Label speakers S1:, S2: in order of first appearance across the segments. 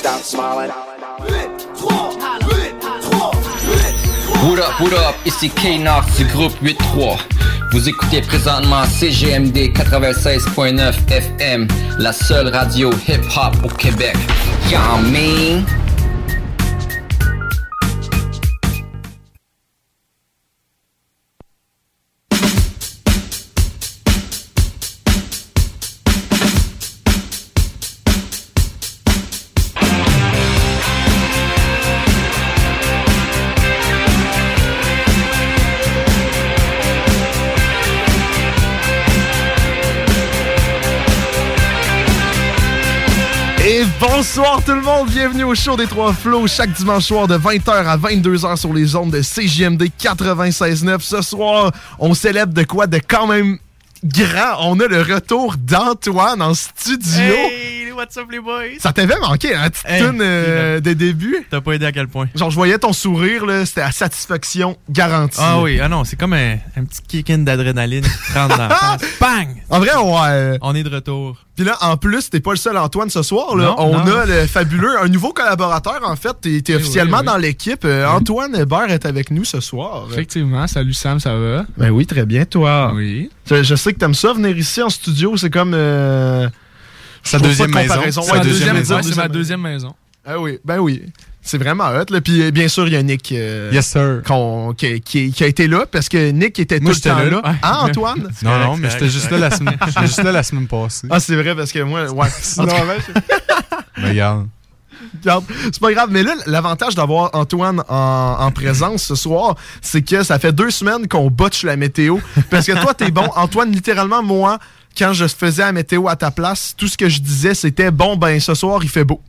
S1: Stop smiling.
S2: What up, what up, ici K-Nox du groupe 8-3. Vous écoutez présentement CGMD 96.9 FM, la seule radio hip-hop au Québec. Y'all mean?
S3: Et bonsoir tout le monde, bienvenue au show des Trois Flots chaque dimanche soir de 20h à 22h sur les ondes de CJMD 96.9. Ce soir, on célèbre de quoi de quand même grand. On a le retour d'Antoine en studio.
S4: Hey, what's up les boys?
S3: Ça t'avait manqué, hein, petite
S4: Hey,
S3: toune, euh, de début?
S4: T'as pas aidé à quel point?
S3: Genre, je voyais ton sourire, là, c'était à satisfaction garantie.
S4: Ah oui, ah non, c'est comme un, un petit kick-in d'adrénaline qui rentre dans la face. Bang!
S3: En vrai, ouais.
S4: On est de retour.
S3: Puis là, en plus, t'es pas le seul Antoine ce soir. Là.
S4: Non,
S3: On
S4: non.
S3: a le fabuleux, un nouveau collaborateur, en fait. T'es t'es officiellement
S5: oui, oui.
S3: dans l'équipe. Euh, Antoine Hébert est avec nous ce soir.
S5: Effectivement, salut Sam, ça va?
S3: Ben oui, très bien, toi.
S5: Oui.
S3: Je, je sais que t'aimes ça, venir ici en studio, c'est comme... Euh, je
S4: Sa
S3: trouve
S4: deuxième
S3: pas de
S4: maison.
S3: comparaison.
S4: Sa
S3: Ouais,
S4: deuxième
S3: deuxième,
S4: maison.
S3: maison.
S5: Ouais, c'est ma deuxième maison.
S3: Ah oui, ben oui. C'est vraiment hot. Là. Puis euh, bien sûr, il y a Nick euh,
S5: sir.
S3: qu'on- qui, qui- qui a été là, parce que Nick était
S5: Moi,
S3: tout le
S5: j'étais
S3: temps là.
S5: là. Ouais.
S3: Ah, Antoine?
S5: Non,
S4: correct,
S5: non, mais
S4: correct,
S5: j'étais juste, là la semaine- j'étais juste là la semaine passée.
S3: Ah, c'est vrai, parce que moi... Ouais. En tout cas,
S5: Mais regarde.
S3: Regarde, c'est pas grave, mais là, l'avantage d'avoir Antoine en, en présence ce soir, c'est que ça fait deux semaines qu'on botche la météo. Parce que toi, t'es bon. Antoine, littéralement, moi, quand je faisais la météo à ta place, tout ce que je disais, c'était bon, ben ce soir, il fait beau.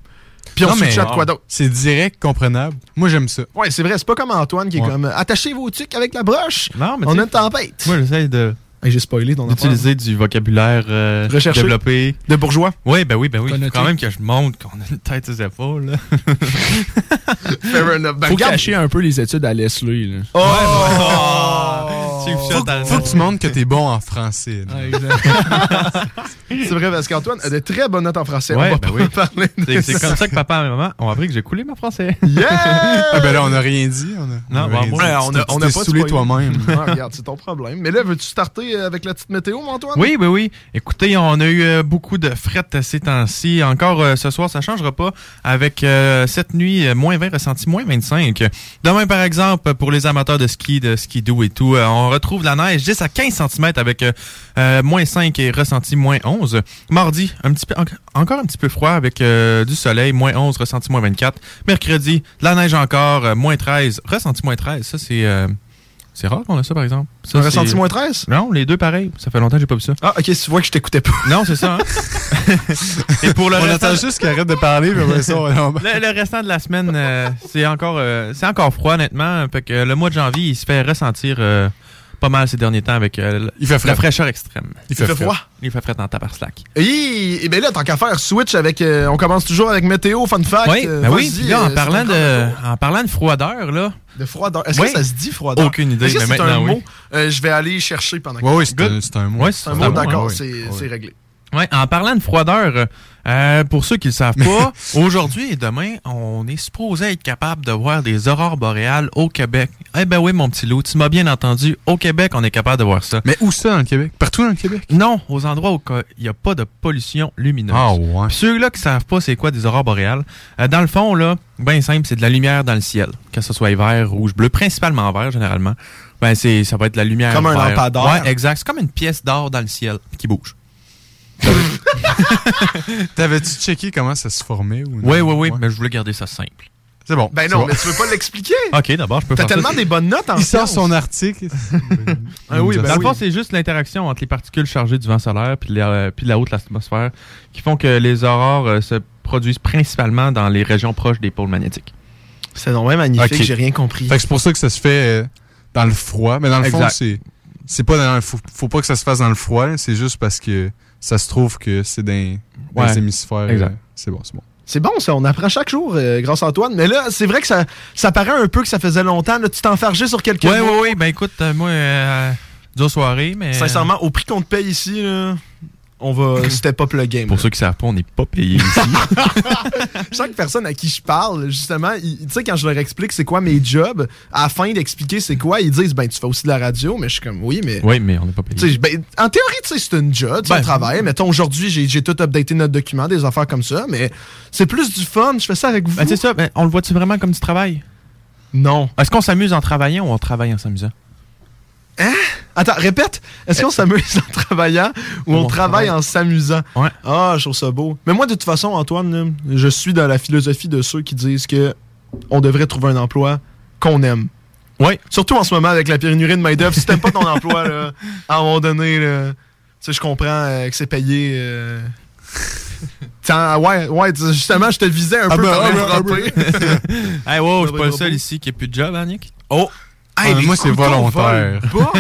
S3: Puis on
S5: Non, mais-
S3: se chatte quoi d'autre.
S5: C'est direct, comprenable. Moi, j'aime ça.
S3: Ouais, c'est vrai, c'est pas comme Antoine qui est
S5: Ouais.
S3: comme attachez vos tucs avec la broche.
S4: Non, mais
S3: on
S4: tu
S3: a
S4: sais,
S3: une tempête.
S4: Moi, j'essaie de-
S3: Hey, J'ai spoilé ton affaire.
S4: d'utiliser du vocabulaire euh,
S3: Recherché.
S4: développé.
S3: De bourgeois.
S4: Oui, ben oui, ben oui.
S5: T'as
S4: Faut
S5: noté.
S4: quand même que je montre qu'on a une tête aux épaules. là.
S3: Fair enough. Ben, regarde.
S5: un peu les études à Leslie. Là.
S3: Oh!
S4: Tu sais, je suis
S5: Faut,
S4: dans-
S5: que- faut que tu montres que t'es bon en français. là.
S3: C'est vrai, parce qu'Antoine a de très bonnes notes en français.
S4: Ouais,
S3: on va
S4: ben
S3: pas
S4: oui.
S3: parler de
S4: C'est c'est comme ça que papa et maman ont appris que j'ai coulé ma français.
S3: Yeah!
S5: Ah, ben là, on n'a rien dit. On a,
S4: Non,
S5: on
S4: bon,
S5: a rien
S4: moi,
S5: dit.
S4: ouais,
S3: on
S5: Tu
S3: a-
S5: t'es-
S3: on
S5: tu
S3: a
S5: t'es
S3: pas de
S5: saoulé
S3: spoiler.
S5: toi-même.
S3: Ah, regarde, c'est ton problème. Mais là, veux-tu starter euh, avec la petite météo, mon Antoine?
S4: Oui, oui, oui. Écoutez, on a eu euh, beaucoup de fret ces temps-ci. Encore euh, ce soir, ça changera pas avec euh, cette nuit, euh, moins 20 ressenti, moins 25. Demain, par exemple, pour les amateurs de ski, de ski-doo et tout, euh, on retrouve la neige 10 à 15 cm avec euh, euh, moins 5 et ressenti moins 11. Mardi, un petit peu, en- encore un petit peu froid avec euh, du soleil, moins 11, ressenti moins 24. Mercredi, de la neige encore, euh, moins 13, ressenti moins 13. Ça, c'est... euh, c'est rare qu'on a ça, par exemple. Ça,
S3: Un
S4: c'est-
S3: ressenti moins 13?
S4: Non, les deux pareils. Ça fait longtemps que j'ai pas vu ça.
S3: Ah, ok, tu vois que je t'écoutais pas.
S4: Non, c'est ça. hein. Et pour le
S5: On
S4: restant,
S5: attend juste qu'il arrête de parler, puis après ça, on va-
S4: le, le restant de la semaine, euh, c'est encore, euh, c'est encore froid, honnêtement. Fait que le mois de janvier, il se fait ressentir euh, pas mal ces derniers temps avec euh, l-
S5: Il fait
S4: la
S5: frais.
S4: fraîcheur extrême.
S5: Il fait froid.
S4: Il fait frais dans ta par slack.
S3: Et, et bien Eh ben là, tant qu'à faire, switch avec. euh, on commence toujours avec météo, fun fact.
S4: Oui,
S3: euh,
S4: ben oui.
S3: vas-y,
S4: puis là,
S3: euh,
S4: en
S3: c'est
S4: parlant
S3: encore
S4: de,
S3: le tour.
S4: en parlant de froideur, là,
S3: De froideur. Est-ce
S4: Oui.
S3: que ça se dit froideur?
S4: aucune idée,
S3: Est-ce que
S4: mais
S3: c'est
S4: maintenant,
S3: un
S4: oui.
S3: mot? Euh, je vais aller chercher pendant que
S5: Ouais, ouais, c'est
S4: Good.
S5: un, c'est un mot.
S4: Ouais,
S3: C'est un mot,
S4: mot,
S3: d'accord,
S5: ouais.
S3: c'est
S5: Ouais.
S3: c'est réglé.
S4: Ouais, en parlant de froideur, euh, euh, pour ceux qui ne le savent pas, aujourd'hui et demain, on est supposé être capable de voir des aurores boréales au Québec. Eh ben oui, mon petit loup, tu m'as bien entendu. Au Québec, on est capable de voir ça.
S5: Mais où ça, dans le Québec? Partout dans le Québec?
S4: Non, aux endroits où il n'y a pas de pollution lumineuse.
S5: Ah ouais.
S4: Puis Ceux-là qui savent pas c'est quoi des aurores boréales, euh, dans le fond, là, ben simple, c'est de la lumière dans le ciel. Que ce soit vert, rouge, bleu, principalement vert, généralement. Ben, c'est, ça va être de la lumière.
S3: Comme un
S4: vert.
S3: lampadaire.
S4: Ouais, exact. C'est comme une pièce d'or dans le ciel qui bouge.
S5: T'avais-tu checké comment ça se formait? Ou non?
S4: Oui, oui, oui,
S5: Ouais.
S4: mais je voulais garder ça simple.
S5: C'est bon.
S3: Ben
S5: c'est
S3: non,
S5: bon.
S3: mais tu veux pas l'expliquer?
S5: Ah,
S4: OK, d'abord, je peux
S3: T'as
S4: faire ça.
S3: tellement des bonnes notes en
S5: Il sort
S3: sciences.
S5: son article.
S3: Ah oui, ben
S4: Dans le
S3: oui.
S4: fond, c'est juste l'interaction entre les particules chargées du vent solaire puis la, euh, puis la haute atmosphère qui font que les aurores euh, se produisent principalement dans les régions proches des pôles magnétiques.
S3: C'est vraiment magnifique,
S5: Ok.
S3: j'ai rien compris.
S5: Fait que c'est pour ça que ça se fait euh, dans le froid. Mais dans le fond,
S4: Exact.
S5: c'est. C'est pas dans le- faut, faut pas que ça se fasse dans le froid, là. c'est juste parce que ça se trouve que c'est dans, dans
S4: Ouais.
S5: les hémisphères.
S4: Exact.
S5: euh, C'est bon, c'est bon.
S3: C'est bon, ça. On apprend chaque jour, euh, grâce à Antoine. Mais là, c'est vrai que ça, ça paraît un peu que ça faisait longtemps. Là, tu t'enfargeais sur quelques
S4: Oui, oui,
S3: mots.
S4: oui. Ben écoute, euh, moi, euh, dure soirée, mais.
S3: Sincèrement, au prix qu'on te paye ici, là, on va step up le game.
S4: euh, Pour ceux qui savent pas, on n'est pas payé ici.
S3: Chaque personne à qui je parle, justement, ils- tu sais, quand je leur explique c'est quoi mes jobs, afin d'expliquer c'est quoi, ils disent, ben, tu fais aussi de la radio, mais je suis comme, oui, mais.
S4: oui, mais on n'est pas
S3: Tu
S4: payé.
S3: sais, ben, en théorie, tu sais, c'est une job, c'est
S4: Ben.
S3: un travail. Mettons, aujourd'hui, j'ai j'ai tout updaté notre document, des affaires comme ça, mais c'est plus du fun. Je fais ça avec vous.
S4: Ben, c'est ça, ben, on le voit-tu vraiment comme du travail?
S3: non.
S4: Est-ce qu'on s'amuse en travaillant ou on travaille en s'amusant?
S3: Hein? Attends, répète. Est-ce qu'on s'amuse en travaillant ou on
S4: On
S3: travaille
S4: travaille.
S3: en s'amusant?
S4: Ouais.
S3: Ah, je trouve ça beau. Mais moi, de toute façon, Antoine, là, je suis dans la philosophie de ceux qui disent que on devrait trouver un emploi qu'on aime.
S4: Oui.
S3: Surtout en ce moment avec la pénurie de main-d'œuvre. Si t'aimes pas ton emploi, là, à un moment donné, là, tu sais, je comprends euh, que c'est payé. euh, t'en- ouais, ouais, tu- justement, je te visais un
S5: Ah
S3: peu
S5: ben,
S3: par
S5: ah
S3: le
S5: ben, ah ben.
S3: frapper.
S4: Hey, wow, je
S3: Ça Ah,
S4: suis
S3: va
S4: pas le
S3: être
S4: seul
S3: beau.
S4: ici qui n'a plus de job, hein, Nick? Ah,
S5: Oh!
S3: Hey, les
S5: moi, c'est
S3: couteaux
S5: volontaire.
S3: volent bas.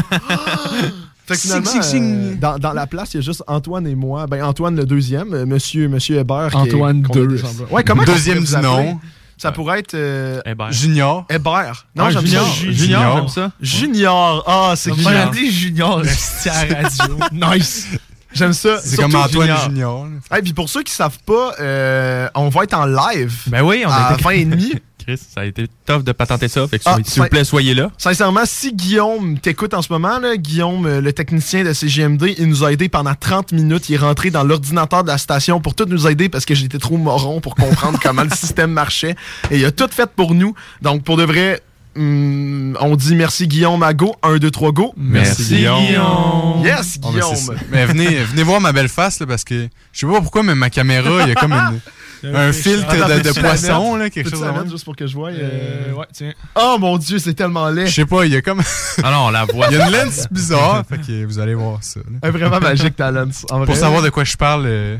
S3: Fait que
S5: Sing,
S3: finalement,
S5: sing, sing.
S3: euh, dans, dans la place, il y a juste Antoine et moi. Ben, Antoine le deuxième, euh, monsieur, monsieur Hébert. qui est-
S5: Antoine
S3: qu'on est
S5: deux.
S3: des semblants. Ouais, comment
S5: Deuxième
S3: qu'on
S5: du
S3: pourrait vous appeler?
S5: nom,
S3: Ça pourrait être euh,
S4: Eh ben.
S5: Junior.
S3: Hébert. Non,
S4: Ah,
S3: j'aime
S4: junior,
S3: ça.
S4: junior,
S3: Ju-
S5: Junior.
S4: j'aime ça.
S3: Junior. Ah, c'est
S4: Junior.
S3: génial.
S4: dit
S6: Junior, c'est à la radio.
S3: Nice. J'aime ça.
S5: C'est
S3: Surtout
S5: comme Antoine
S3: Junior.
S5: Junior. là.
S3: Hey, puis pour ceux qui savent pas, euh, on va être en live
S4: Ben oui, on
S3: à
S4: a été...
S3: 20h30.
S4: Chris, ça a été tough de patenter ça. Fait que
S3: Ah,
S4: soyez- s'il vous plaît, soyez là.
S3: Sincèrement, si Guillaume t'écoute en ce moment, là, Guillaume, euh, le technicien de CGMD, il nous a aidé pendant 30 minutes. Il est rentré dans l'ordinateur de la station pour tout nous aider parce que j'étais trop moron pour comprendre comment le système marchait. Et il a tout fait pour nous. Donc, pour de vrai, hum, on dit merci Guillaume à go. 1, 2, 3, go.
S4: Merci, Guillaume.
S3: Yes,
S5: Ah, ben, c'est
S3: Guillaume.
S5: ça. mais venez, venez voir ma belle face là, parce que je sais pas pourquoi, mais ma caméra, il y a comme une- un
S4: Ah,
S5: filtre
S3: Attends,
S5: de, de
S3: peux-tu la
S5: poisson, là, quelque
S3: Peux-tu
S5: chose
S3: la
S5: de
S3: mettre
S5: même.
S3: juste pour que je voie? euh?
S6: Euh, ouais, tiens.
S3: Oh mon Dieu, c'est tellement laid.
S5: Je sais pas, il y a comme.
S4: Ah non, on la voit.
S5: Il y a une lens bizarre, fait que vous allez voir ça. là.
S3: Hey, Vraiment magique, Talent.
S5: Pour savoir de quoi je parle, euh,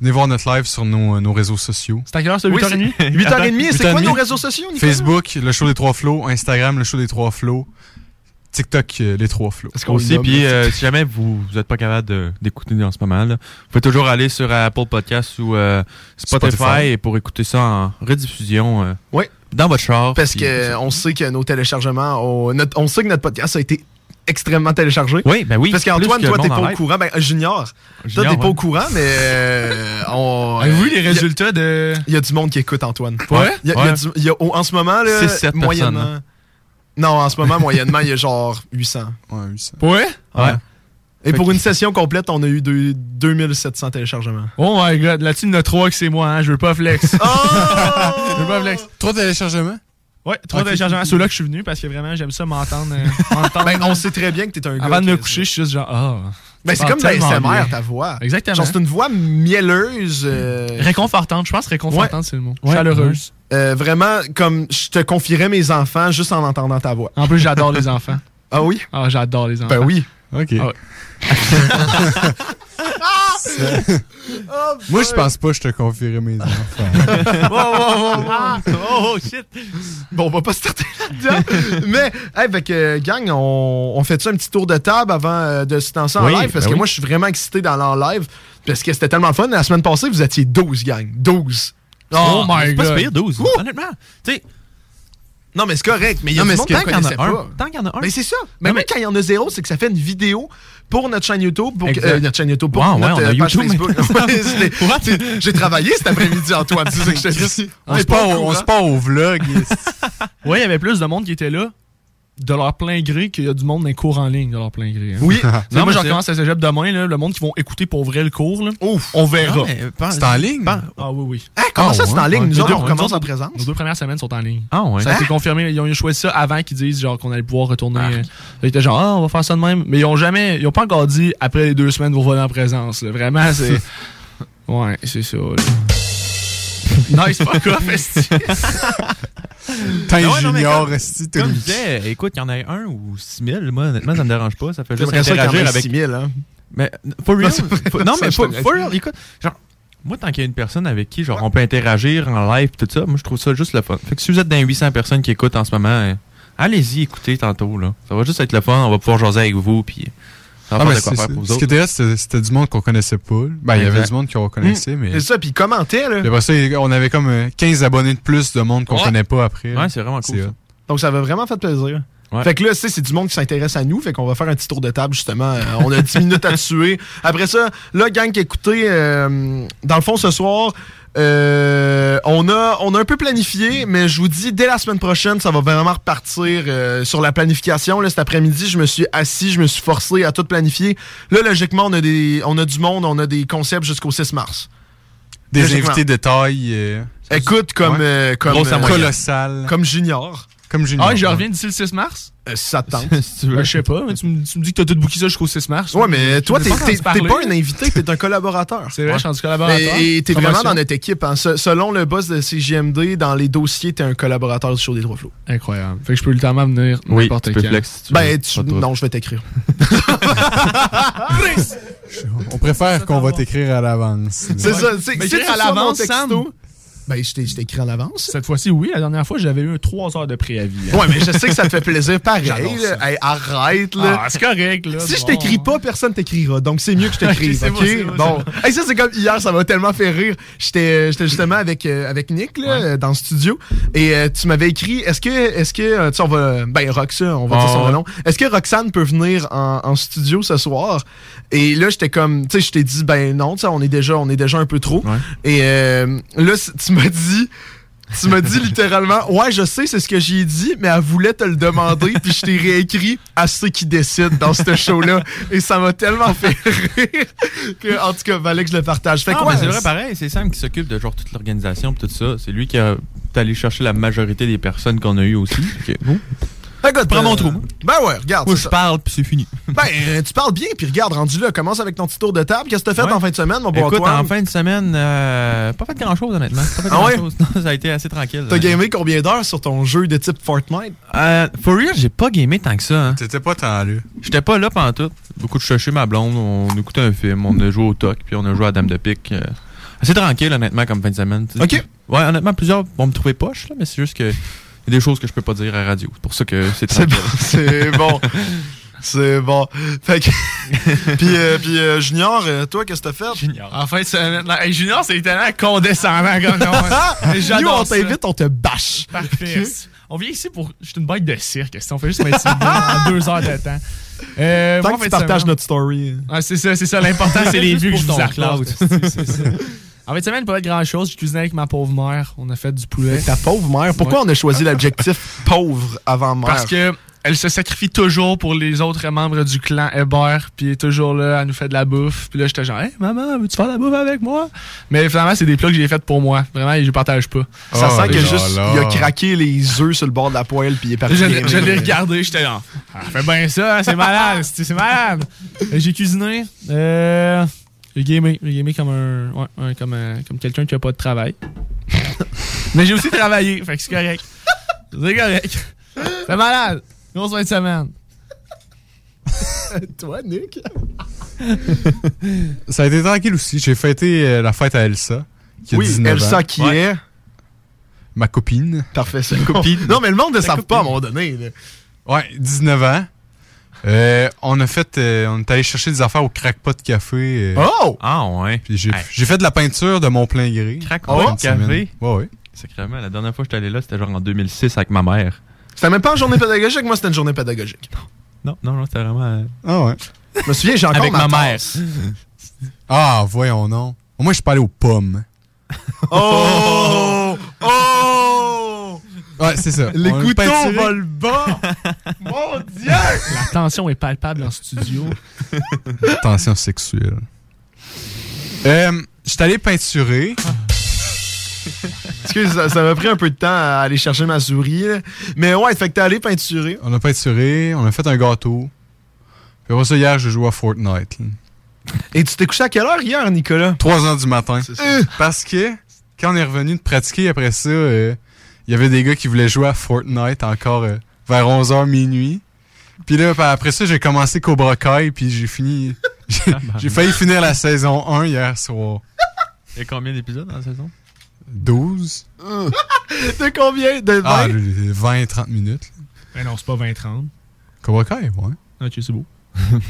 S5: venez voir notre live sur nos, nos réseaux sociaux.
S6: C'est à quelle heure, ça,
S3: Oui,
S6: 8h30?
S3: 8h30, c'est quoi
S5: 8h30?
S3: nos réseaux sociaux, Nicolas?
S5: Facebook, le show des trois flots, Instagram, le show des trois flots, TikTok, euh, les trois flots.
S3: Est-ce qu'on le
S4: Aussi,
S3: nomme,
S4: puis
S3: là?
S4: euh, si jamais vous n'êtes pas capable de- d'écouter en ce moment, là, vous pouvez toujours aller sur Apple Podcast ou euh, Spotify,
S5: Spotify.
S4: et pour écouter ça en rediffusion euh,
S3: Ouais.
S4: dans votre char.
S3: Parce
S4: puis-
S3: que on sait que nos téléchargements, on, notre- on sait que notre podcast a été extrêmement téléchargé.
S4: Oui, ben oui.
S3: Parce qu'Antoine, toi, t'es pas au courant. Ben, Junior, toi, t'es pas au courant, mais euh, on.
S6: Avez-vous vu les
S3: il y a-
S6: résultats
S5: Euh,
S6: de.
S3: Il y a du monde qui écoute Antoine.
S4: Ouais?
S3: Il y a- il y a
S4: Ouais.
S3: du- il y a- oh, en ce moment, là,
S4: Six, sept
S3: moyennement.
S4: personnes, hein.
S3: Non, en ce moment, moyennement, il y a genre 800.
S5: Ouais, oui, ça.
S6: Ouais?
S4: Ouais.
S3: Et pour une session complète, on a eu deux- 2700 téléchargements.
S6: Oh my god, là-dessus, il y en a trois que c'est moi, hein. Je veux pas flex.
S3: Oh!
S6: Je veux pas flex.
S5: Trois téléchargements?
S6: Ouais, trois
S5: Ok.
S6: téléchargements. Ceux-là que je suis venu parce que vraiment, j'aime ça m'entendre. euh, m'entendre.
S3: Ben, on sait très bien que t'es un gars.
S6: Avant de me
S3: qui-
S6: coucher, je suis juste genre, ah.
S3: Ben, c'est
S6: Ah,
S3: comme de la
S6: tellement
S3: SMR,
S6: bien.
S3: ta voix.
S6: Exactement.
S3: Genre, c'est une voix mielleuse. euh,
S6: Réconfortante, je pense réconfortante, c'est le mot. Chaleureuse.
S3: Euh, vraiment, comme je te confierais mes enfants juste en entendant ta voix.
S6: En plus, j'adore les enfants.
S3: Ah oui? Ben
S6: Ah, j'adore les enfants.
S3: oui.
S5: Ok.
S6: Ah ouais.
S5: Moi, je pense pas que je te confierai mes enfants. Ah.
S6: Oh shit!
S3: Bon, on va pas se tarder là-dedans. Mais, hey, fait que, euh, gang, on, on fait ça un petit tour de table avant euh, de se lancer en
S4: Oui,
S3: live? Parce
S4: ben
S3: que
S4: oui.
S3: moi, je suis vraiment excité dans l'en live. Parce que c'était tellement le fun. La semaine passée, vous étiez 12, gang. 12.
S6: Oh my
S4: C'est pas si
S6: god!
S4: pire, 12.
S3: Ouh.
S4: Honnêtement, tu sais,
S3: Non, mais c'est correct. Mais il y a
S4: tant
S3: du monde
S4: qu'il
S3: qui
S4: y en
S3: connaissait
S4: a un,
S3: pas.
S4: tant qu'il y en a un,
S3: Mais c'est ça. Mais
S4: Non,
S3: même
S4: mais-
S3: quand il y en a zéro, c'est que ça fait une vidéo. pour notre chaîne YouTube, pour
S6: Exact.
S3: euh, notre chaîne YouTube, pour
S6: Wow,
S3: notre
S6: ouais, on a
S3: euh, page
S6: YouTube
S3: Facebook. Ouais, c'était- c'est- J'ai travaillé cet après-midi, Antoine. C'est ça que je te dis.
S5: On se
S3: est pas
S5: part
S3: au
S5: au- on
S6: hein?
S3: courant.
S5: se part au vlog.
S6: Ouais, il y avait plus de monde qui était là de leur plein gré qu'il y a du monde dans les cours en ligne de leur plein gré. hein.
S3: Oui.
S6: Non, moi,
S4: mais
S6: je
S4: c'est-
S6: recommence à cégep demain, là, le monde qui vont écouter pour vrai le cours. Là.
S3: Ouf.
S6: On verra.
S4: Non, mais pense-
S5: C'est en ligne?
S4: pense-
S6: Ah oui, oui.
S3: Ah, comment
S4: Ah,
S3: ça, c'est en
S4: ouais,
S3: ligne?
S4: ouais.
S3: Nous
S4: Les
S3: autres,
S4: deux-
S3: on recommence en présence.
S6: Nos deux premières semaines sont en ligne.
S4: Ah ouais.
S6: Ça a été confirmé. Ils ont choisi ça avant qu'ils disent genre qu'on allait pouvoir retourner. euh, Ils étaient genre, ah, on va faire ça de même. Mais ils ont jamais, ils ont pas encore dit après les deux semaines, vous revenez en présence. là. Vraiment, c'est. ouais, c'est ça. là. nice, pas quoi, festi.
S4: Ah
S5: T'es
S4: ouais, non, mais
S5: junior,
S4: comme-
S5: esti, t'es
S4: Comme je
S5: une-
S4: disais, écoute, il y en a un ou six mille. Moi, honnêtement, ça me dérange pas. Ça fait juste
S3: J'aimerais ça qu'il y en
S4: interagir
S3: ait
S4: avec
S3: 6000, hein.
S4: Mais n- for real,
S3: c'est vrai,
S4: for- non,
S3: ça,
S4: mais
S3: je
S4: for,
S3: connais.
S4: for real, écoute, genre, moi, tant qu'il y a une personne avec qui, genre, on peut interagir en live, tout ça, moi, je trouve ça juste le fun. Fait que si vous êtes dans les 800 personnes qui écoutent en ce moment, euh, allez-y écoutez tantôt, là. Ça va juste être le fun, on va pouvoir jaser avec vous, puis ça va faire
S5: Ah, ben,
S4: de quoi
S5: c'est-
S4: faire
S5: c'est-
S4: pour vous
S5: ce qui
S4: autres.
S5: était là, c'était c'était du monde qu'on connaissait pas. Ben, il y avait
S4: Exact.
S5: du monde qu'on connaissait, mais.
S3: C'est ça, puis commentait, là.
S5: Puis après ça, on avait comme euh, 15 abonnés de plus de monde qu'on
S4: Ouais.
S5: connaît pas après.
S4: Ouais, c'est vraiment cool,
S5: C'est euh,
S4: ça.
S5: hot.
S3: Donc, ça va vraiment fait plaisir.
S4: Ouais.
S3: Fait que là, tu sais, c'est du monde qui s'intéresse à nous. Fait qu'on va faire un petit tour de table, justement. Euh, on a 10 minutes à tuer. Après ça, là, gang, écoutez, euh, dans le fond, ce soir, euh, on, a, on a un peu planifié, mais je vous dis, dès la semaine prochaine, ça va vraiment repartir euh, sur la planification. Là, cet après-midi, je me suis assis, je me suis forcé à tout planifier. Là, logiquement, on a, des, on a du monde, on a des concepts jusqu'au 6 mars.
S5: Des
S3: Logiquement.
S5: invités de taille euh,
S3: Écoute, comme,
S5: Ouais.
S3: euh, comme,
S4: Grosse à
S3: euh,
S4: moyenne.
S5: colossale.
S3: comme Junior,
S5: Comme Junior.
S6: Ah, je reviens d'ici le 6 mars?
S3: euh, ça te tente.
S4: Si tu veux.
S6: Ben, je sais pas, mais tu me, tu me dis que t'as tout booké ça jusqu'au 6 mars.
S3: Ouais, mais Euh, toi,
S6: Je
S3: t'es
S6: sais pas quand on
S3: t'es-
S6: se
S3: t'es pas
S6: parlait.
S3: un invité, t'es un collaborateur.
S6: C'est vrai, je suis rendu collaborateur.
S3: Et et t'es vraiment
S6: Promotion.
S3: dans notre équipe. hein. Se- Selon le boss de CGMD, dans les dossiers, t'es un collaborateur du show des trois flots.
S6: Incroyable. hein. Fait que je peux littéralement venir
S4: Oui,
S6: n'importe
S4: tu peux
S6: quand.
S4: flex si tu veux.
S3: Ben, tu-
S4: Pas de trouble.
S3: non, je vais t'écrire.
S5: On préfère qu'on va t'écrire à l'avance.
S3: C'est ça, tu sais,
S6: Mais
S3: si tu
S6: écrire à
S3: reçois mon
S6: l'avance,
S3: texto-
S6: Sam.
S3: Ben, je t'ai- je t'écris en avance.
S6: Cette fois-ci, oui. La dernière fois, j'avais eu 3 heures de préavis. hein.
S3: Ouais, mais je sais que ça te fait plaisir pareil.
S6: J'adore ça.
S3: là. Hey, arrête, là.
S6: Ah, c'est correct, là.
S3: si je
S6: bon.
S3: t'écris pas, personne t'écrira. Donc, c'est mieux que je t'écrive,
S6: Ok, c'est
S3: OK?
S6: bon, c'est bon,
S3: bon. Hey, ça, c'est comme hier, ça m'a tellement fait rire. J'étais j'étais justement avec, euh, avec Nick, là, euh, dans le studio, et euh, tu m'avais écrit, est-ce que, est-ce que, euh, tu sais, on va, ben, Roxane, on va dire son
S4: Ah.
S3: nom. Est-ce que Roxane peut venir en, en studio ce soir? Et là, j'étais comme, tu sais, je t'ai dit, ben non, tu sais, on est déjà, on est déjà un peu trop.
S4: Ouais.
S3: Et euh, là, c- tu m'as dit... Tu m'as dit littéralement, ouais, je sais, c'est ce que j'ai dit, mais elle voulait te le demander, puis je t'ai réécrit à ceux qui décident dans ce show-là. Et ça m'a tellement fait rire que, en tout cas, fallait que je le partage. Fait
S4: Ah,
S3: quoi,
S4: ben, c'est vrai, pareil, c'est Sam qui s'occupe de genre toute l'organisation pis tout ça. C'est lui qui a t'es allé chercher la majorité des personnes qu'on a eues aussi. Fait que, Prends mon trou.
S3: Ben ouais, regarde.
S4: Moi,
S3: c'est
S4: je
S3: ça.
S4: parle puis c'est fini.
S3: Ben, euh, tu parles bien, puis regarde, rendu là, commence avec ton petit tour de table. Qu'est-ce que t'as fait
S4: Ouais.
S3: en fin de semaine, mon Ah, bon
S4: Écoute,
S3: Antoine?
S4: en fin de semaine, euh, pas fait grand chose honnêtement. Pas fait
S3: Ah ouais?
S4: grand-chose. Non, ça a été assez tranquille.
S3: T'as gamé combien d'heures sur ton jeu de type Fortnite?
S4: Euh, for real, j'ai pas gamé tant que ça. hein.
S5: T'étais pas tant là.
S4: J'étais pas là pendant tout. Beaucoup de choché ma blonde, on écoutait un film, on a joué au toc, puis on a joué à Dame de pique. euh. assez tranquille honnêtement comme fin de semaine. tu sais.
S3: Ok.
S4: Ouais, honnêtement, plusieurs vont me trouver poche, là, mais c'est juste que y a des choses que je peux pas dire à la radio. C'est pour ça que c'est
S3: C'est
S4: tranquille.
S3: bon. C'est bon. C'est bon. Fait que. puis, euh, puis euh, Junior, euh, toi, qu'est-ce que t'as fait?
S6: En fait, c'est... non, hey, Junior, c'est tellement condescendant comme nom. Ah, hein. Mais
S3: Ah! Nous, on
S6: J'adore ça.
S3: t'invite, on te bâche.
S6: Parfait. On vient ici pour... Je suis une bête de cirque. Si on fait juste m'intimider en deux heures de temps. Euh,
S3: Tant
S6: moi,
S3: que
S6: en
S3: tu
S6: fin de
S3: partages
S6: semaine-
S3: notre story.
S6: Ah, c'est ça, c'est ça. L'important, c'est les
S4: Juste
S6: vues que
S4: pour
S6: je vous
S4: ton
S6: accorde.
S4: clout.
S6: C'est ça. En fait, semaine, pas de grand chose. J'ai cuisiné avec ma pauvre mère. On a fait du poulet.
S3: Ta pauvre mère. Pourquoi on a choisi l'objectif pauvre avant mère?
S6: Parce que elle se sacrifie toujours pour les autres membres du clan Hébert, puis elle est toujours là, elle nous fait de la bouffe. Puis là, j'étais genre, hey, maman, veux-tu faire de la bouffe avec moi? Mais finalement, c'est des plats que j'ai faits pour moi. Vraiment, et je partage pas.
S3: ça
S5: Oh
S3: sent que
S5: là
S3: juste,
S5: là.
S3: il a craqué les œufs sur le bord de la poêle puis il est
S6: Je,
S3: parti.
S6: l'ai- je l'ai regardé, j'étais genre, ah, fais bien ça, hein, c'est malade, c'est c'est malade. Euh, J'ai cuisiné, euh, j'ai gamé, j'ai gamé comme un, ouais, un- comme, un- comme quelqu'un qui a pas de travail. Mais j'ai aussi travaillé, fait que c'est correct. C'est correct. C'est malade. Grosse fin de semaine.
S3: Toi, Nick?
S5: Ça a été tranquille aussi. J'ai fêté euh, la fête à Elsa, qui a
S3: Oui,
S5: 19
S3: Elsa
S5: ans.
S3: qui est.
S5: Ma copine.
S3: Parfait, c'est une copine. non, mais le monde ne savent pas à un moment donné. là.
S5: Ouais, 19 ans. Euh, on a fait, euh, on est allé chercher des affaires au Crackpot Café. euh,
S3: Oh!
S4: Ah ouais.
S5: Puis j'ai
S4: Hey.
S5: j'ai fait de la peinture de mon plein gré.
S4: Crackpot
S5: Fin de
S4: Café?
S5: semaine. Ouais, ouais.
S4: Sacrément, la dernière fois que j'étais allé là, c'était genre en 2006 avec ma mère.
S3: C'était même pas une journée pédagogique, moi c'était une journée pédagogique.
S4: Non, non, non, c'était vraiment. euh,
S5: Ah ouais.
S3: Je me souviens, j'ai encore
S4: Avec ma mère.
S3: tasse.
S5: Ah, voyons non. Au moins, je suis pas allé aux pommes.
S3: Oh! Oh!
S5: Ouais, c'est ça.
S3: Les
S5: On l'a pas
S3: couteaux
S5: tiré.
S3: volent le bas! Mon Dieu!
S6: La tension est palpable en studio.
S5: Tension sexuelle. Euh, je suis allé peinturer.
S6: Ah.
S3: Excuse, ça ça m'a pris un peu de temps à aller chercher ma souris. là. Mais ouais, fait que t'es allé peinturer.
S5: On a peinturé, on a fait un gâteau. Puis après ça, hier, je joué à Fortnite. là.
S3: Et tu t'es couché à quelle heure hier, Nicolas?
S5: 3 heures du matin.
S3: C'est ça.
S5: Euh, Parce que quand on est revenu de pratiquer après ça, euh, il y avait des gars qui voulaient jouer à Fortnite encore euh, vers 11h minuit. Puis là, pa- après ça, j'ai commencé Cobra Kai, puis j'ai fini. j'ai- J'ai failli finir la saison 1 hier soir.
S4: Il y a combien d'épisodes dans la saison
S5: 12?
S3: De combien? De
S5: Ah,
S3: vingt?
S5: 20-30 minutes. là.
S6: Mais Ben non, c'est pas 20-30.
S5: Cobra Kai, ouais.
S6: Ok, c'est beau.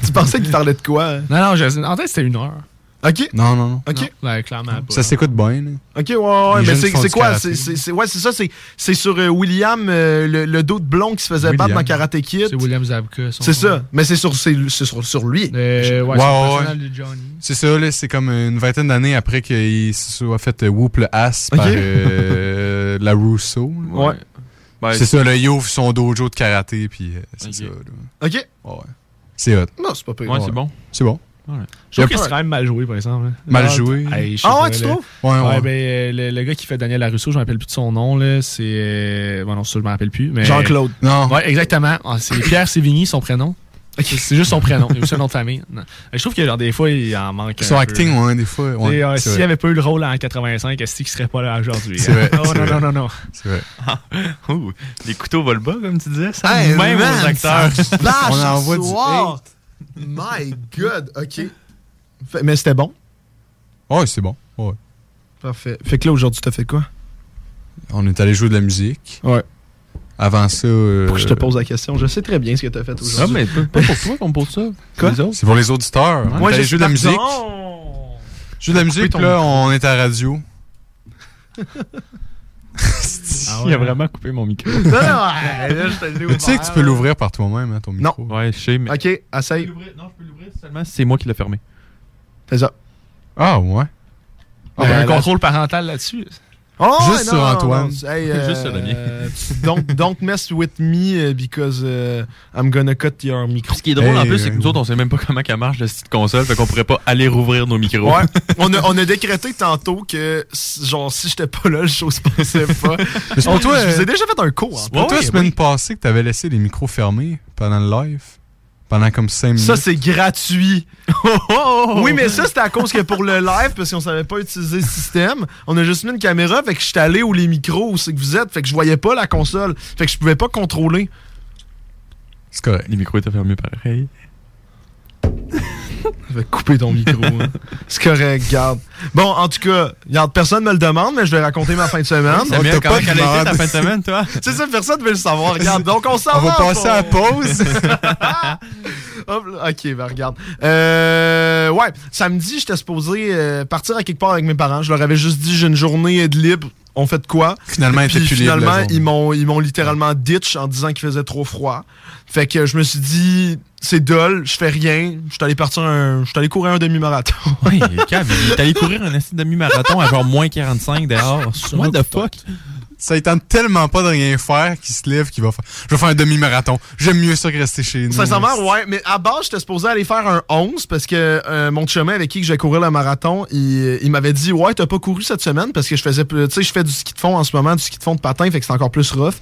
S3: Tu pensais qu'il parlait de quoi? hein?
S6: Non, non, je- en fait, c'était une heure.
S3: Ok,
S5: Non, non, non.
S3: ok.
S6: Non, ouais, clairement pas.
S5: Ça s'écoute bien, là.
S3: Ok, ouais, ouais, ouais,
S5: Les
S3: mais
S5: jeunes
S3: c'est
S5: font
S3: c'est
S5: du
S3: quoi?
S5: karaté.
S3: C'est c'est- c'est- ouais, c'est ça, c'est- c'est sur euh, William, euh, le, le dos de blond qui se faisait
S5: William.
S3: battre dans Karate Kid.
S6: C'est William Zabka. son-
S3: C'est ça, mais c'est sur, c'est c'est sur, sur lui.
S6: Euh, ouais,
S5: Ouais,
S6: c'est
S5: ouais,
S6: le personnage de Johnny.
S5: C'est ça, là, c'est comme une vingtaine d'années après qu'il se soit fait euh, whoop le ass
S3: Ok.
S5: par euh, la Rousseau. là.
S3: Ouais.
S4: Ben,
S5: C'est ça, là, il ouvre son dojo de karaté, puis euh, c'est
S4: Ok.
S5: ça. là.
S3: Ok,
S5: Ouais. C'est hot.
S3: non, c'est pas pire.
S4: Ouais, c'est bon.
S5: C'est bon.
S6: Je trouve
S5: Y'a
S6: que
S5: pas-
S6: c'est quand même mal joué, par exemple. hein.
S5: Mal
S6: Ah,
S5: joué.
S6: hey, je sais
S3: Ah
S6: pas,
S3: ouais, tu
S6: là.
S3: trouves?
S5: Ouais, ouais.
S6: Ouais, ben, euh, le, le gars qui fait Daniel Larusso, je me rappelle plus de son nom, là. C'est. euh, Bon, non, ça, je me rappelle plus. mais-
S3: Jean-Claude.
S5: Non.
S6: Ouais, exactement. Ah, c'est Pierre Sévigny, son prénom. C'est- C'est juste son prénom. Il y a aussi un nom de famille. Non. Je trouve que, genre, des fois, il en manque.
S5: Son
S6: un
S5: acting, ouais, des fois.
S6: peu.
S5: Ouais,
S6: Et, euh,
S5: c'est
S6: S'il
S5: vrai.
S6: avait pas eu le rôle en 85, est-ce qu'il serait pas là aujourd'hui?
S5: C'est vrai,
S6: Oh,
S5: c'est
S6: non,
S5: vrai.
S6: non, non, non.
S5: C'est vrai.
S4: Ouh, les couteaux volent bas, comme tu disais. Ça,
S3: Hey,
S4: même
S3: man,
S4: aux acteurs.
S3: ça flash
S5: On
S3: ce
S5: envoie du
S3: soir. My God, ok. Fait- mais c'était bon.
S5: Ouais, c'est bon. Ouais.
S3: Parfait. Fait que là, aujourd'hui, t'as fait quoi?
S5: On est allé jouer de la musique.
S3: Ouais.
S5: Avant ça. euh,
S3: Pourquoi je te pose la question? Je sais très bien ce que t'as fait aujourd'hui.
S4: Ah, mais pas pas pour toi qu'on pose ça.
S3: Quoi?
S4: Les autres.
S5: C'est pour les auditeurs. On
S3: Moi,
S5: est allé
S3: j'ai
S5: jouer de la musique. Jouer de la musique,
S3: ton
S5: puis là, on est à la radio.
S6: Ah
S4: Il a
S6: ouais.
S4: vraiment coupé mon micro.
S3: Non, non, ouais, là, je te l'ai
S5: Mais tu sais que tu
S3: ouvert,
S5: peux
S3: là.
S5: l'ouvrir par toi-même, hein, ton
S3: Non.
S5: micro.
S4: Ouais, je sais, mais.
S3: Ok, essaye.
S4: Non, je peux l'ouvrir seulement si c'est moi qui l'ai fermé.
S3: Fais ça.
S5: Ah, ouais.
S4: Ah,
S6: Il y a
S3: ben,
S6: un
S3: là-
S6: contrôle parental là-dessus.
S3: Oh,
S5: Juste sur Antoine.
S3: Hey,
S4: Juste sur le mien.
S3: euh, tu- don't, don't mess with me uh, because uh, I'm gonna cut your micro.
S4: Ce qui est drôle
S5: Hey,
S4: en plus, c'est que
S5: euh,
S4: nous autres, on sait même pas comment ça marche la petite console, fait qu'on pourrait pas aller rouvrir nos micros.
S3: Ouais. on, a, on a décrété tantôt que, s- genre, si j'étais pas là, le show se passait pas.
S5: Mais c'est pour toi,
S3: je vous
S5: euh,
S3: ai déjà fait un cours. hein.
S5: pour toi, semaine passée, que t'avais laissé les micros fermés pendant le live. Pendant comme 5 minutes.
S3: Ça, c'est gratuit.
S4: Oh,
S3: Oui, mais ça, c'était à cause que pour le live, parce qu'on savait pas utiliser le système, on a juste mis une caméra, fait que je suis allé où les micros, où c'est que vous êtes, fait que je voyais pas la console, fait que je pouvais pas contrôler.
S5: c'est correct.
S4: Les micros étaient fermés pareil.
S3: Je vais couper ton micro. hein. C'est correct, garde. Bon, en tout cas, garde, personne me le demande, mais je vais raconter ma fin de semaine.
S5: t'a
S4: Samuel,
S5: pas
S4: comment qu'elle a été ta
S5: demandé.
S4: fin de semaine, toi?
S3: C'est ça, personne veut le savoir. Regarde, donc on s'en
S5: On va
S3: pour-
S5: passer à la pause.
S3: Hop là, ok, ben regarde. Euh, ouais, samedi, j'étais supposé euh, partir à quelque part avec mes parents. Je leur avais juste dit, j'ai une journée de libre. On fait de quoi?
S5: Finalement, elle était
S3: Puis
S5: plus libre, la
S3: finalement,
S5: journée.
S3: ils m'ont, ils m'ont littéralement ditch en disant qu'il faisait trop froid. Fait que je me suis dit, c'est dol, je fais rien. Je suis allé partir un, je suis allé courir un demi-marathon.
S4: Oui, euh, Cam, il est allé courir un esti de demi-marathon à genre moins 45 dehors. What the fuck?
S5: Ça lui tente tellement pas de rien faire qu'il se lève, qu'il va faire. Je vais faire un demi-marathon. J'aime mieux ça que rester chez nous.
S3: Sincèrement, ouais. Mais à base, j'étais supposé aller faire un 11 parce que euh, mon chemin avec qui que je vais courir le marathon, il, il m'avait dit Ouais, t'as pas couru cette semaine parce que je faisais plus- Tu sais, je fais du ski de fond en ce moment, du ski de fond de patin, fait que c'est encore plus rough.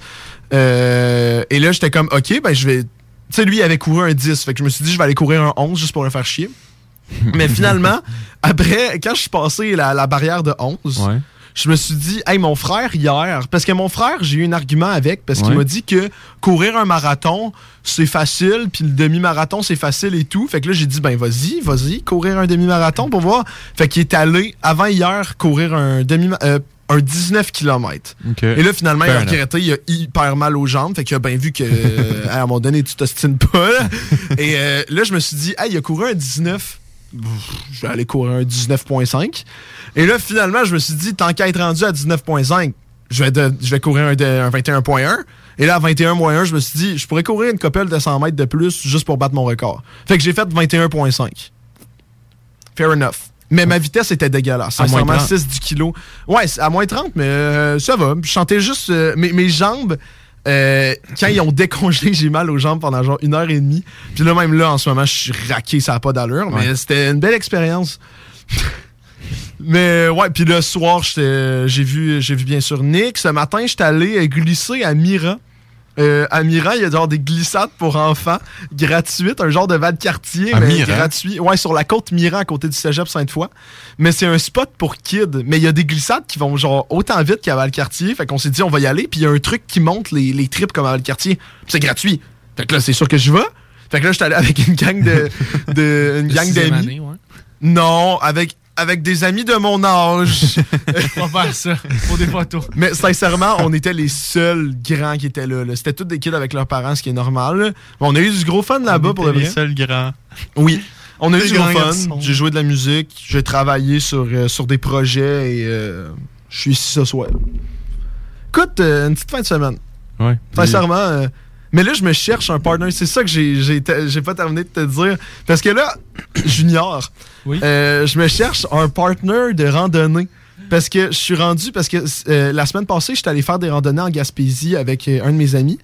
S3: Euh, et là, j'étais comme Ok, ben je vais. Tu sais, lui, il avait couru un 10. Fait que je me suis dit, je vais aller courir un 11 juste pour le faire chier. Mais finalement, après, quand je suis passé la, la barrière de 11,
S4: Ouais.
S3: je me suis dit, hey, mon frère, hier, parce que mon frère, j'ai eu un argument avec, parce qu'il
S4: Ouais.
S3: m'a dit que courir un marathon, c'est facile, puis le demi-marathon, c'est facile et tout. Fait que là, j'ai dit, ben, vas-y, vas-y, courir un demi-marathon pour voir. Fait qu'il est allé, avant hier, courir un demi euh, un 19 km.
S4: Ok.
S3: Et là, finalement, il a
S4: Fair enough.
S3: regretté, il a hyper mal aux jambes. Fait qu'il a bien vu que, euh, à un moment donné, tu t'ostines pas. là. Et euh, là, je me suis dit, hey, il a couru un 19. Pff, Je vais aller courir un 19.5. Et là, finalement, je me suis dit, tant qu'à être rendu à 19.5, je vais, de- je vais courir un, de- un 21.1. Et là, à 21 moins 1, je me suis dit, je pourrais courir une copelle de 100 mètres de plus juste pour battre mon record. Fait que j'ai fait 21.5. Fair enough. Mais ma vitesse était dégueulasse.
S4: À moins
S3: Sincèrement,
S4: 30.
S3: 6 10 kilos. Ouais, c'est à moins 30, mais euh, ça va. Je chantais juste. euh, mes, mes jambes, euh, quand ils ont décongelé, j'ai mal aux jambes pendant genre une heure et demie. Puis là, même là, en ce moment, je suis raqué, ça n'a pas d'allure. Mais c'était une belle expérience. Mais euh, ouais, puis le soir, j'étais- j'ai vu, j'ai vu bien sûr Nick. Ce matin, j'étais allé euh, glisser à Mira. Euh, à Mira, il y a genre des glissades pour enfants gratuites, un genre de val quartier
S5: À
S3: mais
S5: Mira?
S3: gratuit. Ouais, sur la côte Mira à côté du Cégep Sainte-Foy. Mais c'est un spot pour kids, mais il y a des glissades qui vont genre autant vite qu'à Valcartier, fait qu'on s'est dit on va y aller, puis il y a un truc qui monte les, les trips comme à Valcartier. Puis c'est gratuit. Fait que là, c'est sûr que je vais. Fait que là, j'étais allé avec une gang de, de une
S6: De
S3: gang
S6: sixième
S3: d'amis.
S6: année, ouais.
S3: Non, avec, avec des amis de mon âge.
S6: On va faire ça pour des photos.
S3: Mais sincèrement, on était les seuls grands qui étaient là. là. C'était tous des kids avec leurs parents, ce qui est normal. là. Mais on a eu du gros fun là-bas pour le
S4: les
S3: vrai.
S4: seuls grands.
S3: Oui. On a eu
S5: Des
S3: du gros
S5: grands
S3: fun.
S5: garçons.
S3: J'ai joué de la musique. J'ai travaillé sur, euh, sur des projets et euh, je suis ici ce soir. Écoute, euh, une petite fin de semaine.
S4: Ouais.
S3: Sincèrement. euh, mais là, je me cherche un partner. C'est ça que j'ai- j'ai te- j'ai pas terminé de te dire. Parce que là, Junior,
S6: Oui.
S3: euh, je me cherche un partner de randonnée. Parce que je suis rendu, parce que euh, la semaine passée, j'étais allé faire des randonnées en Gaspésie avec euh, un de mes amis.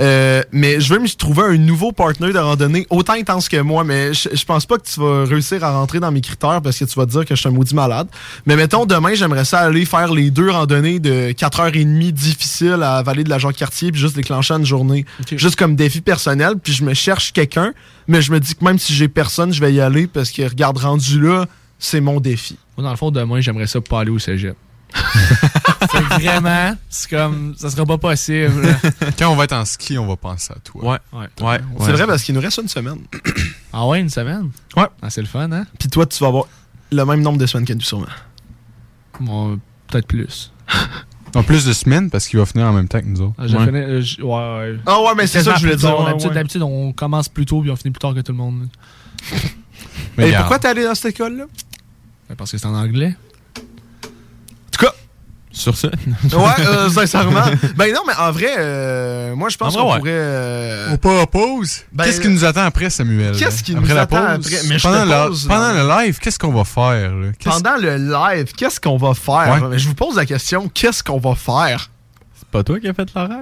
S3: Euh, mais je veux me trouver un nouveau partenaire de randonnée autant intense que moi, mais je, je pense pas que tu vas réussir à rentrer dans mes critères parce que tu vas te dire que je suis un maudit malade. Mais mettons, demain, j'aimerais ça aller faire les deux randonnées de 4h30 difficiles à Vallée de la Jacques-Cartier puis juste déclencher une journée.
S6: Ok.
S3: Juste comme défi personnel, puis je me cherche quelqu'un, mais je me dis que même si j'ai personne, je vais y aller parce que regarde, rendu là, c'est mon défi.
S6: Moi, dans le fond, demain, j'aimerais ça pas aller au cégep. c'est vraiment, c'est comme, ça sera pas possible. là.
S5: Quand on va être en ski, on va penser à toi.
S4: Ouais.
S6: Ouais.
S4: Ouais. ouais.
S3: C'est vrai parce qu'il nous reste une semaine.
S6: Ah ouais, une semaine?
S3: Ouais.
S6: Ah, c'est le fun, hein?
S3: Puis toi, tu vas avoir le même nombre de semaines que nous sûrement.
S6: Bon, peut-être plus.
S5: En plus de semaines, parce qu'il va finir en même temps que nous autres.
S6: Ah, j'ai
S4: Ouais.
S6: fini- euh, j- ouais, ouais.
S3: Ah ouais, mais c'est ça que je voulais dire.
S6: Quasiment plus tard.
S3: ouais,
S6: D'habitude,
S3: ouais.
S6: d'habitude, on commence plus tôt puis on finit plus tard que tout le monde.
S5: Mais
S3: Et
S5: regarde,
S3: Eh, pourquoi t'es allé dans cette école-là?
S6: Ben, Parce que c'est en anglais.
S3: En tout cas,
S4: Sur ça.
S3: ouais, euh, sincèrement. Ben non, mais en vrai, euh, moi, je pense
S4: En vrai,
S3: qu'on
S4: ouais.
S3: pourrait... euh,
S5: On part en pause.
S3: Ben,
S5: qu'est-ce qui nous attend après, Samuel?
S3: qu'est-ce qui
S5: après
S3: nous
S5: la
S3: attend
S5: pause?
S3: après? Mais je
S5: pendant,
S3: te
S5: la-
S3: pose,
S5: pendant
S3: euh,
S5: le live, qu'est-ce qu'on va faire? là? Qu'est-ce-
S3: Pendant le live, qu'est-ce qu'on va faire?
S5: Ouais.
S3: Ben, Je vous pose la question, qu'est-ce qu'on va faire?
S4: C'est pas toi qui as fait l'horaire.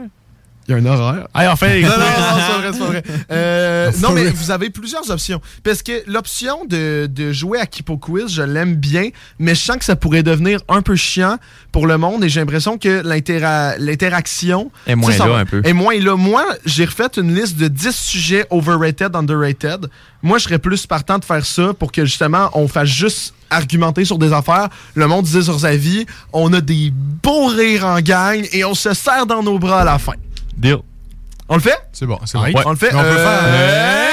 S3: Il y a un horaire.
S6: Allez, on fait
S3: Non, non, non, c'est pas vrai, c'est pas vrai. Euh, non, mais vous avez plusieurs options. Parce que l'option de, de jouer à Kipo Quiz, je l'aime bien, mais je sens que ça pourrait devenir un peu chiant pour le monde et j'ai l'impression que l'intera- l'interaction
S4: Et moins
S3: Tu sais, ça
S4: là
S3: va-
S4: un peu.
S3: Et moins là. Moi, j'ai refait une liste de 10 sujets overrated, underrated. Moi, je serais plus partant de faire ça pour que justement, on fasse juste argumenter sur des affaires. Le monde disait sur sa vie. On a des beaux rires en gang et on se serre dans nos bras à la fin.
S4: Deal.
S3: On le fait?
S5: C'est bon, c'est
S6: Ouais.
S5: bon.
S3: On le fait?
S5: Mais on peut
S3: Euh,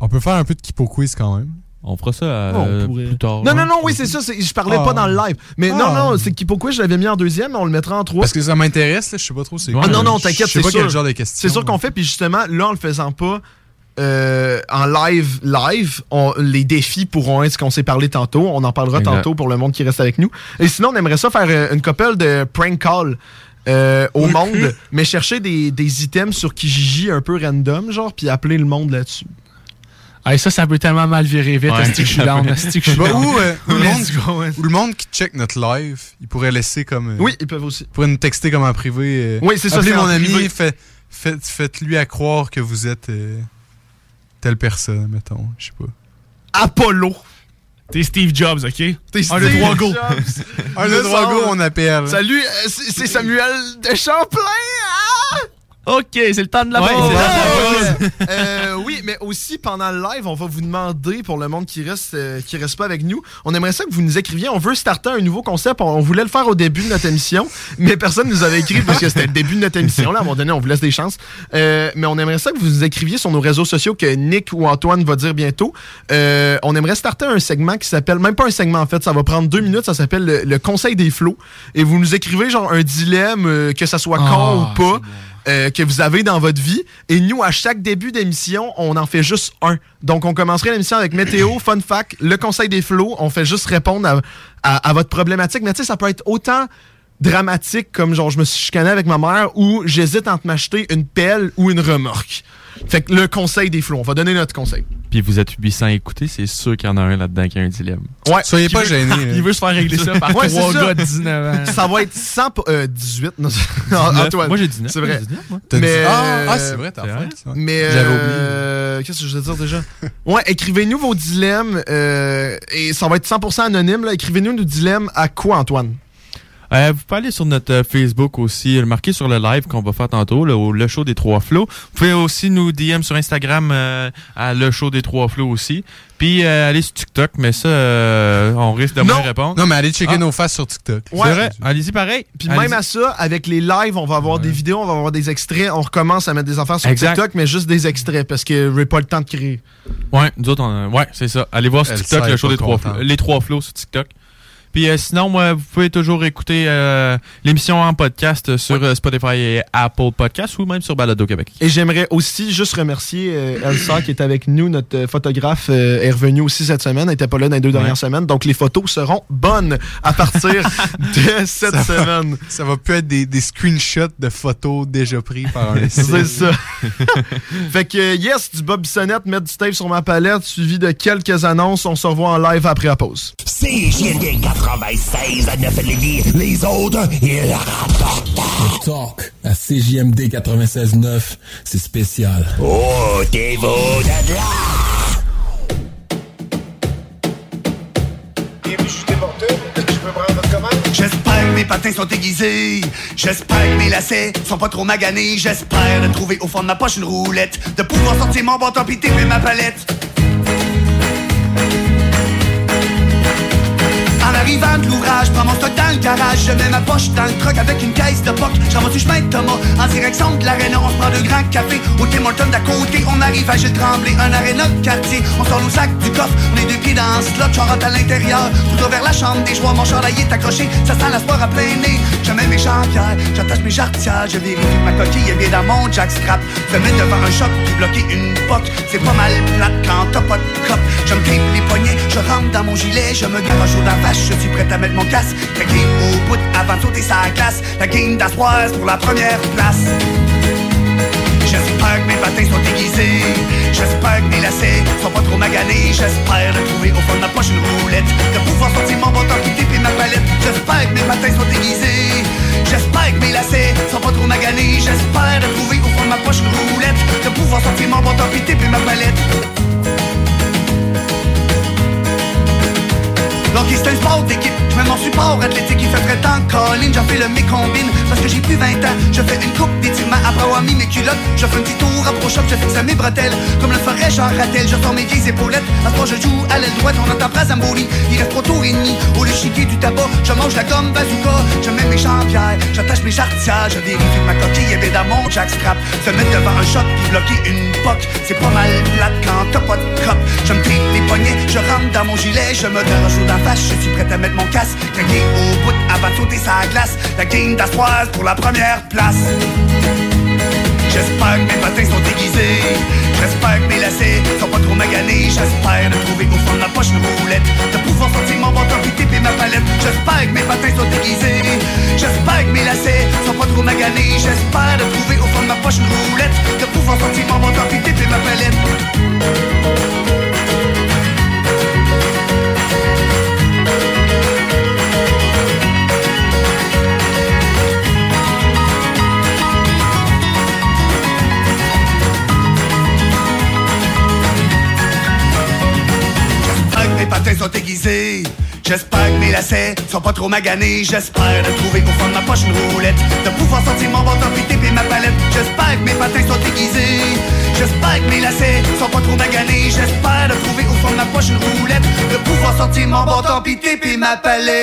S5: On peut faire un peu de Kipo Quiz quand même.
S4: On fera ça euh,
S6: On pourrait.
S4: plus tard.
S3: Oh,
S4: hein.
S3: Non, non, non, oui, c'est ça. c'est- Je parlais
S5: Ah.
S3: pas dans le live. Mais non,
S5: Ah.
S3: non, c'est qui- pourquoi je l'avais mis en deuxième, mais on le mettra en trois.
S5: Parce que ça m'intéresse, là, je sais pas trop c'est
S4: Ah
S5: quoi.
S4: non,
S3: non,
S5: Je-
S3: t'inquiète,
S5: Je sais
S3: c'est
S5: pas
S3: sûr.
S5: quel genre de questions.
S3: C'est sûr qu'on fait, puis justement, là, en le faisant pas euh, en live, live, on- les défis pourront être ce qu'on s'est parlé tantôt. On en parlera
S4: Exact.
S3: tantôt pour le monde qui reste avec nous. Et sinon, on aimerait ça faire euh, une couple de prank call. euh, au monde, mais chercher des, des items sur Kijiji un peu random, genre, puis appeler le monde là-dessus.
S6: Hey, ça, ça peut tellement mal virer vite.
S4: Ouais.
S6: Est-ce que je suis down? Est-ce que je suis
S5: Bah,
S6: down?
S5: ou, euh, ou le
S6: Let's
S5: monde,
S6: go, man.
S5: ou le monde qui check notre live, il pourrait laisser comme. euh,
S3: Oui, ils peuvent aussi.
S5: Il pourrait nous texter comme en privé. euh,
S3: Oui, c'est ça,
S5: Appelez
S3: c'est en
S5: mon ami,
S3: privé.
S5: fait- fait- faites-lui à croire que vous êtes euh, telle personne, mettons. Je sais pas.
S3: Apollo!
S6: T'es Steve Jobs, OK?
S3: T'es
S6: Un de
S3: Steve
S6: trois go.
S3: Jobs.
S5: Un
S3: Le
S5: de trois
S3: sort.
S5: Ah, go, on appelle.
S3: Salut, euh, c'est c'est Samuel de Champlain! Ah!
S6: OK, c'est le temps de la
S4: Ouais,
S6: pause. Ah,
S4: c'est la
S3: Ouais. Euh, oui, mais aussi pendant le live, on va vous demander pour le monde qui reste euh, qui reste pas avec nous, on aimerait ça que vous nous écriviez. On veut starter un nouveau concept. On, on voulait le faire au début de notre émission, mais personne nous avait écrit parce que c'était le début de notre émission. Là, à un moment donné, on vous laisse des chances. Euh, mais on aimerait ça que vous nous écriviez sur nos réseaux sociaux que Nick ou Antoine va dire bientôt. Euh, on aimerait starter un segment qui s'appelle même pas un segment en fait, ça va prendre deux minutes. Ça s'appelle le, le conseil des flots. Et vous nous écrivez genre un dilemme euh, que ça soit con
S6: Ah,
S3: ou pas euh, que vous avez dans votre vie. Et nous, à chaque début d'émission, on en fait juste un. Donc, on commencerait l'émission avec météo, fun fact, le conseil des flots. On fait juste répondre à, à- à votre problématique. Mais tu sais, ça peut être autant dramatique comme genre je me suis chicané avec ma mère ou j'hésite entre m'acheter une pelle ou une remorque. Fait que le conseil des flots, on va donner notre conseil.
S4: Puis vous êtes 800 écoutés, c'est sûr qu'il y en a un là-dedans qui a un dilemme.
S3: Ouais.
S5: Soyez
S3: Qui
S5: pas
S3: veut-
S5: gênés. là.
S6: Il veut se faire régler ça par
S3: hein. Ouais,
S6: trois
S3: c'est ça.
S6: gars de 19 ans.
S3: Ça va être 100 pour- euh, 18 non, Antoine.
S4: Moi, j'ai 19.
S3: C'est vrai.
S4: j'ai 19, moi.
S5: T'as dit-
S3: Mais-
S5: Ah, ah, c'est vrai, t'as
S4: C'est vrai,
S5: fait. ouais.
S3: Mais
S5: J'avais
S3: euh, qu'est-ce que je voulais dire déjà Ouais, écrivez-nous vos dilemmes euh, et ça va être 100% anonyme là. Écrivez-nous nos dilemmes à quoi Antoine
S4: Euh, vous pouvez aller sur notre euh, Facebook aussi, le marquer sur le live qu'on va faire tantôt, le, au le show des trois flots. Vous pouvez aussi nous DM sur Instagram euh, à le show des trois flots aussi. Puis euh, aller sur TikTok, mais ça, euh, on risque de moins répondre.
S5: Non, mais allez checker
S4: Ah.
S5: nos faces sur TikTok.
S4: C'est vrai. Allez-y pareil.
S3: Puis
S4: Allez-y.
S3: même à ça, avec les lives, on va avoir des vidéos, on va avoir des extraits, on recommence à mettre des affaires sur
S4: Exact.
S3: TikTok, mais juste des extraits parce que j'ai pas le temps de créer.
S4: Ouais, nous autres, on, a- ouais, c'est ça. Allez voir sur
S5: Elle
S4: TikTok
S5: sert
S4: le show
S5: pas
S4: des trois
S5: contente.
S4: flots, les trois flots sur TikTok. Puis euh, sinon, moi, vous pouvez toujours écouter euh, l'émission en podcast sur euh, Spotify et Apple Podcasts ou même sur Balado Québec.
S3: Et j'aimerais aussi juste remercier euh, Elsa qui est avec nous, notre euh, photographe euh, est revenue aussi cette semaine, elle était pas là dans les deux dernières semaines, donc les photos seront bonnes à partir de cette semaine.
S5: Ça va plus être des, des screenshots de photos déjà prises par un
S3: C'est ça. fait que euh, yes, du Bob Sonnette, mettre du tape sur ma palette, suivi de quelques annonces. On se revoit en live après la pause.
S1: C'est JMD 96 à 9 Lévis. Les autres, ils rapportent.
S7: Talk à CJMD 96.9, c'est spécial.
S1: Oh, t'es beau de là. J'espère que mes patins sont aiguisés. J'espère que mes lacets sont pas trop maganés. J'espère de trouver au fond de ma poche une roulette. De pouvoir sortir mon bâton pis taper ma palette. En arrivant de l'ouvrage, prends mon stock dans le garage, je mets ma poche dans le truck avec une caisse de poc. J'en mon chemin de Thomas, en direction de l'aréna, on se prend deux grands cafés. Au Tim Hortons d'à côté, on arrive à Gilles Tremblay, un aréna de quartier. On sort nos sacs du coffre, on est deux pieds dans le slot, j'en rentre à l'intérieur. Tout vers la chambre des joueurs, mon chandail est accroché, ça sent la sport à plein nez. Je mets mes jambières, j'attache mes jarretières, je vérifie que ma coquille est bien dans mon jackstrap. Je mets devant un choc, puis bloquer une poque, c'est pas mal plate quand t'as pas de cop. Je me grippe les poignets, je rentre dans mon gilet, je me garoche au vache, je suis prêt à mettre mon casque. La game au bout avant de sauter sa glace, la game d'Astroise pour la première place. J'espère que mes patins sont aiguisés, j'espère que mes lacets sont pas trop maganés, j'espère de trouver au fond de ma poche une roulette, de pouvoir sortir mon bâton qui tape et ma palette. J'espère que mes patins sont aiguisés, j'espère que mes lacets sont pas trop maganés, j'espère de trouver au fond de ma poche une roulette, de pouvoir sortir mon bâton qui tape et ma palette. L'hockey c'est un sport d'équipe, je mets mon support athlétique, il fait très temps colline, j'en fais le mécombine parce que j'ai plus 20 ans, je fais une coupe d'étirement après avoir mis mes culottes, je fais un petit tour approchable, je fixe à mes bretelles, comme le ferait Jean Rattel, je sors mes vieilles épaulettes, à ce moment je joue à l'aile droite, on entend pas Zamboni, il reste trois tours et demi, au lieu de chiquer du tabac, je mange la gomme bazooka, je mets mes jambières, j'attache mes jarretières, je vérifie que ma coquille est bien dans mon jackstrap, se mettre devant un choc puis bloquer une poque, c'est pas mal plate quand t'as pas de cop, je me tripe les poignets, je rentre dans mon gilet, je me garoche au la face, je suis prêt à mettre mon casque, craquer au bout avant de sauter sa glace, la game d'Astroise pour la première place. J'espère que mes patins sont aiguisés J'espère que mes lacets sont pas trop maganés J'espère de trouver au fond de ma poche une roulette De pouvoir sortir mon bâton puis taper ma palette J'espère que mes patins sont aiguisés J'espère que mes lacets sont pas trop maganés J'espère de trouver au fond de ma poche une roulette De pouvoir sortir mon bâton puis taper ma palette J'espère que mes patins sont aiguisés. J'espère que mes lacets sont pas trop maganés. J'espère de trouver au fond de ma poche une roulette. De pouvoir sortir mon bâton puis taper ma palette. J'espère que mes patins sont aiguisés. J'espère que mes lacets sont pas trop maganés. J'espère de trouver au fond de ma poche une roulette. De pouvoir sortir mon bâton puis taper ma palette.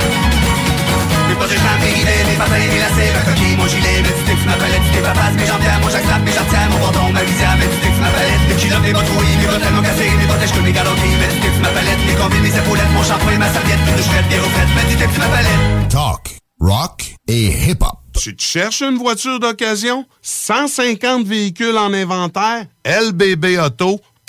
S1: Mes poches échappent, mes rivets, mes patins, mes lacets, ma coquille, mon gilet, mes petits ma palette, mes papas, mes jambières, mon jackstrap, mes jarretières, mon bordon, ma visière, mes petits ma palette, mes culottes, mes bottes rouillées, mes bottes tellement cassées, mes bottes que mes galopies, mes petits ma palette, mes combines, mes épaulettes, mon shampoing, ma serviette, mes doucherettes, mes refaites, mes petits ma palette.
S7: rock et hip-hop.
S8: Tu te cherches une voiture d'occasion? 150 véhicules en inventaire? lbbauto.com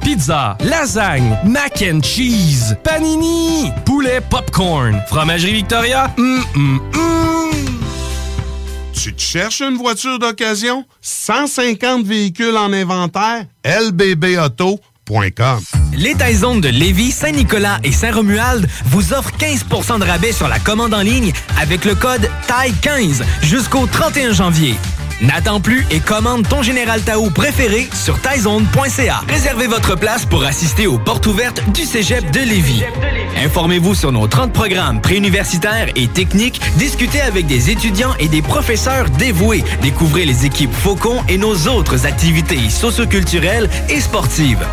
S9: Pizza, lasagne, mac and cheese, panini, poulet popcorn. Fromagerie Victoria, hum, hum, hum.
S8: Tu te cherches une voiture d'occasion? 150 véhicules en inventaire? lbbauto.com
S10: Les Taizones de Lévis, Saint-Nicolas et Saint-Romuald vous offrent 15 de rabais sur la commande en ligne avec le code TAI15 jusqu'au 31 janvier. N'attends plus et commande ton Général Tao préféré sur taizone.ca. Réservez votre place pour assister aux portes ouvertes du Cégep de Lévis. Informez-vous sur nos 30 programmes préuniversitaires et techniques. Discutez avec des étudiants et des professeurs dévoués. Découvrez les équipes Faucon et nos autres activités socioculturelles et sportives.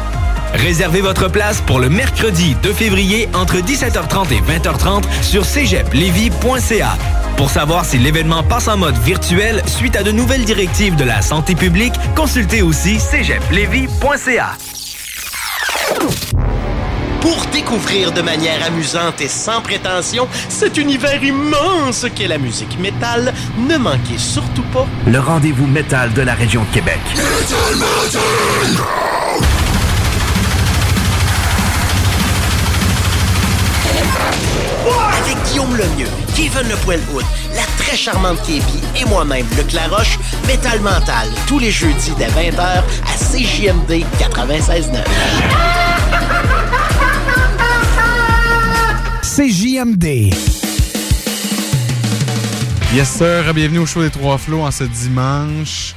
S10: Réservez votre place pour le mercredi 2 février entre 17h30 et 20h30 sur cégeplevy.ca. Pour savoir si l'événement passe en mode virtuel suite à de nouvelles directives de la santé publique, consultez aussi cégeplevy.ca.
S11: Pour découvrir de manière amusante et sans prétention cet univers immense qu'est la musique métal, ne manquez surtout pas
S12: Le rendez-vous métal de la région de Québec.
S11: Avec Guillaume Lemieux, Kevin Le Poilwood, la très charmante Képi et moi-même, le Claroche, Métal Mental, tous les jeudis dès 20h à CJMD 96.9.
S13: CJMD.
S5: Yes sir, bienvenue au show des Trois Flots en ce dimanche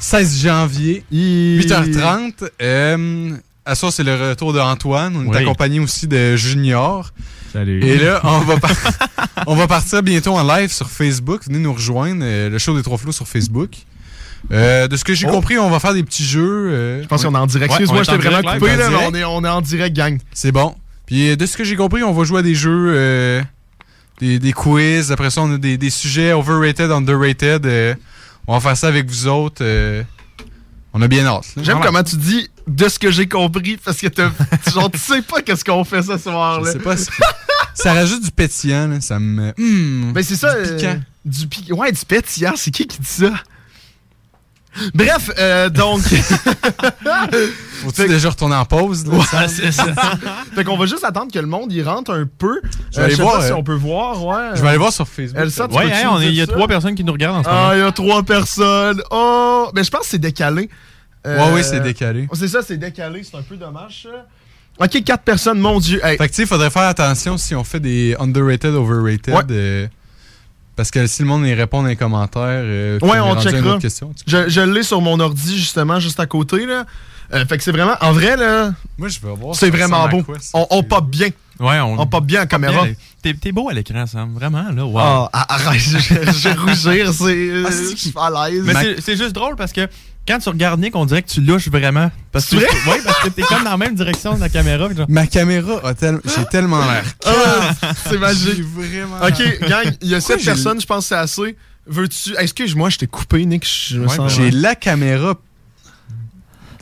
S5: 16 janvier, 8h30. Euh, à ça, c'est le retour de Antoine. On est
S6: Oui.
S5: accompagné aussi de Junior.
S6: Salut.
S5: Et là, on va, par- on va partir bientôt en live sur Facebook. Venez nous rejoindre, euh, le show des Trois Flots sur Facebook. Euh, de ce que j'ai
S3: Oh.
S5: compris, on va faire des petits jeux. euh,
S3: Je pense qu'on est en direct.
S5: Ouais,
S3: Excuse-moi,
S5: on est
S3: j'étais
S5: en direct
S3: vraiment
S5: live,
S3: coupé,
S5: en
S3: là, mais
S5: direct.
S3: on est, on est en direct, gang.
S5: C'est bon. Puis euh, de ce que j'ai compris, on va jouer à des jeux, euh, des, des quiz. Après ça, on a des, des sujets overrated, underrated. euh, on va faire ça avec vous autres. euh, on a bien hâte. là.
S3: J'aime
S5: Voilà.
S3: comment tu dis de ce que j'ai compris parce que t'as- genre, tu sais pas qu'est-ce qu'on fait ce soir.
S5: Je sais pas ce que- Ça rajoute du pétillant, là, ça me.
S3: ben c'est ça.
S5: Hmm. du
S3: euh,
S5: piquant.
S3: du piquant. Ouais, du pétillant. C'est qui qui dit ça? Bref, euh, donc.
S5: Faut-tu déjà retourner en pause? là, ça?
S3: fait qu'on va juste attendre que le monde y rentre un peu.
S5: Je vais aller
S3: je sais
S5: voir,
S3: pas si
S5: euh,
S3: on peut voir, ouais.
S5: Je vais aller voir sur Facebook.
S3: Elsa, tu
S4: Ouais,
S3: peux-tu
S4: hein,
S3: nous
S4: on est-
S3: dire
S4: il y a
S3: ça?
S4: trois personnes qui nous regardent en ce moment.
S3: Ah, il y a trois personnes. Oh! Mais je pense que c'est décalé. Euh, oh,
S5: Ouais, oui, c'est décalé. Euh,
S3: C'est ça, c'est décalé. C'est un peu dommage, ça. Ok, quatre personnes, mon Dieu. Hey.
S5: Fait que, tu sais, faudrait faire attention si on fait des underrated, overrated.
S3: Ouais.
S5: euh, parce que si le monde y répond dans les commentaires, euh, puis
S3: Ouais,
S5: est
S3: on
S5: rendu à une
S3: checkera.
S5: autre question, tu-
S3: Je, je l'ai sur mon ordi, justement, juste à côté, là. Euh, fait que c'est vraiment. En vrai, là,
S5: Moi, je veux voir.
S3: c'est
S5: ça
S3: vraiment
S5: ressemble à
S3: beau.
S5: quoi, ça.
S3: On, on pop bien.
S4: Ouais, on,
S3: On pop bien en caméra.
S4: Bien, T'es t'es beau à l'écran, Sam. Vraiment, là. Wow.
S3: Ah, ah, arrête, je, je vais rougir, c'est. euh,
S4: Ah,
S3: je
S4: c'est-
S3: suis à l'aise.
S4: Mais c'est- c'est juste drôle parce que quand tu regardes Nick, on dirait que tu louches vraiment. Parce que
S3: C'est vrai?
S4: Oui, parce que t'es comme dans la même direction de la caméra. puis genre-
S5: Ma caméra a tellement. J'ai tellement l'air.
S3: Ah, c'est
S5: J'ai
S3: magique.
S5: vraiment.
S3: Ok, gang, il y a sept
S5: j'ai-
S3: personnes, je pense que c'est assez. Veux-tu. Excuse-moi, je t'ai coupé, Nick. Je me
S5: Ouais,
S3: sens.
S5: J'ai la caméra.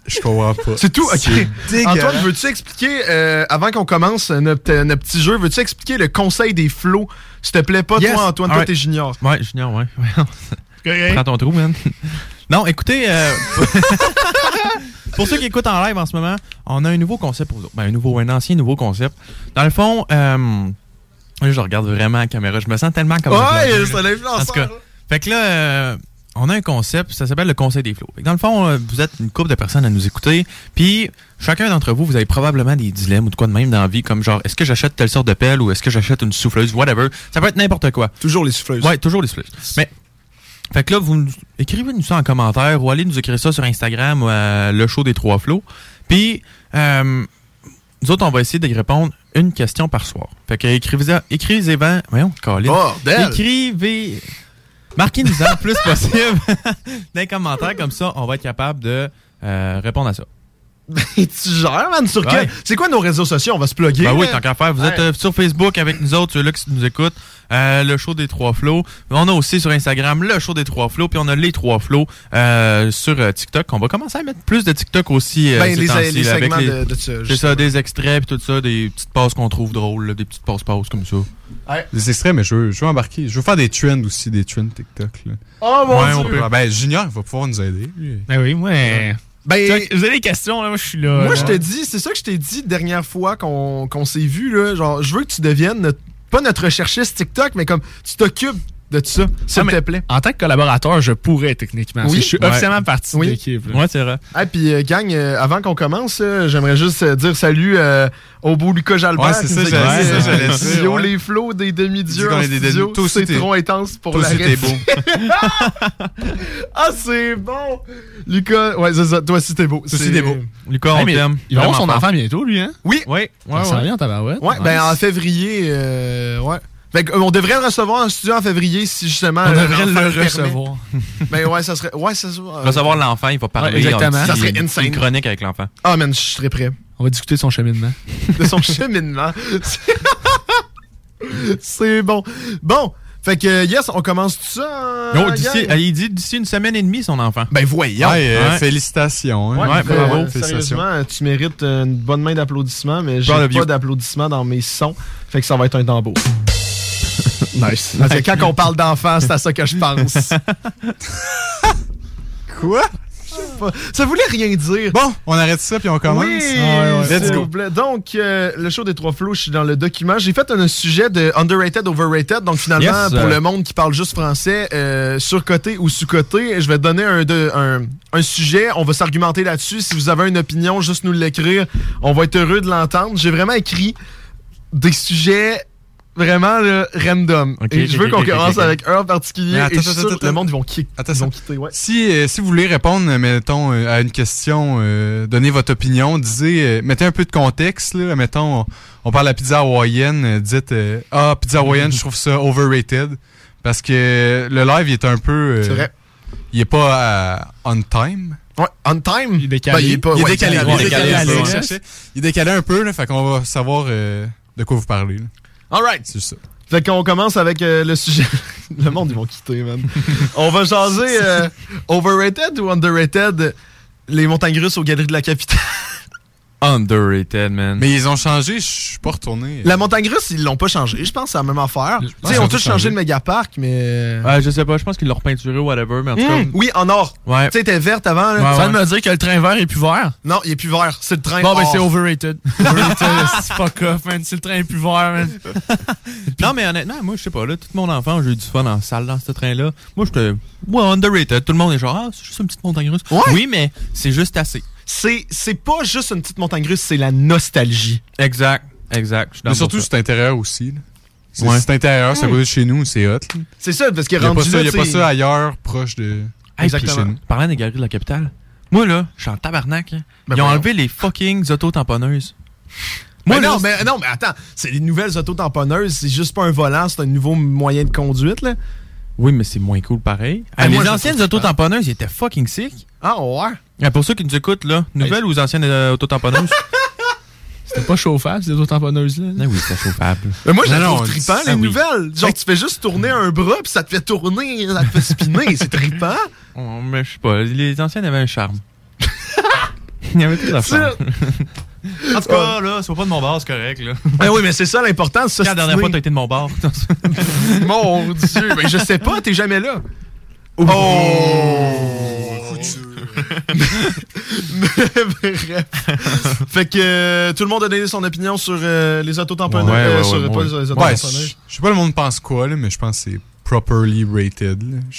S5: Je comprends pas.
S3: C'est tout, ok.
S5: dégueulasse.
S3: Antoine, veux-tu expliquer, euh, avant qu'on commence notre, euh, notre petit jeu, veux-tu expliquer le conseil des flots S'il te plaît, pas
S4: Yes.
S3: toi, Antoine, toi,
S4: Alright.
S3: t'es junior.
S4: Ouais, Junior, ouais. Ouais. Prends ton trou, man. Non, écoutez, euh, pour ceux qui écoutent en live en ce moment, on a un nouveau concept pour vous autres. Ben, un, nouveau, un ancien nouveau concept. Dans le fond, euh, je regarde vraiment la caméra. Je me sens tellement comme... un
S3: ouais,
S4: vlogger,
S3: c'est
S4: là. En tout cas,
S3: l'influenceur.
S4: fait que là, euh, on a un concept, ça s'appelle le conseil des flots. Fait que Dans le fond, euh, vous êtes une couple de personnes à nous écouter, puis chacun d'entre vous, vous avez probablement des dilemmes ou de quoi de même dans la vie, comme genre, est-ce que j'achète telle sorte de pelle ou est-ce que j'achète une souffleuse, whatever. Ça peut être n'importe quoi.
S3: Toujours les souffleuses.
S4: Ouais, toujours les souffleuses. Mais, fait que là, vous nous- écrivez-nous ça en commentaire ou allez nous écrire ça sur Instagram ou à le show des trois flots. Puis, euh, nous autres, on va essayer d'y répondre une question par soir. Fait que écrivez-en, écrivez-en, voyons, Colin.
S3: Bordel!
S4: Écrivez. Marquez-nous en le plus possible dans les commentaires, comme ça, on va être capable de euh, répondre à ça.
S3: Ben, tu gères, man, sur
S4: Ouais.
S3: que- C'est quoi nos réseaux sociaux? On va se plugger.
S4: Ben oui,
S3: là.
S4: tant qu'à faire. Vous êtes
S3: Ouais.
S4: euh, sur Facebook avec nous autres, ceux-là qui nous écoutent. euh, le show des trois flots. On a aussi sur Instagram le show des trois flots. Puis on a les trois flots euh, sur euh, TikTok. On va commencer à mettre plus de TikTok aussi. euh,
S3: Ben,
S4: ces
S3: les-
S4: temps-ci,
S3: les
S4: là,
S3: segments
S4: avec
S3: de- de ça,
S4: C'est
S3: justement.
S4: ça, des extraits, puis tout ça, des petites passes qu'on trouve drôles, là, des petites passes-passes comme ça.
S5: Des extraits, mais je veux, je veux embarquer. Je veux faire des trends aussi, des trends TikTok. Là.
S3: Oh, mon
S5: Ouais, on
S3: Dieu.
S5: peut. Ah, Ben, Junior va pouvoir nous aider. lui.
S6: Ben oui, ouais.
S3: Ben,
S6: Chuck, vous avez des questions, là, moi je suis là. là.
S3: Moi, je te dis, c'est ça que je t'ai dit dernière fois qu'on qu'on s'est vu, là. Genre, je veux que tu deviennes, notre- pas notre recherchiste TikTok, mais comme tu t'occupes de tout ça, s'il
S6: Ah, mais
S3: te plaît.
S6: En tant que collaborateur, je pourrais techniquement.
S3: Oui.
S6: Oui. Je suis
S3: Ouais.
S6: officiellement partie
S3: Oui.
S6: de l'équipe.
S4: Ouais, c'est vrai.
S3: Ah, puis, euh, gang, euh, avant qu'on commence, euh, j'aimerais juste euh, dire salut euh, au beau Lucas Jalbert.
S5: Ouais, c'est
S3: qui
S5: ça,
S3: nous
S5: j'allais-
S3: écrit,
S5: c'est ça,
S3: euh,
S5: j'allais dire,
S3: studio,
S5: ouais.
S3: les flots des
S5: Dis
S3: demi-dieux
S5: qu'on
S3: en
S5: est des demi-
S3: studio,
S5: Toi aussi,
S3: c'est
S5: t'es-
S3: trop intense pour
S5: toi
S3: la
S5: aussi, t'es beau.
S3: ah, c'est bon! Lucas, ouais, c'est ça. Toi aussi, t'es beau.
S4: aussi, t'es beau. Lucas,
S6: Hey, mais Il va avoir son enfant bientôt, lui, hein?
S3: Oui.
S4: Oui.
S6: Ça s'en vient en tabarouette.
S3: Ouais, ben en
S6: Nice.
S3: février, euh, ouais. Fait que, euh, on devrait le recevoir en studio en février si justement.
S6: On
S3: euh,
S6: devrait
S3: l'enfant
S6: le
S3: permet.
S6: recevoir.
S3: Ben ouais, ça serait. Ouais, ça euh, serait.
S4: Il va savoir l'enfant, il va parler.
S6: Ouais, exactement.
S4: il y a un petit-
S6: Ça serait
S4: une
S6: insane.
S4: chronique avec l'enfant.
S3: Ah, man, je serais prêt.
S6: On va discuter de son cheminement.
S3: De son cheminement. C'est- C'est bon. Bon, fait que, yes, on commence tout ça.
S4: Oh,
S3: euh,
S4: d'ici-
S3: gang?
S4: euh, il dit d'ici une semaine et demie, son enfant.
S3: Ben voyons.
S5: Ouais, euh,
S4: Ouais.
S5: Félicitations. hein.
S3: Ouais,
S4: Ouais,
S3: mais,
S4: bravo,
S3: euh,
S4: félicitations.
S3: Sérieusement, tu mérites une bonne main d'applaudissements, mais j'ai
S4: Proud of you.
S3: pas d'applaudissements dans mes sons. Fait que ça va être un tambour. nice. Parce que quand on parle d'enfants, c'est à ça que je pense. Quoi? Je sais pas. Ça voulait rien dire.
S5: Bon, on arrête ça puis on commence.
S3: Oui,
S5: Ah, ouais, ouais. Let's
S3: s'il
S5: go.
S3: vous plaît. Donc, euh, le show des trois flots, je suis dans le document. J'ai fait un sujet de underrated, overrated. Donc, finalement,
S4: Yes,
S3: pour
S4: euh,
S3: le monde qui parle juste français, euh, surcoté ou sous-coté, je vais donner un, de- un, un sujet. On va s'argumenter là-dessus. Si vous avez une opinion, juste nous l'écrire. On va être heureux de l'entendre. J'ai vraiment écrit des sujets vraiment là, random.
S4: Ok,
S3: Et je
S4: ok,
S3: veux
S4: ok,
S3: qu'on
S4: ok,
S3: commence
S4: ok.
S3: avec un en particulier.
S5: Mais attends,
S3: et je suis
S5: attends,
S3: sûr que
S5: attends,
S3: le monde, ils vont, qui-
S5: Attends,
S3: ils
S5: ça-
S3: vont quitter. Ouais.
S5: Si, euh, si vous voulez répondre, euh, mettons, euh, à une question, euh, donnez votre opinion, disez, euh, mettez un peu de contexte, là, mettons, on, on parle à pizza hawaïenne, euh, dites, euh, ah, pizza hawaïenne, je trouve ça overrated, parce que euh, le live, il est un peu... euh,
S3: C'est vrai.
S5: Il est pas euh, on time.
S3: Ouais, on time.
S6: Il est décalé.
S3: Ben, il est pas-
S5: Il est
S3: ouais,
S5: décalé,
S4: décalé,
S5: il est décalé,
S4: décalé,
S5: c'est ça que je
S6: décalé.
S5: cherchais. Il est décalé un peu, là, fait qu'on va savoir euh, de quoi vous parlez. là.
S3: All right.
S5: C'est juste ça.
S3: Fait qu'on commence avec euh, le sujet. le monde, ils vont quitter, man. On va changer euh, overrated ou underrated les montagnes russes aux galeries de la capitale.
S4: Underrated, man.
S5: Mais ils ont changé, je suis pas retourné.
S3: La montagne russe, ils l'ont pas changé, je pense, c'est la même affaire. Tu
S5: que
S3: sais, ils
S5: ça
S3: ont
S5: a
S3: tous
S5: pas
S3: changé
S5: changé.
S3: le mégaparc, mais.
S4: Ah, je sais pas, je pense qu'ils l'ont repeinturé ou whatever, mais en tout cas.
S3: Hum, oui, en or.
S4: Ouais.
S3: Tu sais, était verte avant. là.
S4: Ouais,
S6: Ça veut me dire que le train vert est plus vert.
S3: Non, il est plus vert. C'est le train.
S6: Bon, ben
S5: Oh.
S3: or.
S6: c'est overrated. Overrated,
S5: Ah.
S6: c'est fuck off, man. Si le train est plus vert, man.
S4: Non, mais honnêtement, moi, je sais pas, là, tout mon enfant, j'ai eu du fun en salle dans ce train-là. Moi, j'étais, ouais, underrated. Tout le monde est genre, ah, c'est juste une petite montagne russe.
S3: Ouais.
S4: Oui, mais c'est juste assez.
S3: C'est- C'est pas juste une petite montagne russe, c'est la nostalgie.
S4: Exact, exact.
S5: Mais surtout, c'est intérieur aussi. là. C'est
S4: Ouais.
S5: c'est intérieur, c'est à côté de chez nous, c'est hot. là.
S3: C'est ça, parce que
S5: Il n'y a, pas
S3: rendu
S5: ça,
S3: là,
S5: y a
S3: tu
S5: pas
S3: sais-
S5: ça ailleurs, proche de.
S3: Exactement.
S5: chez nous.
S4: Parlant des galeries de la capitale, moi, là, je suis en tabarnak. hein.
S3: Ben
S4: Ils ont
S3: voyons.
S4: enlevé les fucking autotamponneuses.
S3: Mais
S4: là,
S3: non, mais, non, mais attends, c'est les nouvelles auto-tamponneuses, c'est juste pas un volant, c'est un nouveau moyen de conduite, là.
S4: Oui, mais c'est moins cool pareil.
S3: Ah,
S4: Hey,
S3: moi,
S4: les
S3: je
S4: anciennes
S3: trouve ça.
S4: autotamponneuses, ils étaient fucking sick.
S3: Ah, ouais.
S4: Ah, pour ceux qui nous écoutent, là, nouvelles ou anciennes euh, autotamponneuses?
S6: C'était pas chauffable, ces auto-tamponneuses-là.
S4: ah oui, c'est chauffable.
S3: Mais Ben moi, je
S5: Non,
S3: la trouve
S5: non,
S3: trippant,
S5: c'est-
S3: les
S5: ah oui.
S3: nouvelles. Genre, tu fais juste tourner un bras, puis ça te fait tourner, ça te fait spinner. c'est trippant.
S4: Oh, mais je sais pas, les anciennes avaient un charme. Il y avait tout à faire. En tout
S3: Ah.
S4: cas, là, sois pas de mon bord, c'est correct, là.
S3: Ben oui, mais c'est ça l'important. c'est ça,
S4: Quand la dernière
S3: spinner.
S4: fois t'as été de mon bord?
S3: Mon Dieu, ben je sais pas, t'es jamais là. Oh! Mais bref. Fait que euh, tout le monde a donné son opinion sur euh, les autotamponneuses.
S4: Ouais, ouais,
S3: euh,
S4: ouais,
S3: sur,
S4: ouais,
S3: pas
S4: ouais.
S3: sur
S5: Ouais,
S3: les autotamponneuses.
S5: je je sais pas le monde pense quoi, là, mais je pense que c'est properly rated. là. Je-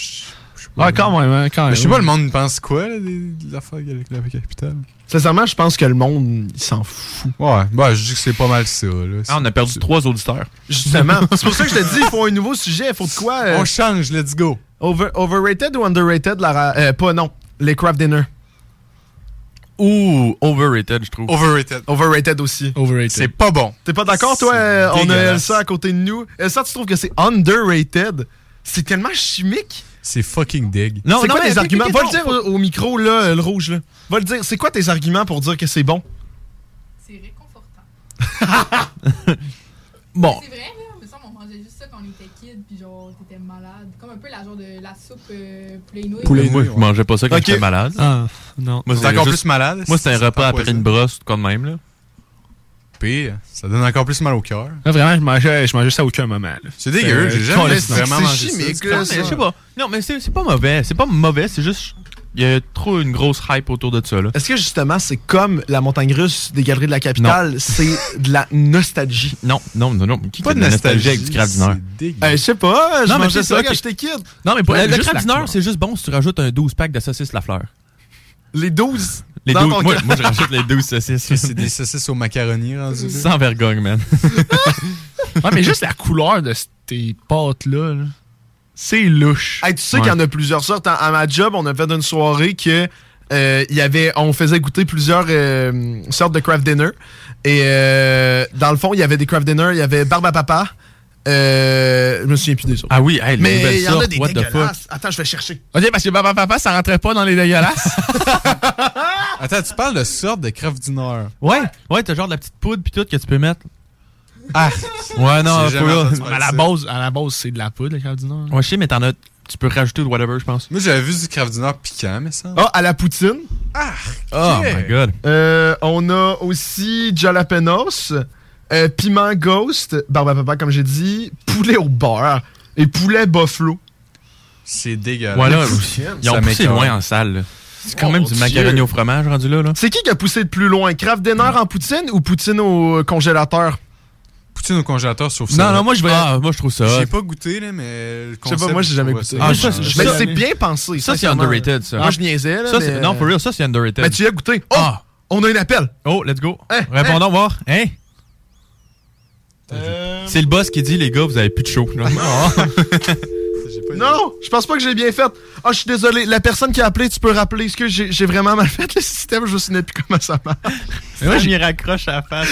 S5: je sais pas.
S6: Ouais, quand même, hein, quand même.
S5: Mais je sais pas le monde pense quoi, là, des, de l'affaire avec la capitale.
S3: Sincèrement, je pense que le monde il s'en fout.
S5: Ouais, bah, je dis que c'est pas mal ça. Là.
S4: Ah, on a perdu trois auditeurs.
S3: Justement. c'est pour ça que je te dis, il faut un nouveau sujet. Il faut de quoi euh,
S5: On change, let's go.
S3: over- Overrated ou underrated la ra- euh, Pas non. Les craft dinner.
S4: Ouh, overrated, je trouve.
S5: Overrated.
S3: Overrated aussi.
S5: C'est
S6: Overrated.
S5: pas bon.
S3: T'es pas d'accord, toi?
S5: C'est
S3: euh, On a
S5: dégueulasse.
S3: Elsa à côté de nous. Elsa, tu trouves que c'est underrated? C'est tellement chimique.
S5: C'est fucking dig.
S3: c'est quoi tes arguments? Va le dire au, au micro, là, euh, le rouge, là. Va le dire. C'est quoi tes arguments pour dire que c'est bon? C'est réconfortant. bon.
S13: C'est vrai, là, mais ça, on mangeait juste ça quand on était kid, puis genre, t'étais malade. Comme un peu la genre de la soupe euh, poulet nouilles.
S4: moi, je mangeais pas ça quand
S3: Ok.
S4: j'étais malade.
S3: Ah, non.
S4: Moi,
S5: T'es
S4: c'était
S5: encore
S4: juste-
S5: plus malade?
S4: Moi, c'était un
S5: C'est
S4: repas
S5: pas
S4: après
S5: poison.
S4: une brosse, quand même, là.
S5: Pire. Ça donne encore plus mal au cœur.
S6: Là, vraiment, je mangeais, je mangeais ça à aucun moment. là.
S5: C'est dégueu,
S6: Euh,
S5: j'ai jamais
S6: calisse, non.
S5: vraiment
S6: C'est
S5: mangé
S6: chimique,
S5: ça.
S6: là,
S4: Non, mais
S6: ça.
S4: je sais pas. Non, mais c'est c'est pas mauvais. C'est pas mauvais, c'est juste. Il y a trop une grosse hype autour de ça, là.
S3: Est-ce que justement, c'est comme la montagne russe des galeries de la capitale, c'est de la nostalgie?
S4: Non, non, non, non. Qui fait de la nostalgie avec du crabe du Nord?
S3: Euh, je sais pas, je
S4: Non, mais
S3: mangeais
S4: c'est
S3: ça
S4: ça,
S3: quand
S4: ok.
S3: j'étais kid.
S4: Non, mais pour
S5: Euh,
S3: Ouais,
S4: le,
S3: le
S4: juste
S3: crabe
S4: la
S3: du Nord,
S4: couleur. c'est juste bon si tu rajoutes un 12 pack de saucisses Lafleur.
S3: Les 12
S4: Les
S5: dans
S4: 12,
S5: ton
S4: moi,
S5: crabe.
S4: moi, je rajoute les 12 saucisses.
S5: C'est des saucisses au macaroni rendu là.
S4: Sans vergogne, man.
S6: Ouais, mais juste la couleur de ces pâtes-là, là, c'est louche.
S3: Hey, tu sais qu'il y en a plusieurs sortes. À, à ma job, on a fait une soirée que euh, il y avait, on faisait goûter plusieurs euh, sortes de craft dinner. Et euh, dans le fond, il y avait des craft dinner, il y avait barbe à papa. Euh, je me souviens plus des autres.
S4: Ah oui, hey, les
S3: mais
S4: nouvelles
S3: il y en a
S4: sortes,
S3: des
S4: what the fuck.
S3: dégueulasses. Attends, je vais chercher.
S6: Ok, parce que papa, papa, ça rentrait pas dans les dégueulasses.
S5: Attends, tu parles de sorte de crève du Nord.
S4: Ouais, ouais, t'as genre de la petite poudre pis tout que tu peux mettre.
S5: Ah!
S4: Ouais, non,
S5: J'ai
S4: pas
S5: jamais entendu
S4: là.
S5: parler
S6: à, la
S5: de ça.
S6: base, à la base, c'est de la poudre, le crabe du Nord.
S4: Ouais, je sais, mais t'en as. Tu peux rajouter de whatever, je pense.
S5: Moi, j'avais vu du crève du Nord piquant, mais ça.
S3: Ah, à la poutine. Ah,
S4: Oh my god.
S3: Euh, on a aussi jalapenos, euh, piment ghost, barbe à papa, comme j'ai dit, poulet au beurre et poulet buffalo.
S5: C'est dégueulasse.
S4: Voilà,
S5: Poutine,
S4: ils ont
S5: ça
S4: poussé
S5: m'écoeure.
S4: loin en salle. là. C'est quand
S3: Oh
S4: même
S3: mon
S4: du
S3: Dieu.
S4: macaroni au fromage rendu là, là.
S3: C'est qui qui a poussé le plus loin, Kraft Dinner en poutine ou poutine au euh, congélateur?
S5: Poutine au congélateur, sauf ça.
S4: Non, non, moi je vais. Ah, moi je trouve ça.
S5: J'ai
S4: hot.
S5: pas goûté, là, mais. le
S3: Je sais pas,
S5: concept,
S3: moi j'ai jamais
S5: je Ah, trouve
S3: goûté.
S5: ça-
S4: Ah, ça,
S3: mais
S4: ça-
S3: c'est bien pensé.
S4: Ça, c'est
S3: sincèrement.
S4: underrated, ça.
S3: Moi je niaisais, là.
S4: Ça,
S3: mais-
S4: c'est- Non, for real, ça c'est underrated.
S3: Mais tu y as goûté. Oh!
S4: Ah!
S3: On a un appel.
S4: Oh, let's go.
S3: Hein,
S4: Répondons, voir. Hein? Euh, C'est le boss qui dit, les gars, vous avez plus de show. Non,
S5: J'ai pas-
S3: Non, je pense pas que j'ai bien fait. Ah, je suis désolé. La personne qui a appelé, tu peux rappeler. Est-ce que j'ai j'ai vraiment mal fait le système? Je me souviens plus comment ça marche.
S4: moi, j'y raccroche à la face.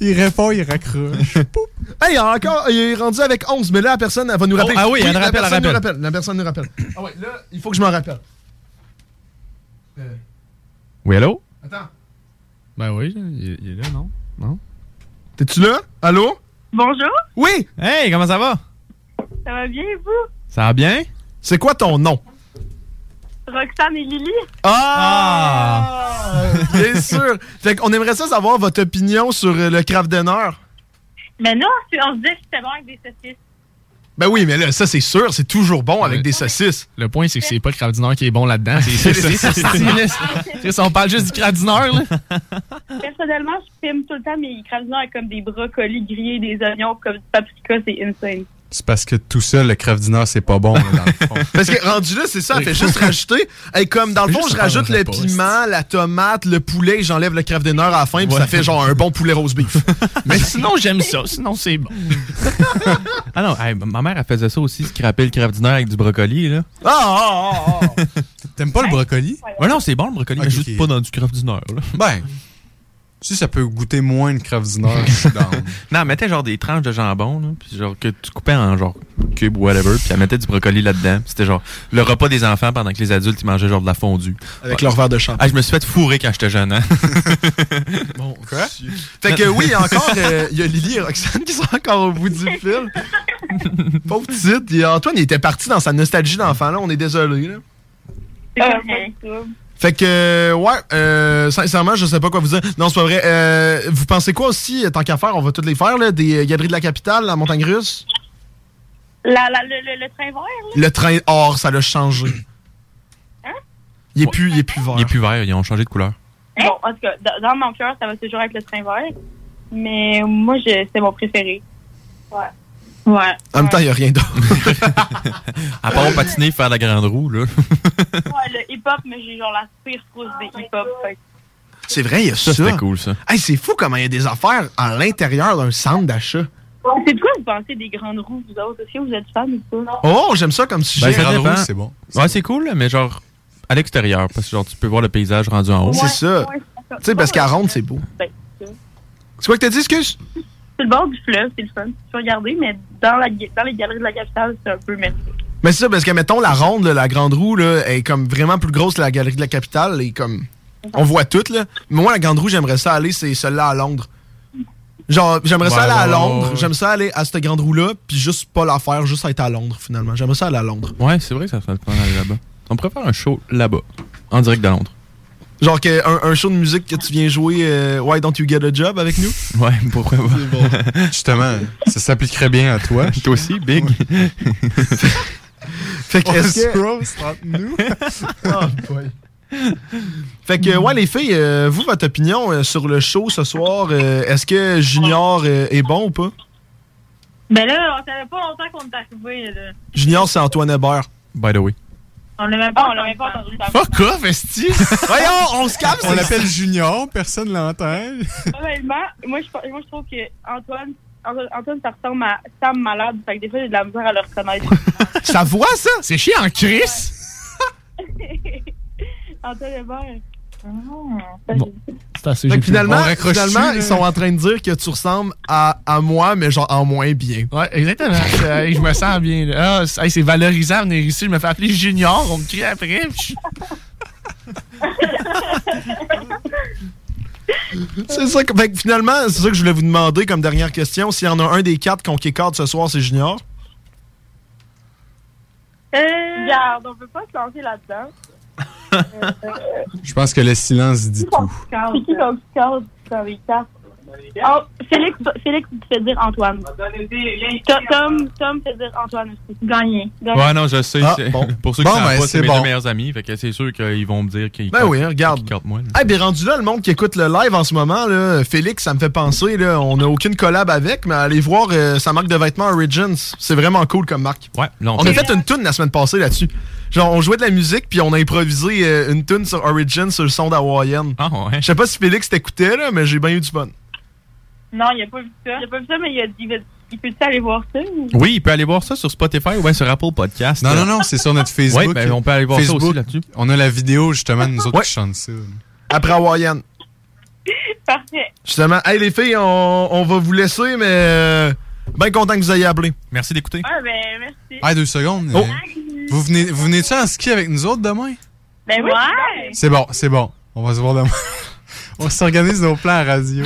S5: Il répond, il raccroche.
S3: Hey, encore, il est rendu avec 11, mais là, la personne, elle va nous rappeler.
S4: ah oui, elle
S3: la
S4: rappelle, elle
S3: personne nous
S4: rappelle.
S3: rappelle. La personne nous rappelle. Ah ouais, là, il faut que je m'en rappelle. Euh,
S4: Oui, allô?
S3: attends.
S6: Ben oui, il, il est là, non? Non?
S3: T'es-tu là? Allô?
S14: Bonjour,
S3: Oui!
S4: Hey, comment ça va?
S14: ça va bien et vous?
S4: Ça va bien?
S3: C'est quoi ton nom?
S14: Roxane et Lily?
S4: Ah!
S3: Bien sûr. Fait qu'on aimerait ça savoir votre opinion sur euh, le craft dinner.
S14: Mais non, c'est- on se disait que c'était bon avec des saucisses.
S3: Ben oui, mais là, ça, c'est sûr, c'est toujours bon avec des saucisses.
S6: Le point, c'est que c'est pas le crabe du Nord qui est bon là-dedans. C'est
S3: C'est-
S6: ça.
S3: c'est-
S6: On parle juste du crabe du Nord, là.
S14: Personnellement, je filme tout le temps mes cravinants avec comme des brocolis grillés, des oignons, comme du paprika, c'est insane.
S5: C'est parce que tout seul, le crève du Nord, c'est pas bon, là, dans le fond.
S3: Parce que rendu là, c'est ça, elle fait juste rajouter. Et comme dans le fond,
S6: Juste
S3: je rajoute
S6: faire un
S3: le
S6: rapport,
S3: piment, la tomate, le poulet, et j'enlève le craft dinner à la fin, puis ça fait genre un bon poulet roast beef.
S6: Mais sinon, j'aime ça. Sinon, c'est bon.
S4: Ah non, hey, ma mère, elle faisait ça aussi, scraper le crabe dîner avec du brocoli, là.
S3: Ah, ah, ah, ah.
S5: T'aimes pas le brocoli?
S4: Ouais, non, c'est bon le brocoli, mais
S5: Ok,
S4: juste
S5: ok.
S4: pas dans du crabe dîner, là.
S5: Ben. Si ça peut goûter moins une crève du Nord, je suis down.
S4: Non, elle mettait genre des tranches de jambon, là, puis genre que tu coupais en genre cube ou whatever, puis elle mettait du brocoli là-dedans. Puis C'était genre le repas des enfants pendant que les adultes ils mangeaient genre de la fondue.
S3: Avec leur verre de champagne.
S4: Ah, je me suis fait fourrer quand j'étais jeune, hein.
S5: Quoi?
S3: Fait que oui, encore, euh, il y a Lily et Roxane qui sont encore au bout du fil. Pauvre petite. Et Antoine, il était parti dans sa nostalgie d'enfant, là. On est désolé, là.
S14: C'est comme ça.
S3: Fait que, euh, ouais, euh, sincèrement, je sais pas quoi vous dire. Non, c'est pas vrai. Euh, vous pensez quoi aussi, euh, tant qu'à faire, on va toutes les faire, là, des euh, galeries de la capitale, la montagne russe?
S14: La, la- le, le, le train vert, là?
S3: Le train or, ça l'a changé.
S14: Hein?
S3: Il est plus, il est plus vert.
S4: Il est plus vert, ils ont changé de couleur.
S3: Hein?
S14: Bon, en tout cas, dans, dans mon cœur, ça va toujours être le train vert. Mais moi, je, c'est mon préféré. Ouais. Ouais.
S3: En même temps, il y a rien d'autre.
S4: À part patiner, faire la grande roue, là.
S14: Ouais, le hip-hop, mais j'ai genre la pire trousse
S13: Oh
S14: des hip-hop. fait que-
S3: C'est vrai, il y a
S4: Ça,
S3: ça.
S4: c'était cool, ça.
S3: Hey, c'est fou comment il y a des affaires à l'intérieur d'un centre d'achat.
S14: C'est de quoi vous pensez des grandes roues, vous autres? Est-ce que vous êtes fan ou pas?
S3: Oh, j'aime ça comme sujet.
S4: Ben, ça
S5: Grande
S4: dépend.
S5: roue, c'est bon.
S4: Ouais, c'est cool, mais genre à l'extérieur, parce que genre tu peux voir le paysage rendu en haut.
S3: c'est ça.
S14: Ouais,
S3: Tu sais, parce qu'à ronde, c'est beau.
S14: Ben, c'est ça.
S3: C'est quoi que t'as dit, excuse?
S14: sur le bord du fleuve, c'est le fun. Tu peux regarder, mais dans, la, dans les galeries de la capitale, c'est un peu merdique.
S3: Mais c'est ça, parce que mettons, la ronde, là, la grande roue, là, est comme vraiment plus grosse que la galerie de la capitale. Et comme. On voit toutes, là. Mais moi, la grande roue, j'aimerais ça aller, c'est celle-là à Londres. Genre, j'aimerais
S4: Ouais,
S3: ça aller à
S4: ouais,
S3: Londres.
S4: ouais, ouais.
S3: J'aime ça aller à cette grande roue-là, puis juste pas la faire, juste être à Londres, finalement. J'aimerais ça aller à Londres.
S4: Ouais, c'est vrai que ça serait le fun d'aller là-bas. On pourrait faire un show là-bas, en direct de Londres.
S3: Genre que un, un show de musique que tu viens jouer, euh, Why Don't You Get a Job avec nous?
S4: Ouais, pourquoi pas.
S5: Justement, ça s'appliquerait bien à toi.
S4: toi aussi, Big.
S3: Fait que, est-ce que-
S8: Oh,
S3: Fait que, ouais, les filles, euh, vous, votre opinion euh, sur le show ce soir, euh, est-ce que Junior euh, est bon ou pas?
S14: Ben là, on savait pas longtemps qu'on est arrivé. Là.
S3: Junior, c'est Antoine Hébert.
S4: By the way.
S14: On l'a même pas, Ah, on l'a même pas entendu.
S4: Fuck off, esti!
S3: Voyons, on se calme,
S5: On
S3: c'est-
S5: l'appelle Junior, personne l'entend.
S14: Honnêtement, moi je, moi, je trouve que Antoine, Antoine, Antoine, ça ressemble à Sam malade. Fait que des fois, j'ai de la misère à le reconnaître.
S3: Ça voit, ça?
S6: C'est chiant, Chris!
S14: Antoine Hébert. euh, Ah.
S6: C'est assez
S3: Fait que
S6: j'ai plus-
S3: finalement,
S6: On raccroche
S3: finalement,
S6: dessus, là.
S3: ils sont en train de dire que tu ressembles à, à moi, mais genre en moins bien.
S6: Ouais, exactement. Euh, hey, je me sens bien. là. Ah, c'est- hey, c'est valorisant venir ici. Je me fais appeler Junior. On me crie après. puis
S3: C'est ça que, fait que finalement, c'est ça que je voulais vous demander comme dernière question. S'il y en a un des quatre qu'on kick-out ce soir, c'est Junior.
S14: Regarde, on peut pas se lancer là-dedans. Euh,
S5: Je pense que le silence dit tout.
S14: C'est qui qu'on scout dans les cartes? Oh, Félix, Félix fait dire Antoine. Tom, Tom, Tom fait dire Antoine aussi. Gagné. Gagné.
S4: Ouais, non, je sais.
S3: Ah,
S4: c'est-
S3: bon.
S4: Pour ceux qui
S3: Bon,
S4: savent
S3: ben,
S4: pas,
S3: c'est
S4: c'est mes
S3: bon.
S4: deux meilleurs amis. Fait que c'est sûr qu'ils vont me dire qu'ils
S3: Ben
S4: comptent-
S3: oui, regarde.
S4: qu'ils comptent moi. là.
S3: Ah, bien rendu là, le monde qui écoute le live en ce moment, là, Félix, ça me fait penser, là, on n'a aucune collab avec, mais allez voir euh, sa marque de vêtements Origins. C'est vraiment cool comme marque.
S4: Ouais,
S3: on, a fait une tune la semaine passée là-dessus. Genre, on jouait de la musique, puis on a improvisé euh, une tune sur Origins sur le son d'Hawaiian.
S4: Ah ouais.
S3: Je sais pas si Félix t'écoutait, là, mais j'ai bien eu du fun.
S14: Non, il a pas vu ça. Il a pas vu ça, mais il a dit, il veut- il peut-tu aller voir ça? ou-
S4: Oui, il peut aller voir ça sur Spotify ou bien sur Apple Podcast.
S5: Non, non, non, c'est sur notre Facebook.
S4: Ouais, ben, on peut aller voir ça aussi là-dessus.
S5: On a la vidéo justement de nous autres qui chantent ça.
S3: Après Hawaiian.
S14: Parfait.
S3: Justement, hey les filles, on, on va vous laisser, mais euh, bien content que vous ayez appelé.
S4: Merci d'écouter.
S14: Ah, ben, merci.
S5: Ah, deux secondes.
S3: Oh.
S5: euh, Vous venez, vous venez-tu en ski avec nous autres demain?
S14: Ben oui.
S5: C'est bon, c'est bon. On va se voir demain. on s'organise nos plans à radio.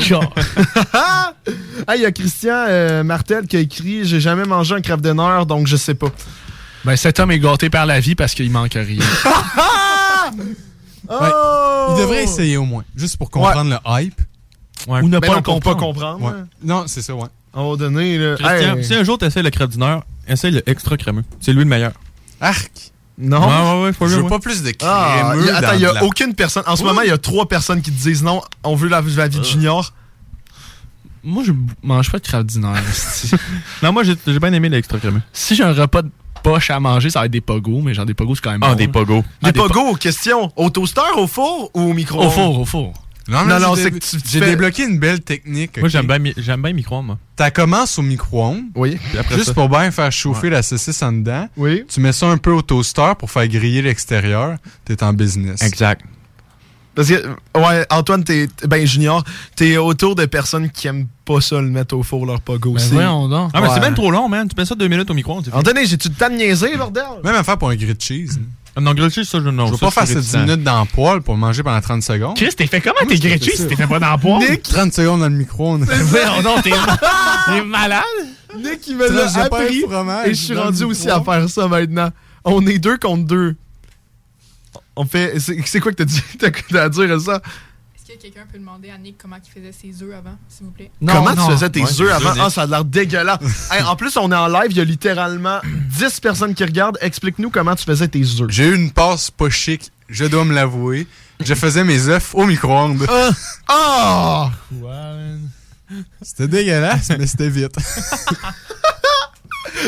S3: Ah, il y a Christian euh, Martel qui a écrit J'ai jamais mangé un craft dinner, donc je sais pas.
S6: Ben, cet homme est gâté par la vie parce qu'il manque rien.
S3: Ah! Oh!
S5: Il devrait essayer au moins, juste pour comprendre le hype.
S4: Ou
S3: ne Ben pas non, le pour pas comprendre. comprendre,
S5: Ouais. Non, c'est ça, ouais.
S3: À un moment donné, là.
S4: Christian,
S3: hey.
S4: si un jour t'essayes le crêpe du Nord, essaye le extra crémeux. C'est lui le meilleur.
S5: Arc!
S3: Non.
S4: Ouais, ouais, ouais, faut
S5: Je
S4: le
S5: veux
S4: ouais.
S5: pas plus de crémeux.
S3: Ah, il y a-
S5: dans
S3: attends, il y a
S5: de la-
S3: aucune personne. En ce moment, il y a trois personnes qui te disent non, on veut la, la
S4: Euh.
S3: vie de Junior.
S6: Moi, je mange pas de crabe dinaire.
S4: Non, moi, j'ai j'ai bien aimé l'extra crémeux.
S6: si j'ai un repas de poche à manger, ça va être des pogos, mais genre des pogos, c'est quand même
S4: Ah,
S6: bon,
S4: des
S6: là.
S4: pogos.
S6: Ah,
S3: Des
S6: des
S3: pogos, question. Au toaster, au four ou au micro
S6: Au four, au four.
S5: Non,
S3: Non,
S5: non,
S3: non,
S5: j'ai
S3: c'est
S5: dé-
S3: que tu- tu
S5: J'ai
S3: fais-
S5: débloqué une belle technique.
S4: Moi,
S5: ok?
S4: j'aime bien, mi- j'aime bien micro-ondes, moi.
S5: T'as commences au micro-ondes.
S3: Oui.
S4: Puis après
S5: Juste
S4: ça-
S5: pour bien faire chauffer la saucisse en dedans.
S3: Oui.
S5: Tu mets ça un peu au toaster pour faire griller l'extérieur. T'es en business.
S4: Exact.
S3: Parce que, ouais, Antoine, t'es, ben, Junior, t'es autour de personnes qui aiment pas ça le mettre au four, leur pogo
S6: Ben
S3: aussi.
S6: voyons donc. Ah,
S4: Ah, mais
S3: Ouais.
S4: c'est même trop long, man. Tu mets ça deux minutes au micro-ondes. c'est fini.
S3: Antoine, j'ai-tu le temps de niaiser, bordel?
S5: Même affaire pour un grilled cheese. hein.
S4: Ah, Non, grilled cheese, ça, je non.
S5: Je vais
S4: ça,
S5: pas faire
S4: suis
S5: ça 10
S4: réticent.
S5: minutes dans le poêle pour manger pendant 30 secondes.
S6: Chris, t'es fait
S3: Ah,
S6: comment t'es gratuit si t'es fait pas dans la poire?
S3: Nick,
S5: 30 secondes dans le micro-ondes.
S6: Voyons donc, t'es t'es malade?
S3: Nick, il me
S5: Tranche
S3: l'a
S5: de pain,
S3: appris.
S5: fromage,
S3: Et je suis
S5: dans le
S3: rendu aussi à
S5: micro-ondes.
S3: faire ça maintenant. On est deux contre deux. On fait. C'est, c'est quoi que t'as dit? T'as t'as à dire ça?
S13: Est-ce que quelqu'un peut demander à Nick comment il faisait ses œufs avant, s'il vous plaît?
S3: Comment tu faisais tes
S4: Ouais,
S3: œufs
S4: c'est
S3: avant?
S4: ça,
S3: Ah,
S4: Nick.
S3: ça a l'air dégueulasse. Hey, en plus, on est en live, il y a littéralement 10 personnes qui regardent. Explique-nous comment tu faisais tes œufs.
S5: J'ai eu une passe pas chic, je dois me l'avouer. Je faisais mes œufs au micro-ondes.
S3: Ah!
S5: C'était dégueulasse, mais c'était vite.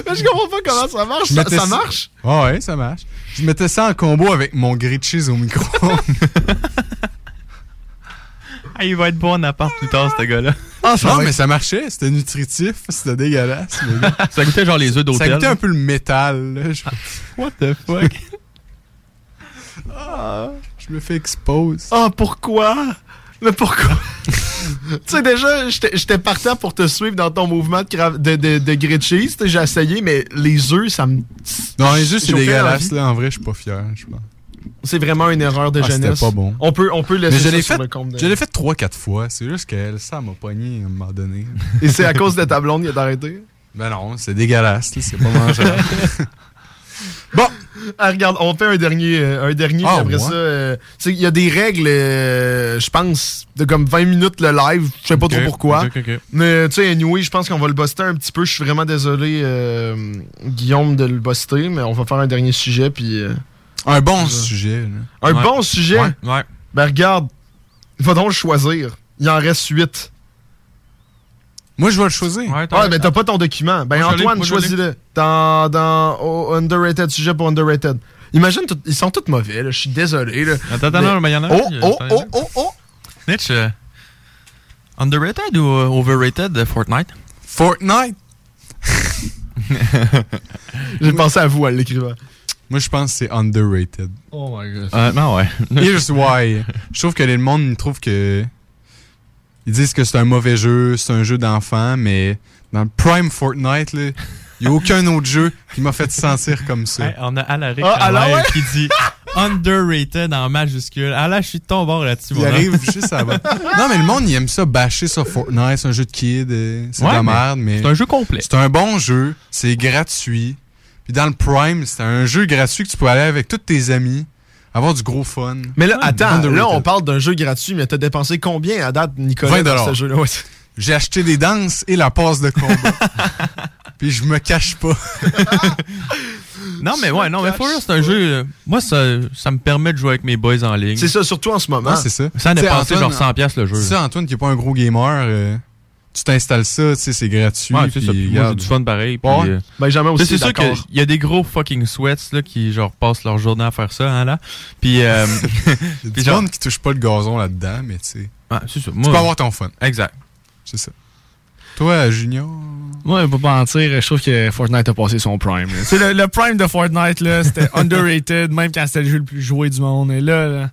S3: Mais je comprends pas comment ça marche.
S5: Je
S3: Ça,
S5: mettais
S3: ça marche?
S5: Ouais, ouais, ça marche. Je mettais ça en combo avec mon grilled cheese au micro-ondes.
S4: Ah, il va être bon en appart plus tard, ce gars-là.
S3: Ah, ça
S5: non,
S3: va
S5: mais
S3: être-
S5: ça marchait, c'était nutritif, c'était dégueulasse. mais là,
S4: Ça goûtait genre les œufs
S5: ça
S4: d'hôtel.
S5: goûtait un peu le métal. là. Je,
S4: What the fuck?
S5: je me fais expose.
S3: Ah, pourquoi? Mais pourquoi? tu sais, déjà, j'étais j'étais partant pour te suivre dans ton mouvement de, crave- de, de, de grilled cheese. Tu sais, J'ai essayé, mais les œufs, ça me.
S5: Non, les œufs, c'est
S3: j'ai aucune
S5: dégueulasse,
S3: envie.
S5: là. En vrai, je suis pas fier, je pense.
S3: C'est vraiment une erreur de
S5: Ah, c'était
S3: jeunesse.
S5: pas bon.
S3: On peut, on peut laisser
S5: Mais je
S3: ça
S5: l'ai
S3: sur
S5: fait,
S3: le compte de-
S5: Je l'ai fait 3-4 fois. C'est juste que ça m'a pogné à un moment donné.
S3: Et c'est à cause de ta blonde qui est arrêtée?
S5: Ben non, c'est dégueulasse, là, c'est pas mangeable.
S3: Bon, ah, regarde, on fait un dernier, euh, un dernier,
S5: Ah,
S3: puis après
S5: ouais.
S3: ça, euh, tu sais, il y a des règles, euh, je pense, de comme 20 minutes le live, je sais pas
S4: Ok,
S3: trop pourquoi.
S4: ok, ok, ok.
S3: Mais tu sais, anyway, je pense qu'on va le buster un petit peu. Je suis vraiment désolé, euh, Guillaume, de le buster, mais on va faire un dernier sujet, puis. euh,
S5: Un bon
S3: Ouais.
S5: sujet. là.
S3: Un bon sujet? Ben regarde, va donc le choisir. Il en reste 8.
S5: Moi, je vais le choisir.
S3: Ouais,
S5: t'as-
S3: Ah, mais t'as pas ton document. Ben
S5: Moi, je l'ai,
S3: Antoine,
S5: moi, je l'ai.
S3: choisis-le. Dans, dans oh, Underrated, sujet pour Underrated. Imagine, tout- ils sont tous mauvais, là. Je suis désolé, là.
S4: Attends, attends, non, mais il y en a un,
S3: Oh,
S4: euh,
S3: oh,
S4: ça
S3: oh, oh, oh!
S4: Snitch, euh, underrated ou euh, overrated euh, Fortnite?
S5: Fortnite?
S3: J'ai pensé à vous, à l'écrivain.
S5: Moi, je pense que c'est underrated.
S3: Oh my god.
S4: Honnêtement, ouais.
S5: Here's why. Je trouve que le monde il trouve que. Ils disent que c'est un mauvais jeu, c'est un jeu d'enfant, mais dans le Prime Fortnite, là, il n'y a aucun autre jeu qui m'a fait sentir comme ça.
S4: Hey, on a Alaric
S5: Ah,
S4: en
S5: alors,
S4: live
S5: ouais?
S4: qui dit underrated en majuscule. Ah là, je suis de ton bord là-dessus.
S5: Il
S4: mon homme.
S5: arrive juste avant. Non, mais le monde, il aime ça bâcher sur Fortnite. C'est un jeu de kid. euh, C'est
S4: Ouais,
S5: de la
S4: mais
S5: merde, mais.
S4: c'est un jeu complet.
S5: C'est un bon jeu. C'est gratuit. Puis dans le Prime, c'est un jeu gratuit que tu peux aller avec tous tes amis, avoir du gros fun.
S3: Mais là,
S5: Ouais,
S3: attends, là,
S5: underrated.
S3: on parle d'un jeu gratuit, mais t'as dépensé combien à date, Nicolas,
S5: 20
S3: dans ce jeu-là? Ouais.
S5: J'ai acheté des danses et la passe de combat. Puis je me cache pas.
S4: Non, mais ouais, non, mais For Real, c'est un jeu. euh, moi, ça, ça me permet de jouer avec mes boys en ligne.
S3: C'est ça, surtout en ce moment.
S5: Ouais, c'est ça.
S4: Sans
S5: Tu sais,
S4: dépenser
S5: Antoine,
S4: genre 100$ piastres le jeu.
S5: tu sais,
S4: là.
S5: Antoine, qui est pas un gros gamer, euh, tu t'installes ça, tu sais, c'est gratuit.
S4: Ouais, c'est ça.
S5: puis
S4: Puis moi, j'ai
S5: regarde.
S4: du fun pareil. Puis,
S5: Ouais.
S4: euh,
S3: Ben,
S4: tu sais, C'est sûr qu'il y a des gros fucking sweats là, qui genre passent leur journée à faire ça, hein, là. Puis. Euh,
S5: Il y a
S4: puis
S5: du monde qui touche pas le gazon là-dedans, mais tu sais.
S4: Ouais, c'est ça.
S5: Tu
S4: Moi-
S5: peux avoir ton fun.
S4: Exact.
S5: C'est ça. Toi, Junior.
S6: Moi, je vais pas mentir, je trouve que Fortnite a passé son prime. là. C'est le, le prime de Fortnite, là, c'était underrated, même quand c'était le jeu le plus joué du monde. Et là, là,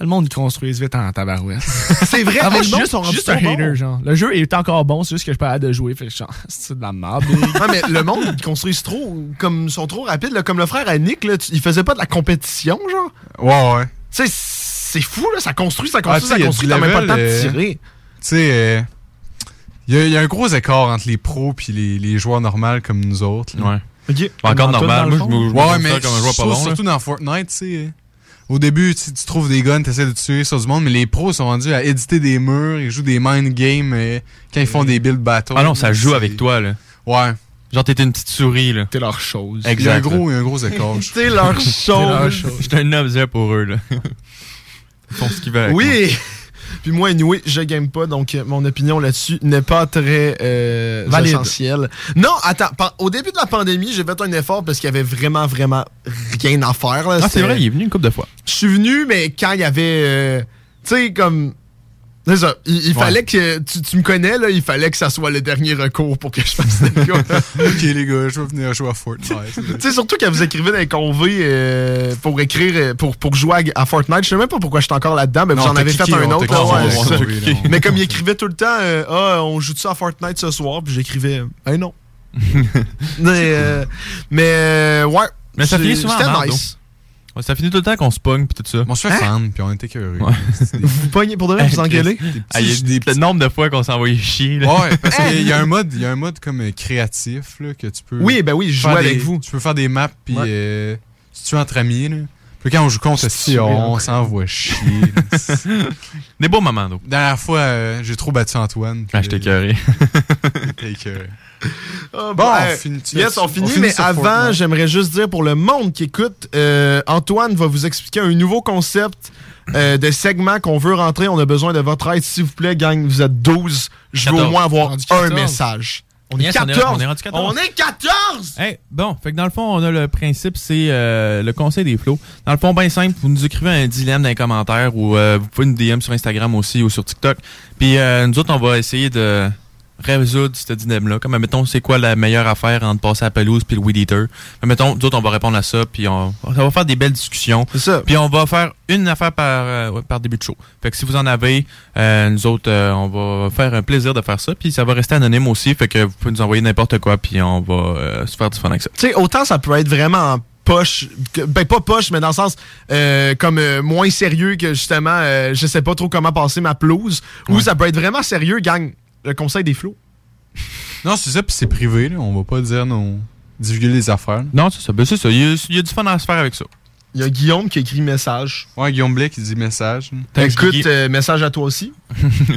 S6: le monde, ils construisent vite en tabarouette.
S3: C'est vrai,
S6: Ah, moi,
S3: hey,
S6: je suis
S3: le monde
S6: juste,
S3: sont rendus
S6: juste un
S3: trop
S6: hater,
S3: bons.
S6: genre. Le jeu est encore bon, c'est juste que je peux hâte de jouer. Fait que je suis genre, c'est de la merde.
S3: Non, mais le monde, ils construisent trop, comme, ils sont trop rapides, là. Comme le frère à Nick, là, tu- il faisait pas de la compétition, genre.
S5: Ouais, ouais.
S3: Tu sais, c'est fou, là, ça construit, ça
S5: Ah, tu
S3: construit,
S5: sais, il y
S3: ça
S5: a
S3: construit,
S5: du
S3: t'as même pas le
S5: level,
S3: temps de
S5: euh,
S3: tirer.
S5: Tu sais, euh, il y, a- il y a un gros écart entre les pros et les, les joueurs normaux comme nous autres. là.
S4: Ouais. Pas encore
S5: Comme
S4: normal,
S5: Antoine,
S4: moi,
S5: dans le
S4: je me- je me considère
S5: fond. Ouais, mais
S4: comme un joueur pas
S5: surtout-
S4: bon, là.
S5: Surtout dans Fortnite, tu sais. euh, Au début, tu, tu trouves des guns, tu essaies de tuer sur du monde, mais les pros sont rendus à éditer des murs, ils jouent des mind games euh, quand ils font des build battles.
S4: Ah non, ça joue
S5: C'est-
S4: avec toi, là.
S5: Ouais.
S4: Genre, t'étais une petite souris, là.
S6: T'es leur chose.
S5: Il y a un gros, il y a un gros écart. je
S3: T'es leur chose.
S4: J'étais un objet pour eux, là. Ils font ce qu'ils
S5: euh,
S4: veulent. avec moi.
S3: Oui! euh, Puis moi, anyway, je game pas, donc euh, mon opinion là-dessus n'est pas très euh,
S6: Valide.
S3: essentielle. Non, attends, par- au début de la pandémie, j'ai fait un effort parce qu'il y avait vraiment, vraiment rien à faire. là.
S4: Ah, c'est
S3: C'était-
S4: vrai, il est venu une couple de fois.
S3: Je suis venu, mais quand il y avait. euh, tu sais, comme. C'est ça. Il, il
S4: Ouais.
S3: fallait que. Tu, tu me connais, là, il fallait que ça soit le dernier recours pour que je fasse des
S5: ok, les gars, je vais venir jouer à Fortnite.
S3: Tu sais, surtout quand vous écrivez des convés euh, pour écrire, euh, pour, pour jouer à, à Fortnite, je sais même pas pourquoi je suis encore là-dedans, mais
S5: Non,
S3: j'en
S5: t'as
S3: avais fait
S5: kické,
S3: un
S5: on t'a
S3: autre. là,
S5: kické,
S3: ouais,
S5: on
S3: c'est
S5: t'a
S3: ça.
S5: kické.
S3: mais comme il écrivait tout le temps, euh, ah, on joue-tu à Fortnite ce soir, puis j'écrivais, eh non. mais, euh, mais, euh, ouais.
S4: Mais ça
S3: c'est-
S4: finit souvent en
S3: C'était
S4: marde, hein?
S3: nice.
S4: donc. Ouais, ça finit tout le temps qu'on se pogne pis tout ça. Hein?
S5: On se fait fan, puis on était curieux.
S3: Vous pognez pour de vrai, vous engueulez?
S4: Ah, Il y a des petits... le nombre de fois qu'on s'est envoyé chier. Là.
S5: Ouais, parce qu'il y a un mode, il y a un mode comme euh, créatif là, que tu peux.
S3: Oui, ben oui, je
S5: faire
S3: joue
S5: des-
S3: avec vous.
S5: Tu peux faire des maps puis
S3: Ouais.
S5: euh, si tu es entre amis là. Puis quand on joue contre, si on s'envoie chier. là. C'est-
S4: Des beaux moments, donc.
S5: Dernière fois, euh, j'ai trop battu Antoine.
S4: Ah, j'étais écoeuré.
S5: J'étais écoeuré.
S3: Ah,
S5: Bon,
S3: ouais.
S5: on finit- tu-
S3: Yes, on
S5: on
S3: finit,
S5: finit
S3: mais
S5: sur
S3: avant,
S5: Fortnite.
S3: j'aimerais juste dire pour le monde qui écoute, euh, Antoine va vous expliquer un nouveau concept euh, de segment qu'on veut rentrer. On a besoin de votre aide, s'il vous plaît, gang. Vous êtes 12. Je veux au
S4: 14.
S3: moins avoir
S4: Rendu
S3: un
S4: 14.
S3: message. On
S4: Yes,
S3: est
S4: on est-
S3: 14.
S4: on est rendu 14.
S3: On est 14!
S4: Hey, bon, fait que dans le fond, on a le principe, c'est euh, le conseil des flots. Dans le fond, bien simple, vous nous écrivez un dilemme dans les commentaires ou euh, vous pouvez nous DM sur Instagram aussi ou sur TikTok. Puis euh, nous autres, on va essayer de résoudre ce dilemme-là. Comme, mettons, c'est quoi la meilleure affaire entre passer à la pelouse puis le weed eater? Mettons, nous autres, on va répondre à ça, puis on, on va faire des belles discussions. Puis on va faire une affaire par, euh, ouais, par début de show. Fait que si vous en avez, euh, nous autres, euh, on va faire un plaisir de faire ça. Puis ça va rester anonyme aussi, fait que vous pouvez nous envoyer n'importe quoi, puis on va euh, se faire du fun avec ça.
S3: Tu sais, autant ça peut être vraiment poche, que- ben pas poche, mais dans le sens euh, comme euh, moins sérieux que justement, euh, je sais pas trop comment passer ma pelouse, ou ça peut être vraiment sérieux, gang. Le conseil des flots.
S5: Non, c'est ça, puis c'est privé, là. On va pas dire non. Divulguer les affaires.
S4: Non, c'est ça. Ben, c'est ça. Il y, a, il y a du fun à se faire avec ça.
S3: Il y a Guillaume qui écrit message.
S5: Ouais, Guillaume Blais qui dit message.
S3: Écoute, euh, message à toi aussi.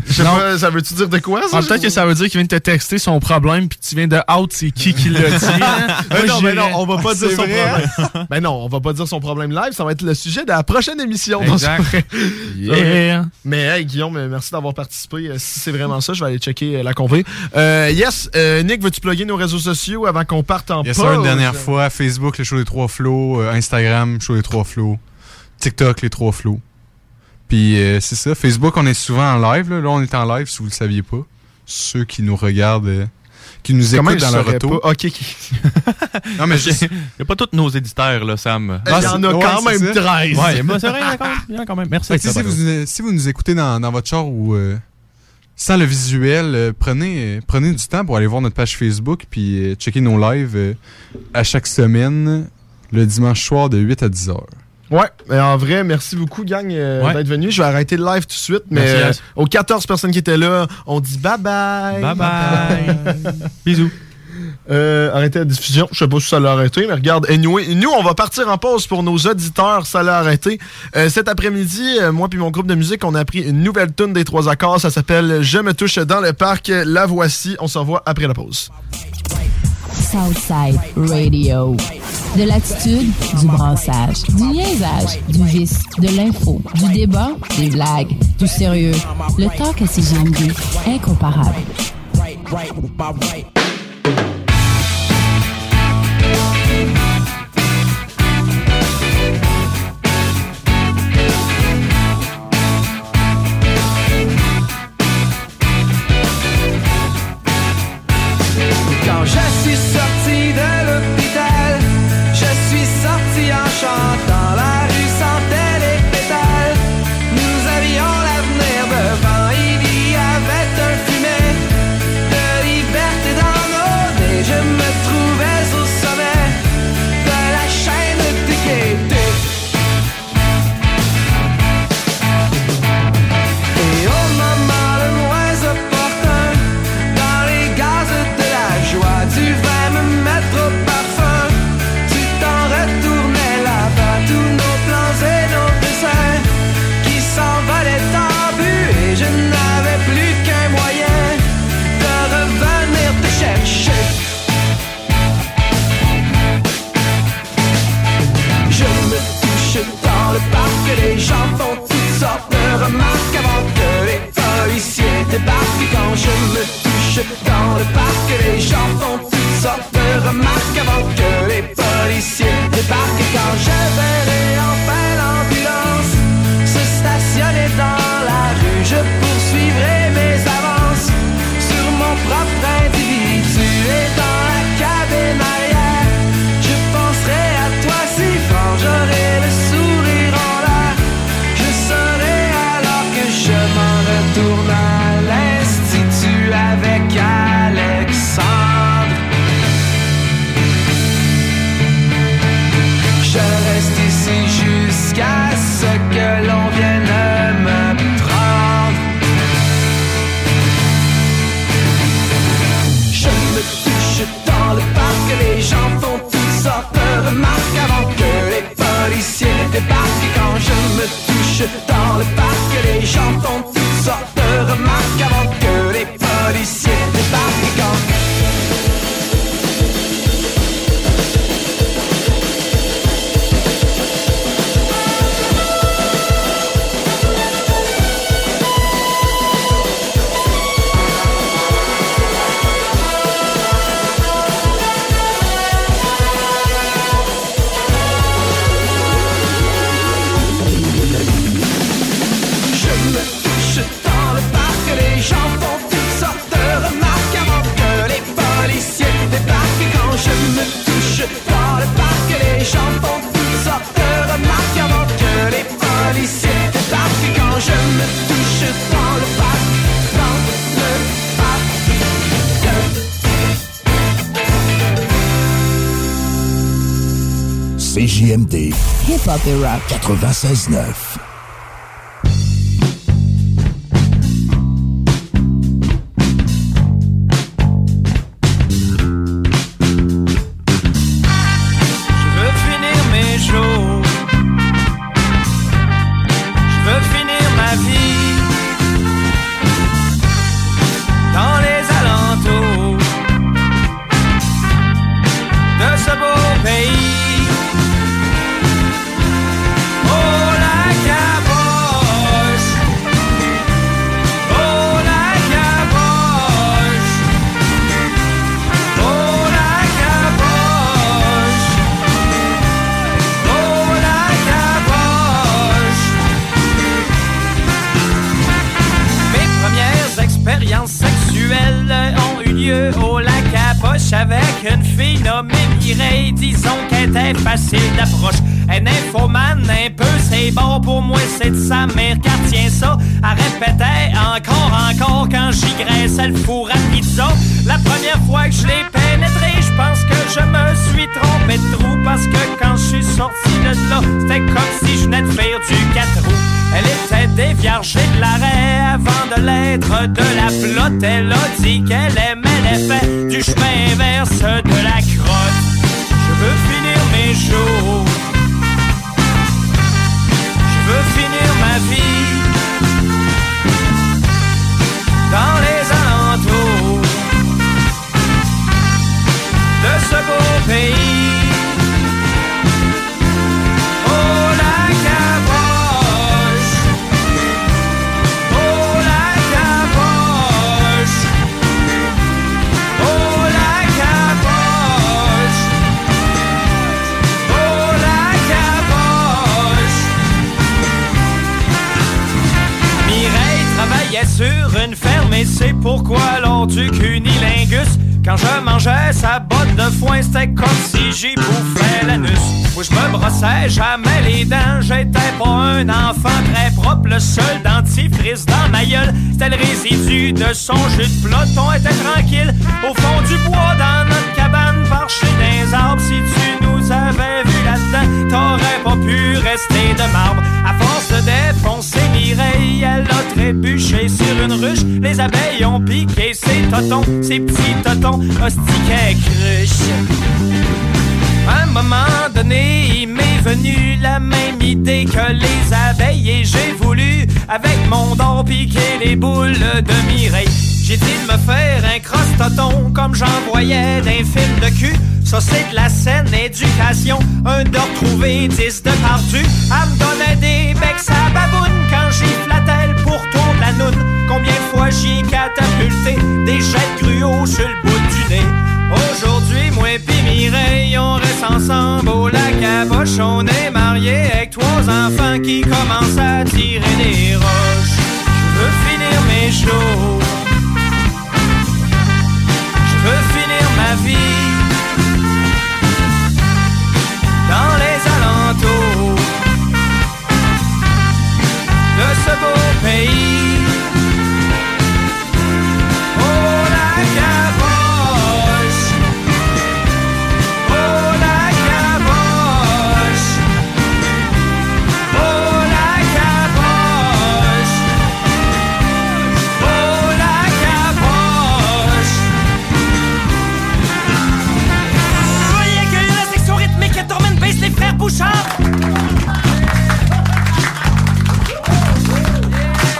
S3: Je sais pas, ça veut-tu dire de quoi, ça?
S6: En Ah, peut-être que ça veut dire qu'il vient de te texter son problème puis que tu viens de out, c'est qui qui l'a dit. hein?
S3: Ben
S6: Moi,
S3: non, ben non,
S6: j'irais-
S3: on va pas
S6: Ah,
S3: dire
S6: c'est
S3: son
S6: vrai, hein?
S3: problème. Ben non, on va pas dire son problème live, ça va être le sujet de la prochaine émission. dans
S6: Exact.
S3: ce-
S6: Yeah.
S3: Mais hey, Guillaume, euh, merci d'avoir participé. Euh, Si c'est vraiment ça, je vais aller checker euh, la convée. Euh, yes, euh, Nick, veux-tu plugger nos réseaux sociaux avant qu'on parte en
S5: Yes,
S3: pause?
S5: sir, une dernière fois, Facebook, le show des trois flots, euh, Instagram, show des trois flots, TikTok, les trois flots. Puis euh, c'est ça, Facebook, on est souvent en live. Là. Là, on est en live, si vous le saviez pas. Ceux qui nous regardent, euh, qui nous
S3: Comment
S5: écoutent
S3: je
S5: dans leur
S3: saurais
S5: retour.
S3: pas? Ok, ok.
S5: Non, mais juste-
S4: Il n'y a pas tous nos éditeurs, là, Sam.
S5: Il y en a quand même 13.
S4: Ouais, moi, c'est vrai, il y en a quand même- il y en a quand même. Merci.
S5: Fait que si, vous, si vous nous écoutez dans, dans votre char ou euh, sans le visuel, euh, prenez, euh, prenez du temps pour aller voir notre page Facebook puis euh, checker nos lives euh, à chaque semaine, le dimanche soir de 8 à 10 heures.
S3: Ouais, mais en vrai, merci beaucoup, gang, euh,
S5: Ouais.
S3: d'être venu. Je vais arrêter le live tout de suite, mais
S5: Merci,
S3: euh,
S5: yes.
S3: aux 14 personnes qui étaient là, on dit bye-bye.
S4: Bye-bye. Bisous.
S3: Euh, arrêtez la diffusion. Je sais pas si ça l'a arrêté, mais regarde, anyway, nous, on va partir en pause pour nos auditeurs. Ça l'a arrêté. Euh, cet après-midi, euh, moi puis mon groupe de musique, on a pris une nouvelle tune des trois accords. Ça s'appelle Je me touche dans le parc. La voici. On se revoit après la pause.
S15: Southside Radio. De l'attitude, du brassage, du niaisage, du vice, de l'info, du débat, des blagues, du sérieux. Le talk à CGMD, incomparable.
S16: Quand je suis sorti de l'hôpital, je suis sorti en chantant. La rue sentait les pétales. Nous avions l'avenir devant. Il y avait un fumet de liberté dans nos nez. Je me trouvais au sommet de la chaîne de gaieté. Et au moment le moins opportun, dans les gaz de la joie, tu vas me mettre au parfum. Tu t'en retournais là-bas, tous nos plans et nos dessins qui s'envolaient en vue. Et je n'avais plus qu'un moyen de revenir te chercher. Je me touche dans le parc, les gens font toutes sortes de remarques avant que les policiers débarquent. Et quand je me touche dans le parc, les gens font toutes sortes de remarques avant que les policiers débarquent. Et quand je verrai enfin l'ambulance se stationner dans la rue, je poursuivrai mes avances sur mon propre individu et dans la cabine arrière. Je penserai à toi si fort, j'aurai le sourire en l'air. Je serai alors que je m'en retourne à l'institut avec Alexandre. Je reste ici jusqu'à ce que l'on vienne me prendre. Je me touche dans le parc, les gens font toutes sortes de remarques avant que les policiers débarquent. Et Quand je me touche dans le parc, les gens font toutes sortes de remarques avant que les policiers débarquent. Et Quand Je me touche dans
S12: CJMD
S15: Hip-hop et rock.
S12: 96.9.
S17: Je veux finir mes jours. Je veux finir ma vie. Dans les alentours de ce beau pays. Oh la cabosse. Oh la cabosse. Oh la caboche. Oh la caboche Mes premières expériences sexuelles ont eu lieu au lac à Poche avec une fille nommée Mireille. Disons qu'elle était facile d'approche. Un infomane, un peu, c'est bon pour moi, c'est de sa mère car tiens ça. Elle répétait encore, encore quand j'y graissais le four à pizza. La première fois que je l'ai pénétré, je pense que je me suis trompé de trou parce que quand je suis sorti de là, c'était comme si je venais de faire du quatre roues. Elle était déviergée de l'arrêt avant de l'être de la flotte. Elle a dit qu'elle aimait l'effet du chemin inverse de la crotte. Je veux finir mes jours. Je veux finir ma vie dans les alentours de ce beau pays. Oh la caboche, oh la caboche, oh la caboche, oh la caboche. Mireille travaillait sur une ferme et c'est pourquoi lors du cunilingus, quand je mangeais sa botte de foin, c'était comme si j'y bouffais l'anus. Où je me brossais jamais les dents, j'étais pas un enfant très propre. Le seul dentifrice dans ma gueule, c'était le résidu de son jus de peloton. était tranquille au fond du bois dans notre cabane, parché des arbres. Si tu nous avais vu là-dedans, t'aurais pas pu rester de marbre. À force de défoncer Mireille, elle a trébuché sur une ruche. Les abeilles ont piqué ses totons, ses petits totons, hostiquaient cruche. À un moment donné, il m'est venu la même idée que les abeilles et j'ai voulu, avec mon dent, piquer les boules de Mireille. J'ai dit de me faire un cross-toton comme j'en voyais d'un film de cul. Ça, c'est de la saine éducation. Un de retrouver dix de partout. À me donner des becs à baboune quand j'y flattais le pourtour de la noune. Combien de fois j'y ai catapulté des jets de gruau sur le bout du nez. Aujourd'hui, moi et puis Mireille, on reste ensemble au lac à Boche. On est mariés avec trois enfants qui commencent à tirer des roches. Je veux finir mes jours. Je veux finir ma vie. Dans les alentours de ce beau pays. Oh la caboche Oh la caboche Oh la caboche Oh la caboche Soyez accueillis la section rythmique et Dorman Bass, les frères Bouchard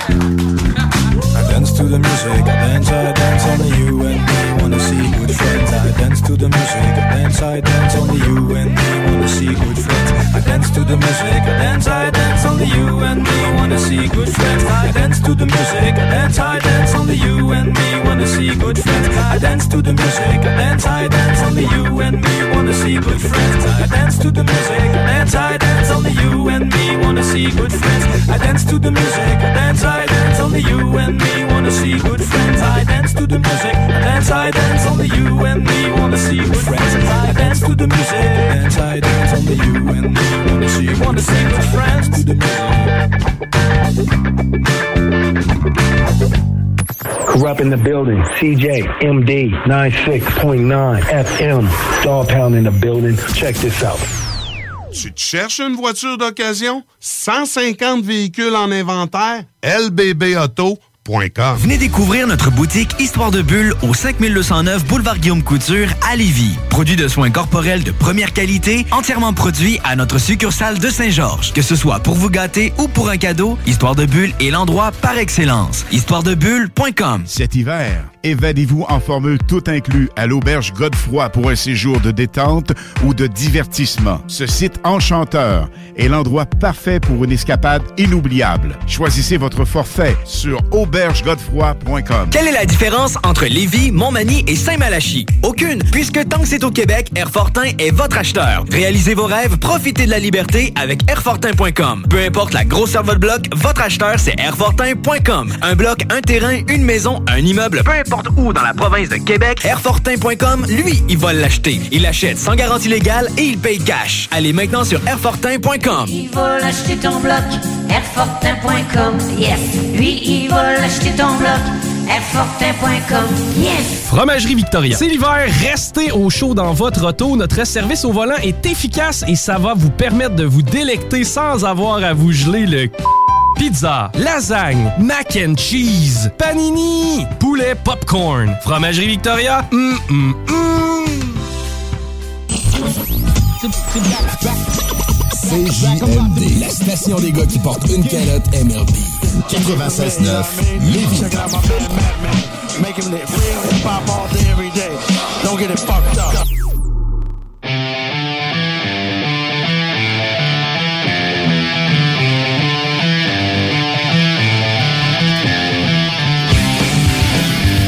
S18: I dance to the music, I dance, I dance only you and me wanna see good friends. I dance to the music, I dance, I dance only you and me wanna see good friends. I dance to the music, I dance, I dance only you and me wanna see good friends. I dance to the music, I dance, I dance only you and me wanna see good friends. I dance to the music, I dance, I dance only you and me wanna see good friends. I dance to the music, I dance, I dance only you and me wanna see good friends. I dance to the music, I dance, I dance only you and me wanna see good friends. I dance to the music, I dance, I dance only you and me wanna see good friends. I dance to the music, I dance, I dance only you and me wanna see wanna see good friends. To the
S19: Corrupt in the building. CJ MD 96.9 FM. Dog pound in the building. Check this out.
S8: Tu te cherches une voiture d'occasion? 150 véhicules en inventaire? lbbauto.com
S10: Venez découvrir notre boutique Histoire de Bulle au 5209 Boulevard Guillaume Couture à Lévis. Produit de soins corporels de première qualité, entièrement produit à notre succursale de Saint-Georges. Que ce soit pour vous gâter ou pour un cadeau, Histoire de Bulle est l'endroit par excellence. Histoiredebulle.com
S20: Cet hiver, évadez-vous en formule tout inclus à l'auberge Godefroy pour un séjour de détente ou de divertissement. Ce site enchanteur est l'endroit parfait pour une escapade inoubliable. Choisissez votre forfait sur aubergegodefroy.com.
S10: Quelle est la différence entre Lévis, Montmagny et Saint-Malachie? Aucune, puisque tant que c'est au Québec, Airfortin est votre acheteur. Réalisez vos rêves, profitez de la liberté avec Airfortin.com. Peu importe la grosseur de votre bloc, votre acheteur, c'est Airfortin.com. Un bloc, un terrain, une maison, un immeuble, peu importe où dans la province de Québec, Airfortin.com, lui, il va l'acheter. Il l'achète sans garantie légale et il paye cash. Allez maintenant sur Airfortin.com.
S21: Il va l'acheter ton bloc, airfortin.com, yes. Lui, il va l'acheter ton bloc, airfortin.com, yes.
S9: Fromagerie Victoria. C'est l'hiver, restez au chaud dans votre auto. Notre service au volant est efficace et ça va vous permettre de vous délecter sans avoir à vous geler le c- pizza, lasagne, mac and cheese, panini, poulet popcorn. Fromagerie Victoria, hum, hum, hum.
S7: CJMD, la station des gars qui portent une calotte MLB. 96.9, Lévis.
S17: Making it real hip hop all day, every day. Don't get it fucked up.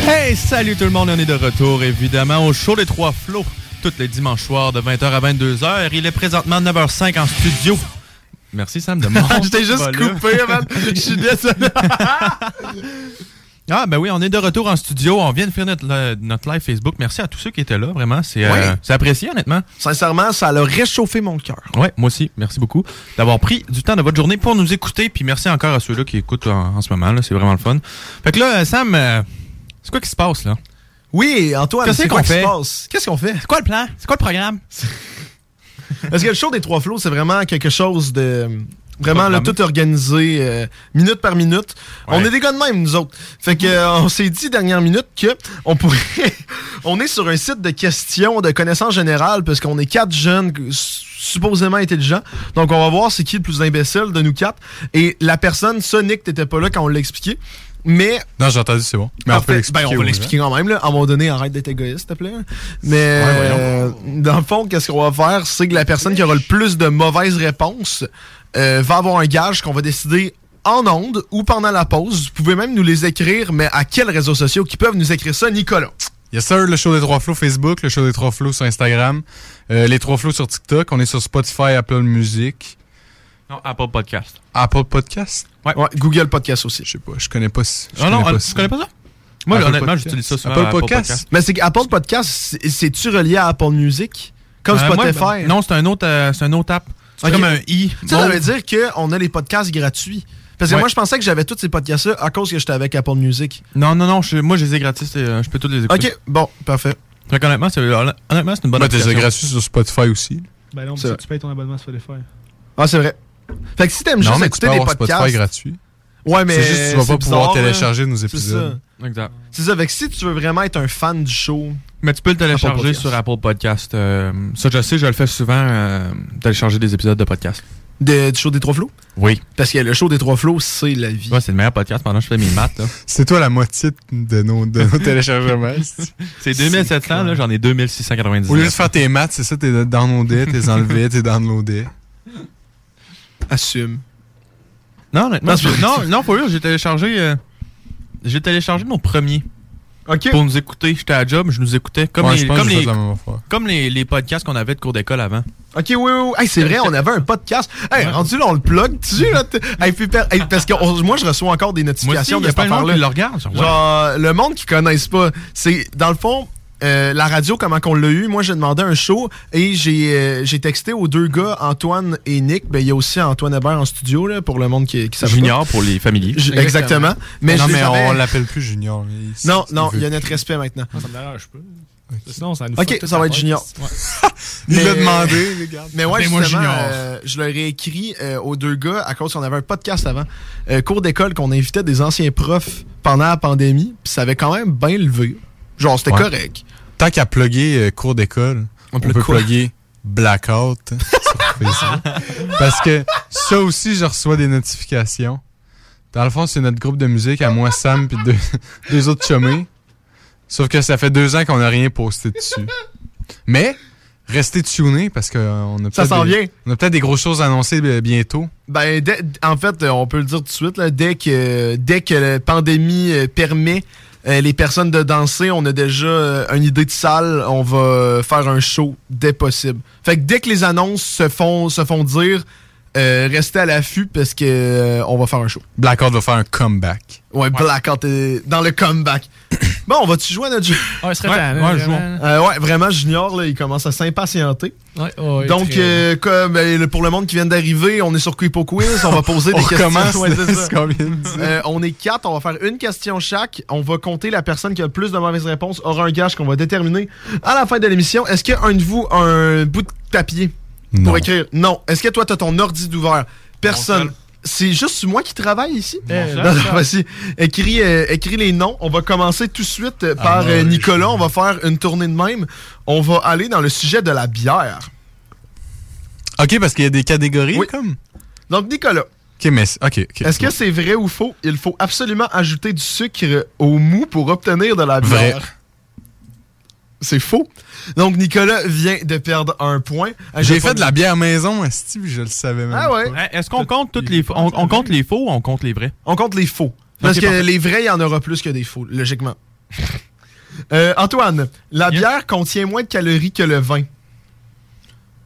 S4: Hey, salut tout le monde, on est de retour évidemment au show des trois flots, tous les dimanches soirs de 20h à 22h. Il est présentement 9h05 en studio. Merci Sam de mon
S3: Je t'ai juste
S4: volume.
S3: coupé, man. Je suis désolé.
S4: Ah ben oui, on est de retour en studio, on vient de finir notre, le- notre live Facebook. Merci à tous ceux qui étaient là, vraiment, c'est euh,
S3: Ouais.
S4: c'est apprécié honnêtement.
S3: Sincèrement, ça a réchauffé mon cœur.
S4: Ouais, moi aussi, merci beaucoup d'avoir pris du temps de votre journée pour nous écouter, puis merci encore à ceux-là qui écoutent en, en ce moment, là, c'est vraiment le fun. Fait que là, Sam, euh, c'est quoi qui se passe là?
S3: Oui, Antoine,
S4: Qu'est-ce
S3: c'est
S4: qu'on
S3: quoi qui
S4: fait?
S3: se passe? Qu'est-ce qu'on fait? C'est
S4: quoi le plan? C'est quoi le programme?
S3: Parce que le show des trois flots, c'est vraiment quelque chose de. Vraiment, là,
S4: Programmé.
S3: tout organisé, euh, minute par minute. On est des gars de même, nous autres. Fait que, euh, on s'est dit, dernière minute, que on pourrait. on est sur un site de questions, de connaissances générales, parce qu'on est quatre jeunes supposément intelligents. Donc, on va voir c'est qui le plus imbécile de nous quatre. Et la personne, ça, Nick, t'étais pas là quand on l'a expliqué. Mais
S5: Non, j'ai entendu, c'est bon. Mais on
S3: Parfait.
S5: peut l'expliquer.
S3: Ben, on
S5: aux
S3: va
S5: gens.
S3: l'expliquer quand même. Là. À un moment donné, arrête d'être égoïste, s'il te plaît. Mais euh, dans le fond, qu'est-ce qu'on va faire? C'est que la personne qui aura le plus de mauvaises réponses euh, va avoir un gage qu'on va décider en onde ou pendant la pause. Vous pouvez même nous les écrire, mais à quels réseaux sociaux qui peuvent nous écrire ça, Nicolas?
S5: Yes sir, le show des trois flots Facebook, le show des trois flots sur Instagram, euh, les trois flots sur TikTok, on est sur Spotify, Apple Music,
S4: Non, Apple Podcast.
S5: Apple Podcast.
S4: Ouais.
S3: Google Podcast aussi.
S5: Je sais pas, je connais pas. si- Je
S4: Ah non,
S5: connais
S4: on-
S5: si-
S4: tu connais pas ça? Moi,
S5: Apple
S4: honnêtement,
S5: Podcast.
S4: j'utilise ça souvent.
S5: Apple
S4: Apple
S5: Podcast.
S3: Mais c'est qu'Apple Podcast, c'est- c'est-tu relié à Apple Music? Comme
S4: Euh, moi,
S3: Spotify? hein?
S4: ben, non, c'est un autre, euh, c'est un autre app. C'est
S3: Ok.
S4: comme un i.
S3: Ça, ça
S4: Bon.
S3: veut dire qu'on a les podcasts gratuits. Parce que
S4: Ouais.
S3: moi, je pensais que j'avais tous ces podcasts-là à cause que j'étais avec Apple Music.
S4: Non, non, non, je- moi, je les ai gratis. c'est, euh, Je peux tous les écouter.
S3: Ok, bon, parfait.
S4: Fait qu'honnêtement, c'est honnêtement, c'est une bonne
S5: Ben, t'es
S4: application.
S5: gratuit sur Spotify aussi.
S6: Ben non, mais
S3: C'est
S6: ça,
S3: vrai.
S6: tu payes ton abonnement sur Spotify.
S3: Ah, c'est vrai. Fait que si t'aimes
S5: Non,
S3: juste
S5: mais tu
S3: écouter
S5: peux
S3: des
S5: avoir Spotify
S3: podcasts.
S5: gratuit.
S3: Ouais, mais.
S5: C'est juste que tu vas
S3: c'est
S5: pas pouvoir
S3: bizarre,
S5: télécharger
S3: là.
S5: nos
S3: C'est
S5: épisodes.
S3: ça.
S4: Exact.
S3: C'est ça. Fait que si tu veux vraiment être un fan du show. Ah,
S4: Mais tu peux le
S3: Apple
S4: télécharger
S3: Podcast.
S4: sur Apple Podcast. euh, ça, je sais, je le fais souvent, euh, télécharger des épisodes de podcast.
S3: De- du show des trois flots?
S4: Oui.
S3: Parce que le show des trois flots, c'est la vie.
S4: Ouais, c'est le meilleur podcast pendant que je fais mes maths. là.
S5: C'est toi la moitié de nos, de nos téléchargements.
S4: C'est 2700, là, j'en ai 2699.
S5: Au lieu de faire tes maths, c'est ça, t'es downloadé, t'es enlevé, t'es downloadé.
S3: Assume.
S4: Non, honnêtement,
S5: Non, c'est
S4: je- non, non, pour eux, j'ai téléchargé. euh, j'ai téléchargé nos premiers.
S3: OK.
S4: Pour nous écouter. J'étais à job, je nous écoutais. Comme
S5: Ouais,
S4: les,
S5: je pense
S4: comme
S5: que j'ai
S4: les,
S5: fait la même affaire.
S4: comme les, les podcasts qu'on avait de cours d'école avant.
S3: Ok, oui, oui, oui. Hey, c'est vrai, on avait un podcast. Hey, rendu là, on le plug, tu sais, là. t- Hey, puis per- hey, parce que on- moi, je reçois encore des notifications
S4: Moi aussi, y a
S3: de cette
S4: plein de monde
S3: affaire-là.
S4: qui le regarde, genre, ouais.
S3: Genre, le monde qui connaissent pas, c'est, dans le fond, euh, la radio, comment qu'on l'a eu, moi, j'ai demandé un show et j'ai, euh, j'ai texté aux deux gars, Antoine et Nick. Ben, il y a aussi Antoine Hébert en studio, là, pour le monde qui, qui savait pas.
S4: Junior pour les familiers.
S3: Je- exactement. Mais
S5: non,
S3: je les
S5: mais
S3: avais-
S5: on l'appelle plus Junior. mais il-
S3: Non, non,
S5: veut
S3: il y a
S5: plus.
S3: notre respect maintenant.
S6: Ah, Ça me dérange pas. Sinon, ça nous
S3: Ok,
S6: fuck tout
S3: ça va être
S6: la
S3: junior.
S6: tête. Ouais.
S3: Mais-
S6: l'a demandé, les gars.
S3: Mais ouais,
S6: Appelez-moi
S3: justement,
S6: Junior.
S3: euh, je leur ai écrit euh, aux deux gars à cause qu'on avait un podcast avant, euh, cours d'école qu'on invitait des anciens profs pendant la pandémie, puis ça avait quand même bien levé. Genre, c'était
S5: Ouais.
S3: correct.
S5: Tant qu'à plugger euh, cours d'école, on,
S3: plug
S5: peut
S3: quoi?
S5: plugger Blackout sur Facebook. Parce que ça aussi, je reçois des notifications. Dans le fond, c'est notre groupe de musique à moi, Sam, puis deux, deux autres chumés. Sauf que ça fait deux ans qu'on n'a rien posté dessus. Mais, restez tunés parce qu'on a
S3: Ça
S5: peut-être
S3: s'en
S5: des-
S3: vient.
S5: On a peut-être des grosses choses à annoncer euh, bientôt.
S3: Ben, dès- en fait, euh, on peut le dire tout de suite, là, dès, que, dès que la pandémie euh, permet euh, les personnes de danser, on a déjà euh, une idée de salle, on va faire un show dès possible. Fait que dès que les annonces se font, se font dire, euh, restez à l'affût parce que euh, on va faire un show.
S5: Blackout va faire un comeback.
S3: Ouais, Blackout est dans le comeback. bon, on va-tu jouer à notre jeu?
S6: Ouais, serait Ouais, temps, là, ouais, vraiment. jouons.
S3: Euh, ouais, vraiment, Junior, là, il commence à s'impatienter.
S6: Ouais,
S5: Oh,
S6: ouais,
S3: Donc,
S6: très-
S3: euh, comme euh, le- pour le monde qui vient d'arriver, on est sur Quipo Quiz, on va poser
S5: On
S3: des questions.
S5: recommence
S3: Ouais, c'est
S5: de
S3: ça.
S5: ce qu'on vient de dire.
S3: Euh, on est quatre, on va faire une question chaque. On va compter la personne qui a le plus de mauvaises réponses aura un gage qu'on va déterminer à la fin de l'émission. Est-ce qu'un de vous a un bout de papier
S5: Non.
S3: pour écrire Non. Est-ce que toi, t'as ton ordi d'ouvert Personne. C'est juste moi qui travaille ici.
S6: Mon
S3: Non,
S6: seul.
S3: non, vas-y. Écris, euh, écris les noms. On va commencer tout de suite
S5: Ah,
S3: euh, par
S6: non,
S3: euh,
S6: oui,
S3: Nicolas. On va faire une tournée de même. On va aller dans le sujet de la bière.
S5: OK, parce qu'il y a des catégories, comme?
S3: Donc, Nicolas.
S5: OK, mais... c'est- OK, OK.
S3: Est-ce que c'est vrai ou faux? Il faut absolument ajouter du sucre au mou pour obtenir de la bière.
S5: Vrai.
S3: C'est faux. Donc, Nicolas vient de perdre un point. Euh,
S5: J'ai
S3: j'ai pas
S5: fait de
S3: mis-
S5: la bière maison, Steve, je le savais même.
S3: Ah ouais?
S4: Hein, Est-ce qu'on compte toutes les on, on compte les faux ou on compte les vrais?
S3: On compte les faux. Parce
S4: Ok,
S3: que
S4: parfait.
S3: les vrais, il y en aura plus que des faux, logiquement. Euh, Antoine, la bière contient moins de calories que le vin.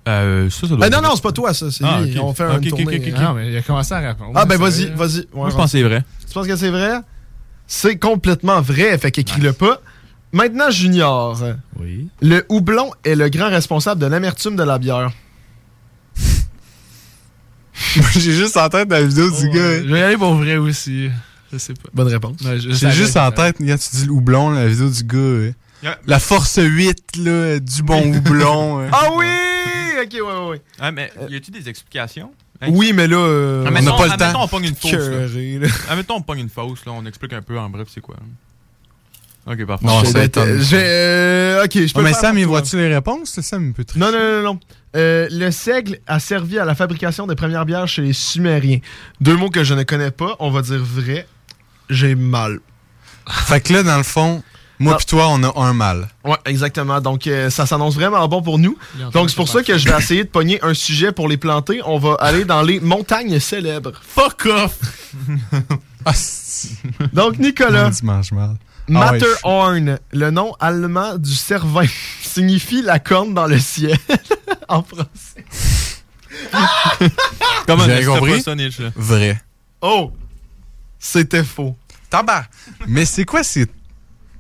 S4: Euh, ça, ça doit
S3: Euh, non,
S4: être-
S3: non, c'est pas toi, ça. C'est
S4: Ah,
S3: lui.
S4: ok.
S3: On fait
S4: Ok,
S3: un
S4: ok,
S3: tournée.
S4: ok, ok.
S3: Ah,
S6: Non, mais il a commencé à répondre.
S3: Ah ben
S6: Ça,
S3: vas-y,
S6: euh,
S3: vas-y. Ouais,
S4: Moi, je
S3: rentre.
S4: pense que c'est vrai.
S3: Tu penses que c'est vrai? C'est complètement vrai, fait qu'écris-le pas. Maintenant, Junior.
S6: Oui.
S3: Le houblon est le grand responsable de l'amertume de la bière.
S5: J'ai juste en tête la vidéo du
S6: Je vais y aller pour vrai aussi. Je sais pas.
S3: Bonne réponse.
S6: Ouais, je- je
S5: gars. J'ai
S6: savais.
S5: juste en tête, quand tu dis le houblon, la vidéo du gars. euh,
S4: Yeah.
S5: La force 8, là, euh, du bon houblon. euh.
S3: Ah oui! Ok, ouais, ouais, ouais.
S4: Ah, mais y a-tu des explications? Ah,
S3: Oui, mais là, euh,
S4: Admettons-
S3: on n'a pas le
S4: admettons,
S3: temps.
S4: on pogne une fausse.
S3: Curé, là.
S4: là. Admettons, on pogne une fausse, là. On explique un peu en bref, c'est quoi. Ok, parfait.
S5: Non, ça
S3: déteste.
S5: étonne.
S3: J'ai- euh, ok, je peux
S5: Ah,
S3: le
S5: mais
S3: faire
S5: Sam,
S3: pour
S5: il
S3: toi.
S5: voit-tu les réponses? là? Sam, il peut tricher.
S3: Non, non, non, non. Euh, le seigle a servi à la fabrication des premières bières chez les Sumériens. Deux mots que je ne connais pas, on va dire vrai. J'ai mal.
S5: Fait que là, dans le fond, moi
S3: Non.
S5: pis toi, on a un mal.
S3: Ouais, exactement. Donc, euh, ça s'annonce vraiment bon pour nous.
S5: Il est en train
S3: Donc,
S5: de
S3: c'est pour
S5: se
S3: ça que je vais essayer de pogner un sujet pour les planter. On va aller dans les montagnes célèbres. Fuck off! Donc,
S5: Ah,
S3: Nicolas.
S5: Mon dimanche mal. Ah ouais, je-
S3: Matterhorn, le nom allemand du cervin, signifie la corne dans le ciel en français.
S4: Comment
S5: J'ai
S4: est-ce que t'as
S5: compris?
S4: pas ça, Niche, là?
S5: Vrai.
S3: Oh! C'était faux.
S5: Tabac! Mais c'est quoi ces...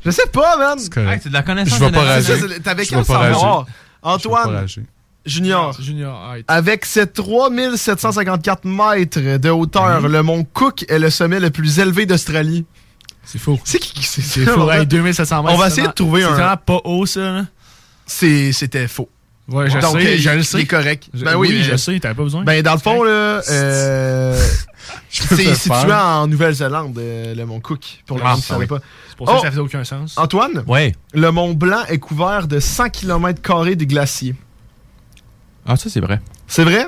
S3: Je sais pas, man!
S5: correct.
S4: Hey, c'est de la connaissance
S5: Je vais pas
S4: générale.
S5: rager.
S3: Ça, c'est- T'avais
S5: Je
S3: quel
S5: vais pas
S3: savoir?
S5: rager. Je vais pas
S3: Antoine,
S5: rager.
S3: Junior.
S6: Junior, arrête.
S3: Avec ses 3754 mètres de hauteur, le mont Cook est le sommet le plus élevé d'Australie.
S6: C'est faux.
S3: C'est qui qui c'est
S6: C'est
S3: ça,
S6: faux.
S3: en fait?
S6: Hey, 2700 mètres.
S3: On va
S6: c'est
S3: essayer de
S6: vraiment-
S3: trouver
S6: C'est
S3: un.
S6: vraiment pas haut, ça. là.
S3: C'est- C'était faux.
S6: Ouais, je
S3: Donc,
S6: sais.
S3: il-
S6: je le
S3: il
S6: sais.
S3: est correct.
S6: Je-
S3: Ben oui,
S6: oui,
S3: je-
S6: je sais. T'avais pas besoin.
S3: Ben, dans le fond, là, euh,
S5: peux
S3: c'est
S5: faire
S3: situé
S5: peur.
S3: en Nouvelle-zélande, euh, le mont Cook, pour le
S4: Ah,
S3: monde qui savait
S4: oui.
S3: pas.
S6: C'est pour ça
S3: Oh!
S6: que ça faisait aucun sens.
S3: Antoine,
S4: Ouais.
S3: le mont Blanc est couvert de 100 km de glaciers.
S4: Ah, ça, c'est vrai.
S3: C'est vrai?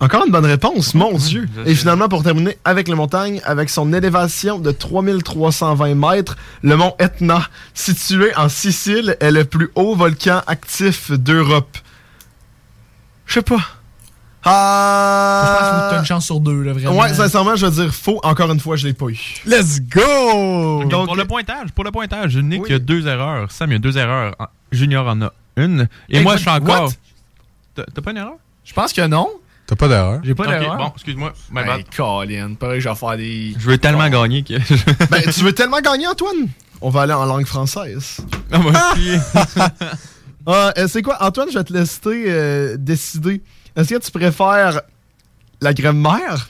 S3: Encore une bonne réponse, mon Dieu!
S4: je
S3: Et
S4: sais.
S3: finalement, pour terminer avec les montagnes, avec son élévation de 3320 mètres, le mont Etna, situé en Sicile, est le plus haut volcan actif d'Europe. Je sais pas.
S6: Je pense que
S3: Ah!
S6: t'as une chance sur deux, là, vraiment.
S3: Ouais, sincèrement, je veux dire faux. Encore une fois, je l'ai pas eu.
S5: Let's go!
S4: Ok,
S3: Donc-
S4: pour le pointage, pour le pointage, Nick,
S3: Oui.
S4: il y a deux erreurs. Sam, il y a deux erreurs. Ah, Junior en a une. Et moi, je suis encore.
S3: What?
S4: T'as t'as pas une erreur?
S6: Je pense que non.
S5: T'as pas d'erreur.
S6: J'ai pas
S4: Ok,
S6: d'erreur.
S4: bon, excuse-moi. My
S6: Ben,
S4: bad.
S6: Colin, pareil, je vais faire des.
S4: Je veux tellement gagner que.
S3: Ben, tu veux tellement gagner, Antoine? On va aller en langue française.
S4: Ah, moi aussi.
S3: Ah, euh, c'est quoi, Antoine, je vais te laisser euh, décider. Est-ce que tu préfères la grammaire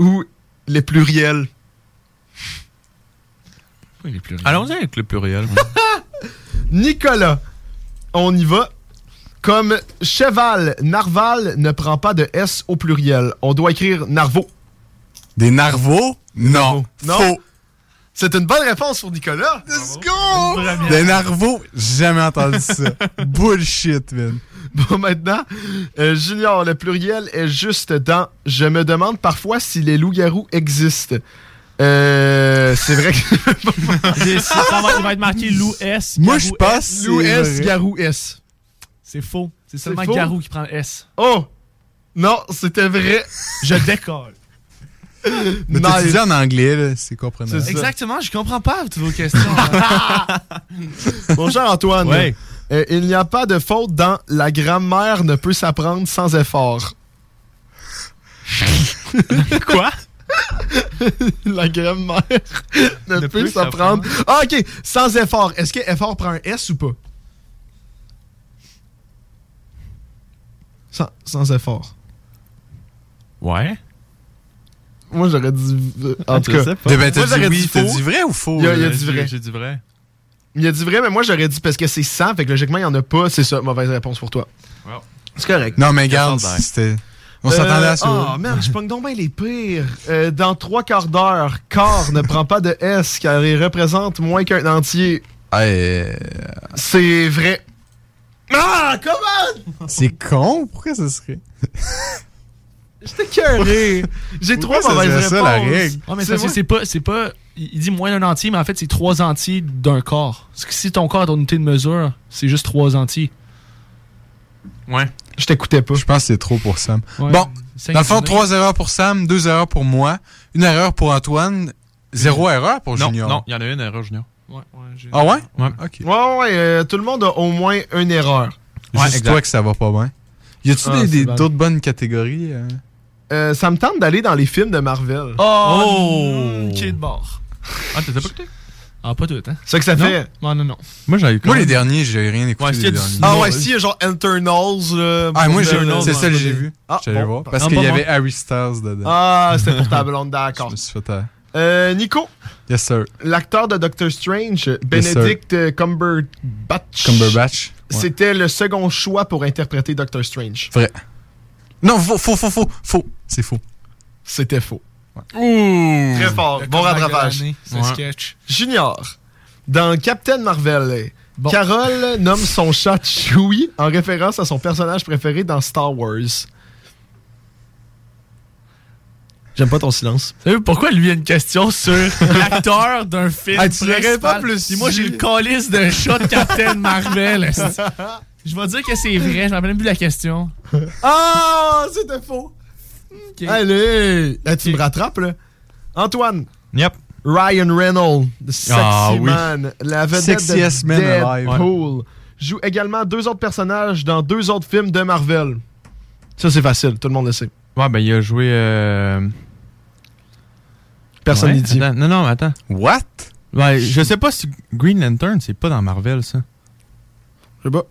S3: ou les pluriels?
S4: Allons-y avec le pluriel.
S3: Nicolas, on y va. Comme cheval, narval ne prend pas de S au pluriel. On doit écrire narvaux. Des narvaux?
S5: Non.
S3: Non.
S5: Faux.
S3: C'est une bonne réponse pour Nicolas. Let's go!
S5: Des narvaux, jamais entendu ça. Bullshit, man.
S3: Bon, maintenant, euh, Junior, le pluriel est juste dans Je me demande parfois si les loups-garous existent. Euh, c'est vrai que.
S6: Ça va, il va être marqué Lou S.
S3: Moi,
S6: Garou
S3: je passe,
S6: S.
S3: c'est Lou S, vrai. Garou S.
S6: C'est faux. C'est
S3: C'est
S6: seulement
S3: faux.
S6: Garou qui prend le S.
S3: Oh! Non, c'était vrai.
S6: Je décolle.
S5: Mais
S3: Nice.
S5: t'étudies en anglais, là, c'est comprenable.
S6: Exactement, je comprends pas toutes vos questions.
S3: Mon cher Antoine,
S5: Ouais.
S3: euh, il n'y a pas de faute dans La grammaire ne peut s'apprendre sans effort. Quoi? La grammaire ne,
S6: Ne
S3: peut
S6: peut
S3: s'apprendre. Ah, ok, sans effort. Est-ce que effort prend un S ou pas? Sans, sans effort.
S4: Ouais.
S3: Moi, j'aurais dit. En tout
S4: Je
S3: cas,
S4: sais pas. Eh ben, t'as
S3: Moi,
S4: dit
S3: j'aurais
S4: oui, t'as
S3: faux.
S4: dit vrai ou faux,
S3: Il y a, il y a
S4: là?
S3: dit
S4: J'ai-
S3: vrai.
S4: j'ai dit vrai.
S3: Il y a dit vrai, mais moi, j'aurais dit parce que c'est 100, fait que logiquement, il n'y en a pas. C'est ça, mauvaise réponse pour toi. C'est correct.
S5: Non, mais regarde, c'était. On s'attendait à ça.
S3: Oh man, je pogne donc bien les pires. Euh, dans trois quarts d'heure, corps ne prend pas de S car il représente moins qu'un entier.
S5: euh,
S3: C'est vrai. Ah, comment?
S5: C'est con? Pourquoi ça serait?
S3: J'étais curé. J'ai trois
S5: Pourquoi ça
S3: mauvaises réponses.
S5: serait ça, la règle?
S6: Ouais, mais parce
S3: C'est
S6: que
S3: moi.
S6: c'est pas, c'est pas. Il il dit moins d'un entier, mais en fait, c'est trois entiers d'un corps. Parce que si ton corps est ton unité de mesure, c'est juste trois entiers.
S4: Ouais.
S3: Je t'écoutais pas.
S5: Je pense que c'est trop pour Sam.
S6: Ouais,
S5: bon,
S6: cinq
S5: dans le fond,
S6: journées.
S5: trois erreurs pour Sam, deux erreurs pour moi, une erreur pour Antoine, zéro erreur pour
S4: non,
S5: Junior.
S4: Non, il y en a une erreur, Junior.
S6: Ouais, ouais,
S5: Ah ouais?
S4: Ouais.
S5: Ok.
S3: Ouais, ouais, euh, tout le monde a au moins une erreur.
S5: Juste toi que ça va pas bien. Y a-tu
S3: Ah,
S5: des-
S3: c'est
S5: des-
S3: bad.
S5: d'autres bonnes catégories? euh?
S3: Euh, ça me tente d'aller dans les films de Marvel.
S6: Oh! Qui est de bord?
S4: Ah, t'as pas écouté?
S6: Ah, pas tout, hein?
S3: C'est que ça
S6: Non?
S3: fait.
S6: Non, non, non.
S4: Moi, j'ai
S5: Moi, les derniers, j'ai rien écouté.
S6: Ouais, s'il y a
S5: les
S6: du
S5: derniers.
S3: Ah ouais, si, il y a genre Internals. euh,
S5: Ah, moi,
S3: pour
S5: j'ai
S3: le-
S5: c'est ça que j'ai vu.
S3: Ah,
S5: J'allais
S3: bon.
S5: voir. Parce
S3: Ah,
S5: qu'il
S3: bon,
S5: y
S3: bon.
S5: avait Harry Styles dedans.
S3: Ah, c'était pour ta blonde, d'accord.
S5: Je me suis fait à-
S3: Euh, Nico,
S5: Yes, sir.
S3: l'acteur de Doctor Strange, Benedict euh, Cumberbatch,
S5: Cumberbatch. Ouais.
S3: c'était le second choix pour interpréter Doctor Strange.
S5: Vrai. Non, faux, faux, faux, faux. Faux. C'est faux.
S3: C'était faux.
S5: Ouh!
S3: Très fort. Bon rattrapage.
S6: C'est sketch.
S3: Junior, dans Captain Marvel, Carole nomme son chat Chewie en référence à son personnage préféré dans Star Wars. J'aime pas ton silence.
S6: Savez-vous pourquoi lui a une question sur l'acteur d'un film
S3: Ah, tu l'aurais
S6: principal?
S3: pas plus
S6: Puis moi, j'ai
S3: dit.
S6: le calice de shot Captain Marvel. esti. Je vais dire que c'est vrai, je m'en rappelle même plus de la question.
S3: Ah, c'était faux. Allez, là, Ben, tu me rattrapes, là. Antoine.
S4: Yep.
S3: Ryan Reynolds, the Sexy
S4: Ah, oui.
S3: Man, la vedette
S5: Sexiest
S3: de
S5: man alive.
S3: Deadpool, joue également deux autres personnages dans deux autres films de Marvel. Ça, c'est facile, tout le monde le sait.
S4: Ouais, ben, il a joué. euh,
S3: Personne
S4: ouais,
S3: n'y dit.
S4: attends, Non, non, mais attends.
S5: What?
S4: Ouais, je sais pas si Green Lantern, c'est pas dans Marvel, ça.
S3: Je sais pas.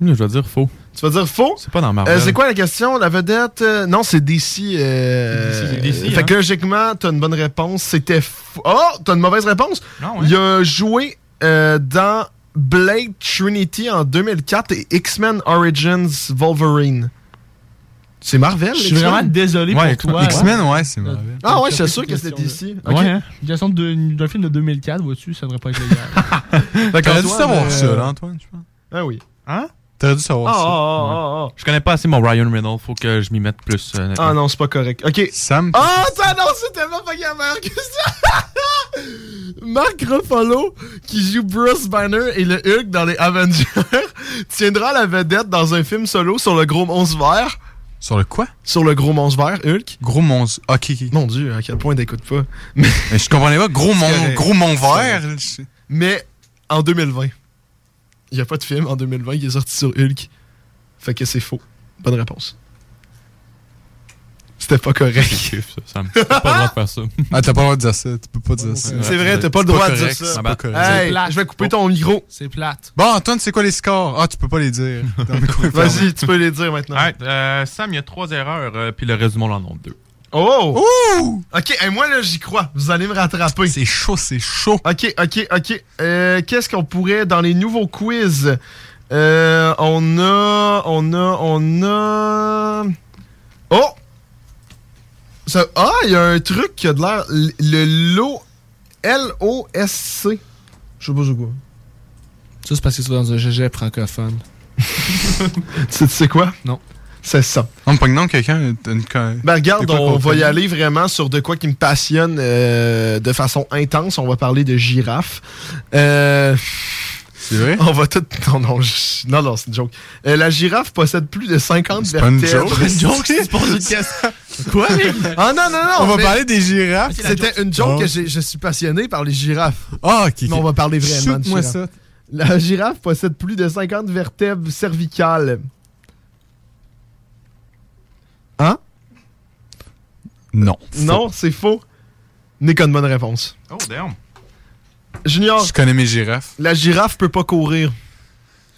S4: Je vais dire faux.
S3: Tu vas dire faux?
S4: C'est pas dans Marvel.
S3: Euh, c'est quoi la question? La vedette? euh, non, c'est DC. euh,
S4: C'est DC, c'est DC,
S3: fait que
S4: hein?
S3: logiquement, t'as une bonne réponse. C'était fou. Oh, t'as une mauvaise réponse.
S4: Non, ouais.
S3: Il a joué euh, dans Blade Trinity en 2004 et X-Men Origins Wolverine. C'est Marvel?
S6: Je suis
S3: X-Men?
S6: vraiment désolé
S5: Ouais,
S6: pour toi.
S5: X-Men, ouais, c'est Marvel.
S3: Ah ouais, c'est sûr que c'était DC. Ok.
S6: Ouais, hein? Une question de- d'un film de 2004, vois-tu, ça devrait pas être légal.
S5: T'aurais dû
S3: Antoine,
S5: savoir
S3: euh,
S5: ça, là, Antoine, je pense.
S3: Ah oui.
S4: Hein?
S5: T'aurais dû
S3: Ah,
S5: savoir
S3: ah,
S5: ça.
S3: ah, ah, ah.
S4: Je connais pas assez mon Ryan Reynolds, faut que je m'y mette plus. euh, honnêtement.
S3: Ah non, c'est pas correct. Ok.
S5: Sam.
S3: Ah, ça, non, c'est tellement pas gamin que ça! Mark Ruffalo, qui joue Bruce Banner et le Hulk dans les Avengers, tiendra la vedette dans un film solo sur le gros monstre vert.
S5: Sur le quoi?
S3: Sur le gros monstre vert, Hulk.
S5: Gros monstre. Ok, ok.
S3: Mon dieu, à quel point t'écoutes pas. Mais,
S5: Mais Ah, je comprenais pas. Gros
S3: C'est
S5: mon,
S3: correct.
S5: gros mon vert.
S3: C'est mais en 2020, il y a pas de film en 2020 qui est sorti sur Hulk. Fait que c'est faux. Bonne réponse. C'était pas correct.
S4: Ça, ça me- t'as pas le droit de faire ça.
S5: Ah, t'as pas le droit de dire ça. Tu peux pas dire ça.
S3: C'est vrai, t'as pas le
S5: Euh, C'est
S3: droit de dire
S5: correct,
S3: ça.
S5: C'est pas correct.
S3: Hey,
S6: plate.
S3: je vais couper ton micro.
S6: C'est plate.
S5: Bon, Antoine, c'est quoi les scores? Ah, tu peux pas les dire. Dans le micro,
S3: Vas-y, tu peux les dire maintenant.
S4: Alright, euh, Sam, il y a trois erreurs, euh, puis le reste du monde en nombre deux.
S3: Oh! OK, et moi, là, j'y crois. Vous allez me rattraper. C'est chaud, c'est chaud. OK, OK, OK. Euh, Qu'est-ce qu'on pourrait, dans les nouveaux quiz, euh, on a, on a, on a... Oh! Ça- ah, il y a un truc qui a de l'air... l- Le lot L-O-S-C. Je sais pas c'est quoi.
S6: Ça, c'est parce que c'est dans un GG francophone.
S3: Tu sais- tu sais quoi?
S6: Non.
S3: C'est ça.
S5: En me pognant quelqu'un, t'as une co-
S3: Ben regarde,
S5: de quoi
S3: on
S5: qu'on
S3: va y
S5: fait.
S3: aller vraiment sur de quoi qui me passionne euh, de façon intense. On va parler de girafe. c'est
S5: vrai?
S3: On va tout. Non, non, je- non, non, c'est une joke. Euh, la girafe possède plus de 50
S5: pas une
S3: vertèbres.
S5: joke. C'est une joke, c'est pour une
S3: question. Quoi? Ah non, non, non.
S5: On va
S3: mais-
S5: parler des girafes.
S3: C'était une joke
S5: Oh.
S3: que j'ai- je suis passionné par les girafes. Ah, ok. Mais on va parler vraiment de
S5: Shoot-moi
S3: girafes.
S5: ça.
S3: La girafe possède plus de 50 vertèbres cervicales.
S5: Non.
S3: Non, c'est faux. N'est qu'une bonne réponse.
S5: Oh, damn.
S3: Junior.
S5: Je connais mes girafes.
S3: La girafe peut pas courir.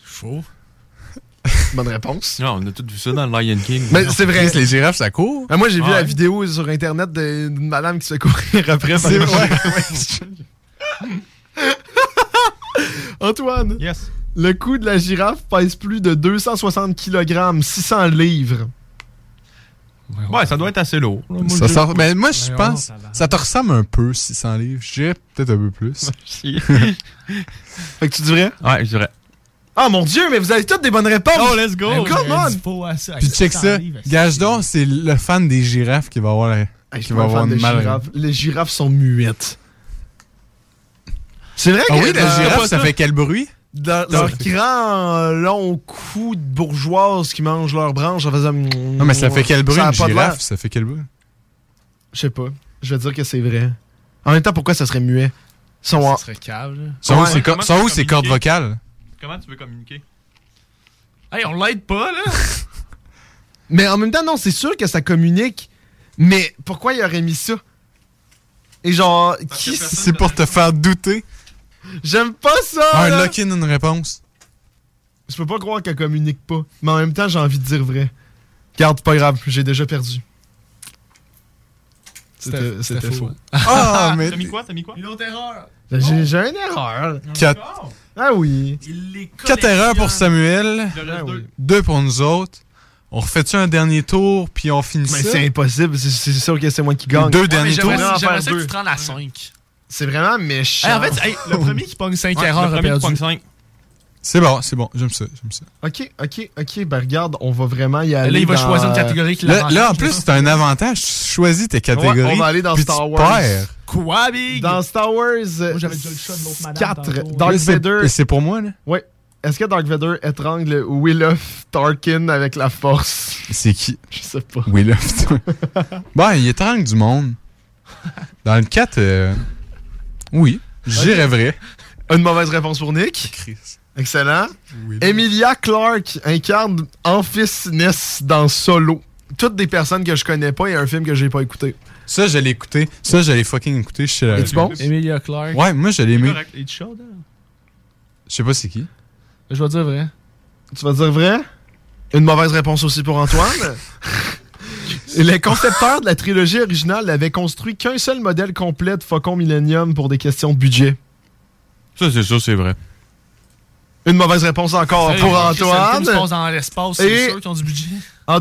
S4: Faux.
S3: Bonne réponse.
S4: Non, on a tous vu ça dans le Lion King.
S3: Mais c'est vrai.
S5: Les girafes, ça court.
S3: Ah, moi, j'ai vu
S4: Ah,
S3: la
S4: ouais.
S3: vidéo sur Internet de- d'une madame qui se fait courir après. par
S5: C'est
S3: une
S5: vrai.
S3: girafe. Antoine.
S4: Yes.
S3: Le cou de la girafe pèse plus de 260 kg, 600 livres.
S4: Ouais, ça doit être assez lourd.
S5: Ça sort- ben, moi, je pense, ça, te ressemble un peu, 600 livres. Je dirais peut-être un peu plus.
S3: fait que tu dirais?
S4: Ouais, je dirais.
S3: Ah mon dieu, mais vous avez toutes des bonnes réponses!
S4: Oh, let's go!
S3: Mais Come
S4: J'aurais
S3: on!
S4: dit
S5: Puis check ça. Gage donc, c'est le fan des girafes qui va avoir, la-
S3: Hey, je
S5: qui
S3: suis
S5: va
S3: pas un
S5: avoir
S3: fan
S5: une
S3: de
S5: mal.
S3: girafes. Les girafes sont muettes. C'est vrai
S5: Ah
S3: que
S5: oui, la
S3: dans-
S5: girafe, ça fait quel bruit?
S3: Dans leur grand euh, long cou de bourgeoise qui mange leurs branches en faisant.
S5: Non, mais ça fait quel bruit,
S3: a
S5: une
S3: pas de l'air.
S5: girafe? Ça fait quel bruit?
S3: Je sais pas. Je vais dire que c'est vrai. En même temps, pourquoi ça serait muet Ils Sont en-
S6: serait câble. là.
S5: Sont où
S3: Ouais.
S5: ses cor-
S3: Comment
S5: sont où
S3: tu
S5: ses cordes
S3: communiques?
S5: vocales?
S4: Comment tu veux communiquer?
S6: Hey, on l'aide pas, là!
S3: Mais en même temps, non, c'est sûr que ça communique. Mais pourquoi il aurait mis ça Et genre, qui
S5: C'est pour te faire douter.
S3: J'aime pas ça
S5: Un
S3: là.
S5: lock-in, une réponse.
S3: Je peux pas croire qu'elle communique pas. Mais en même temps, j'ai envie de dire vrai. Garde, pas grave, j'ai déjà perdu. C'était c'était faux.
S5: Ah, mais.
S4: T'as mis quoi? T'as mis quoi? Une autre erreur!
S3: Ben, J'ai j'ai une erreur.
S5: Quatre.
S3: Ah oui. Ah
S5: 4 erreurs pour Samuel, 2 pour nous autres. On refait-tu un dernier tour, puis on finit
S3: Mais
S5: ça?
S3: c'est impossible, c'est- c'est sûr que c'est moi qui gagne.
S5: Deux
S3: Ouais,
S5: derniers
S3: mais
S5: tours.
S3: j'aimerais-
S6: J'aimerais
S3: j'aimerais
S6: ça
S3: ça
S6: que
S3: que
S6: tu te rendes à 5.
S3: C'est vraiment méchant.
S6: Hey, en fait, hey, le premier qui pogne 5 erreurs a perdu.
S5: C'est bon, c'est bon. J'aime ça, j'aime ça.
S3: Ok, ok, ok. Ben regarde, on va vraiment y aller.
S6: il va
S3: dans-
S6: choisir une catégorie qui
S5: Là,
S6: l'avantage.
S5: là, en plus, t'as un avantage. Tu choisis tes catégories.
S3: Ouais, on va aller dans
S5: puis
S3: Star
S5: tu
S3: Wars.
S5: perds.
S6: Quoi, big?
S3: Dans Star Wars
S6: j'avais déjà le chat de l'autre madame
S3: 4,
S6: tantôt.
S3: Dark
S5: Là, c'est-
S3: Vader.
S5: et c'est pour moi, là.
S3: Ouais. Est-ce que Dark Vader étrangle Willof Tarkin avec la force
S5: C'est qui?
S3: Je sais pas.
S5: Oui, là, putain. Bon, il étrangle du monde. Dans le 4, euh, oui, j'irais vrai.
S3: Une mauvaise réponse pour Nick. Excellent. Emilia Clarke incarne Amphis Ness dans Solo. Toutes des personnes que je connais pas et un film que j'ai pas écouté.
S5: Ça, je l'ai écouté. Ça, je l'ai fucking écouté. Je suis là-
S3: Es-tu bon?
S6: Emilia Clark.
S5: Ouais, moi, je l'ai aimé.
S6: Correct. Il est chaud, là.
S5: Je sais pas c'est qui.
S6: Je vais dire vrai.
S3: Tu vas dire vrai? Une mauvaise réponse aussi pour Antoine. Les concepteurs de la trilogie originale n'avaient construit qu'un seul modèle complet de Faucon Millennium pour des questions de budget.
S4: Ça, c'est sûr, c'est vrai.
S3: Une mauvaise réponse encore
S6: Hey,
S3: pour
S6: ok, c'est le film qui se passe
S3: Antoine.
S6: dans l'espace, c'est
S3: Et-
S6: sûr qu'ils ont du budget.
S3: En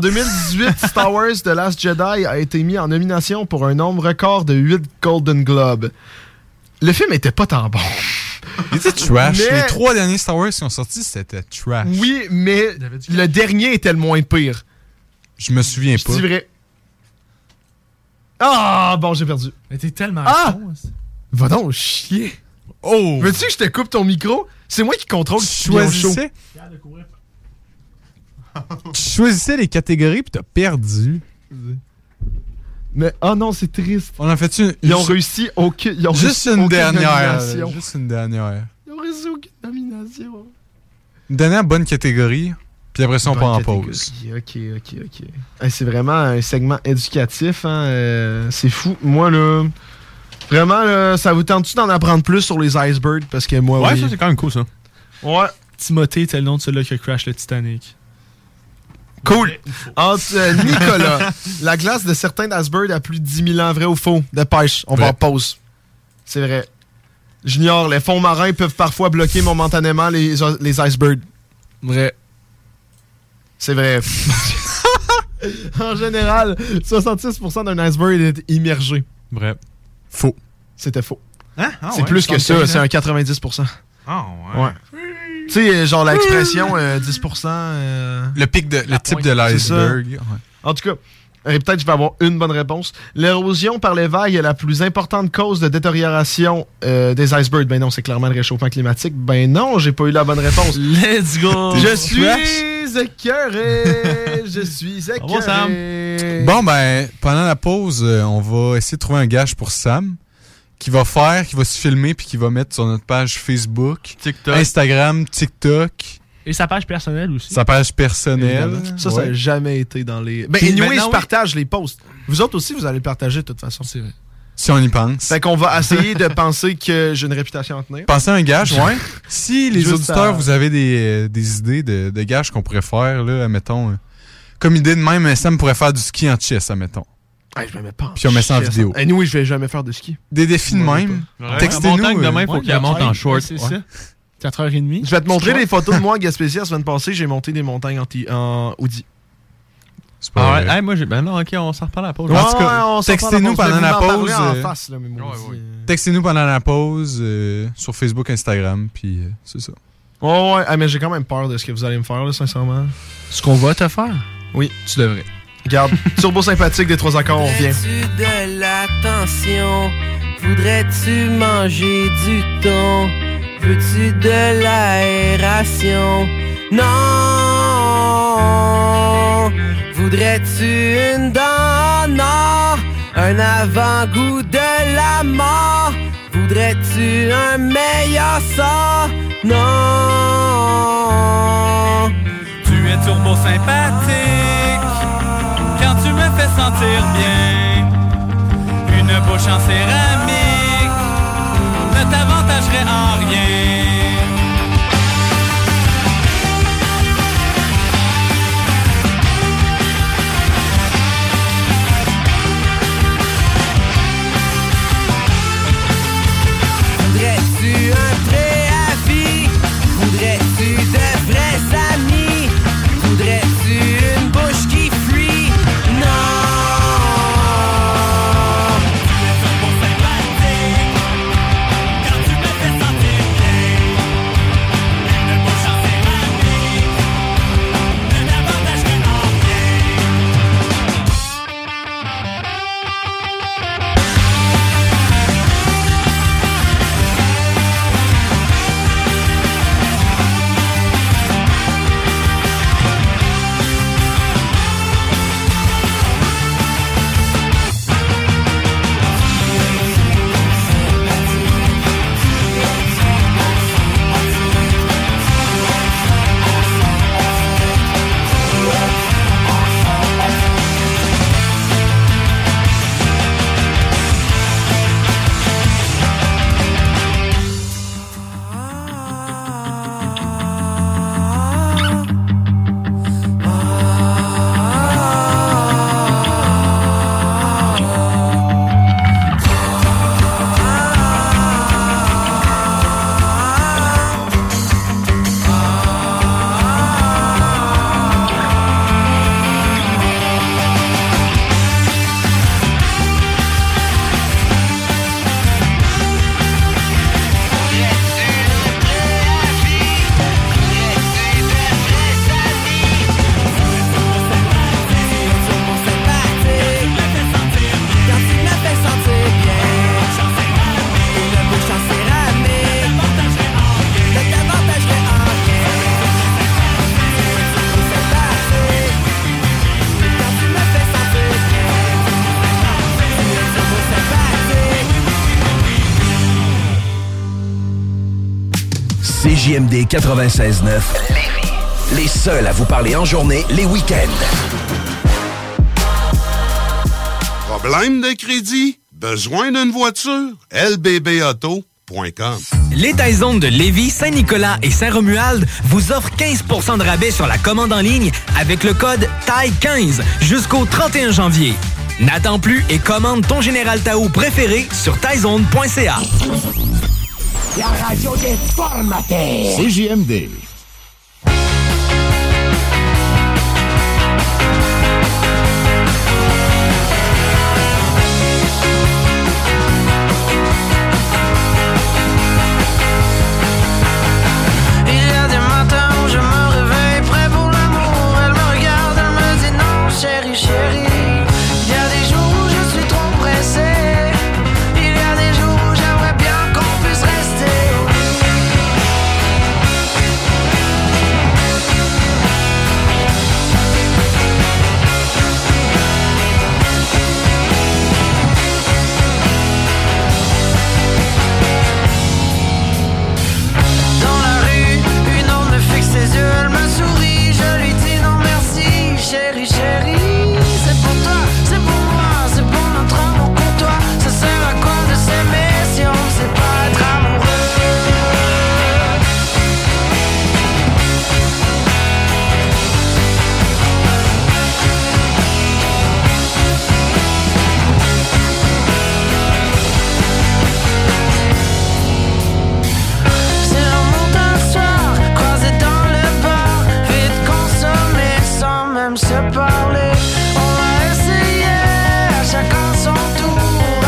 S3: 2018, Star Wars The Last Jedi a été mis en nomination pour un nombre record de 8 Golden Globes. Le film était pas tant bon.
S5: Il était trash.
S3: Mais-
S5: Les trois derniers Star Wars qui sont sortis, c'était trash.
S3: Oui, mais le dernier était le moins pire.
S5: Je me souviens pas.
S3: C'est vrai. Ah, bon, j'ai perdu.
S6: Mais t'es tellement
S3: Ah!
S6: con, hein, c'est-
S3: Va donc chier.
S5: Oh!
S3: Veux-tu que je te coupe ton micro? C'est moi qui contrôle
S5: Tu
S3: le show.
S5: choisissais, tu choisissais les catégories puis t'as perdu.
S3: Mais oh non, c'est triste.
S5: On en fait une.
S3: Ils ont réussi aucune. ils ont
S5: Juste
S3: réussi
S5: une
S3: aucune
S5: dernière.
S3: nomination.
S5: Juste une dernière.
S3: Ils ont réussi aucune nomination.
S5: Une dernière bonne catégorie, puis après ça, on
S3: Bonne
S5: part en
S3: catégorie.
S5: pause.
S3: Ok, ok, ok. Hey, c'est vraiment un segment éducatif. hein, euh, c'est fou. Moi, là. Vraiment, là, ça vous tente-tu d'en apprendre plus sur les icebergs? Parce que moi,
S4: Ouais,
S3: oui.
S4: ça, c'est quand même cool, ça.
S3: Ouais.
S6: Timothée était le nom de celui-là qui a crash le Titanic.
S3: Cool. Entre euh, Nicolas, la glace de certains d'Asberg a plus de 10 000 ans, vrai ou faux, de pêche. On va en pause. C'est vrai. Junior, les fonds marins peuvent parfois bloquer momentanément les, les icebergs. Vrai. C'est vrai. en général, 66% d'un iceberg est immergé.
S4: Vrai.
S3: Faux. C'était faux.
S4: Hein? Ah
S3: c'est
S4: ouais,
S3: plus que ça,
S4: 75,
S3: c'est
S4: hein?
S3: un 90%.
S4: Ah ouais.
S3: Ouais. Tu sais, euh, genre l'expression euh, 10%. euh,
S5: Le pic de, le type de
S3: C'est
S5: l'iceberg.
S3: ça. En tout cas, et peut-être je vais avoir une bonne réponse. L'érosion par les vagues est la plus importante cause de détérioration euh, des icebergs. Ben non, c'est clairement le réchauffement climatique. Ben non, j'ai pas eu la bonne réponse.
S9: Let's go!
S3: Je
S9: T'es
S3: suis écœuré! je suis écœuré!
S9: revoir, Sam.
S5: Bon, ben, pendant la pause, euh, on va essayer de trouver un gage pour Sam qui va faire, qui va se filmer puis qui va mettre sur notre page Facebook,
S4: TikTok.
S5: Instagram, TikTok,
S6: Et sa page personnelle aussi.
S5: sa page personnelle.
S6: Évidemment.
S3: Ça, ça
S5: Ouais.
S3: n'a jamais été dans les. Ben,
S5: Puis
S3: anyway,
S5: maintenant,
S3: je
S5: oui.
S3: partage les posts. Vous autres aussi, vous allez le partager de toute façon. C'est vrai.
S5: Si on y pense.
S3: Fait qu'on va essayer de penser que j'ai une réputation à tenir.
S5: Pensez à un gage, ouais. Si les
S3: Juste
S5: auditeurs,
S3: à-
S5: vous avez des, euh, des idées de, de gages qu'on pourrait faire, là, admettons, euh, comme idée de même, Sam pourrait faire du ski en chess, admettons.
S3: Ah, je me mets pas. en
S5: Puis on met ça en
S3: chess.
S5: vidéo.
S3: Eh, Anyway, je vais jamais faire de ski.
S5: Des défis de
S3: Moi,
S5: même.
S3: je vais pas.
S5: Textez-nous.
S3: Ouais,
S5: euh,
S3: ouais, quatre heures. Ouais, c'est ça.
S6: 4h30.
S3: Je vais te montrer des photos de moi à Gaspésia la semaine passée. J'ai monté des montagnes en, ti- en Audi.
S5: C'est
S4: pas
S3: pas
S4: ouais. Hey, moi, j'ai. Ben non, ok, on s'en reparle à la pause.
S5: En tout cas, textez-nous pendant la pause. euh,
S3: ouais, ouais.
S5: Textez-nous pendant la pause euh, sur Facebook, Instagram, puis euh, c'est ça.
S3: Ouais, ouais. Ah, mais j'ai quand même peur de ce que vous allez me faire, là, sincèrement.
S6: Ce qu'on va te faire.
S3: Oui, tu devrais. Regarde, turbo sympathique des trois accords, on revient.
S16: Voudrais-tu de l'attention? Voudrais-tu manger du thon? Veux-tu de l'aération? Non! Voudrais-tu une dent en or? Un avant-goût de la mort? Voudrais-tu un meilleur sort? Non!
S22: Tu es turbo sympathique quand tu me fais sentir bien. Une bouche en céramique ne t'avantagerait en rien.
S16: Voudrais-tu un préavis? Voudrais-tu de vrais amis? Voudrais-tu une bouche qui fuit? Non!
S12: CJMD 96.9. Les seuls à vous parler en journée, les week-ends.
S8: Problème de crédit? Besoin d'une voiture? LBB Auto.
S10: Les Taizones de Lévis, Saint-Nicolas et Saint-Romuald vous offrent 15 de rabais sur la commande en ligne avec le code TAI15 jusqu'au 31 janvier. N'attends plus et commande ton Général Tao préféré sur taizone.ca.
S16: La radio des formateurs.
S20: CJMD.
S16: Il y a des matins où je me réveille prêt pour l'amour. Elle me regarde, elle me dit non, chérie, chérie. Il y a des jours où je suis trop pressé. Il y a des jours où j'aimerais bien qu'on puisse rester. Dans la rue, une homme me fixe ses yeux, elle me sourit. Je lui dis non merci, chérie, chérie. C'est pour toi, c'est pour moi, c'est pour notre amour courtois. Ça sert à quoi de s'aimer si on ne sait pas être amoureux? C'est l'on monte un soir, croisé dans le bar, vite consommé sans même se parler. On va essayer, à chacun son tour,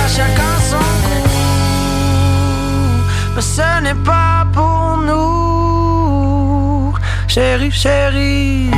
S16: à chacun son coup. Mais ce n'est pas pour nous, chérie, chérie.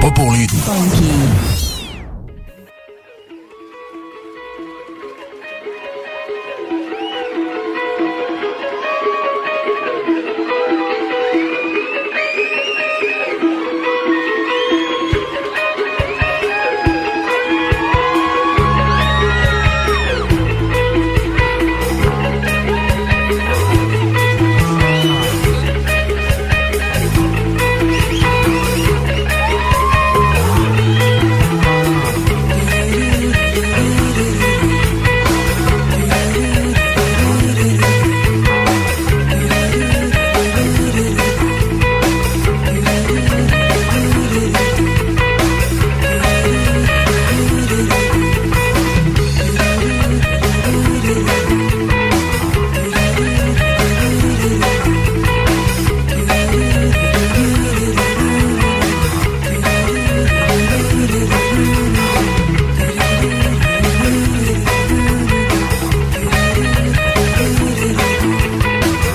S12: Pas pour les doux.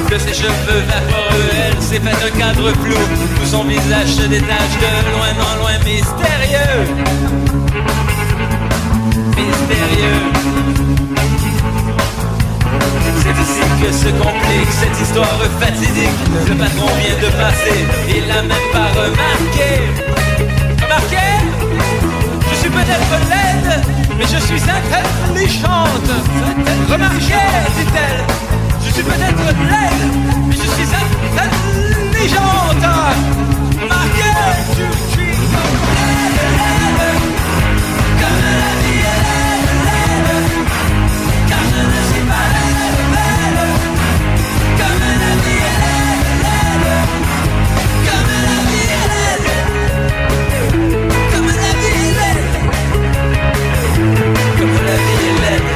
S1: De ses cheveux vaporeux, elle s'est fait un cadre flou Où son visage se détache de loin en loin mystérieux Mystérieux C'est ici que se complique cette histoire fatidique Le patron vient de passer, il l'a même pas remarqué Remarqué Je suis peut-être laide, mais je suis intelligente Remarqué, dit-elle je suis peut-être laide, mais je suis intelligente. Marqué, je suis comme laide, laide, comme la vie est laide, laide, car je ne suis pas laide, laide, comme la vie est laide, laide, comme la vie est laide, comme la vie est laide, comme la vie est laide.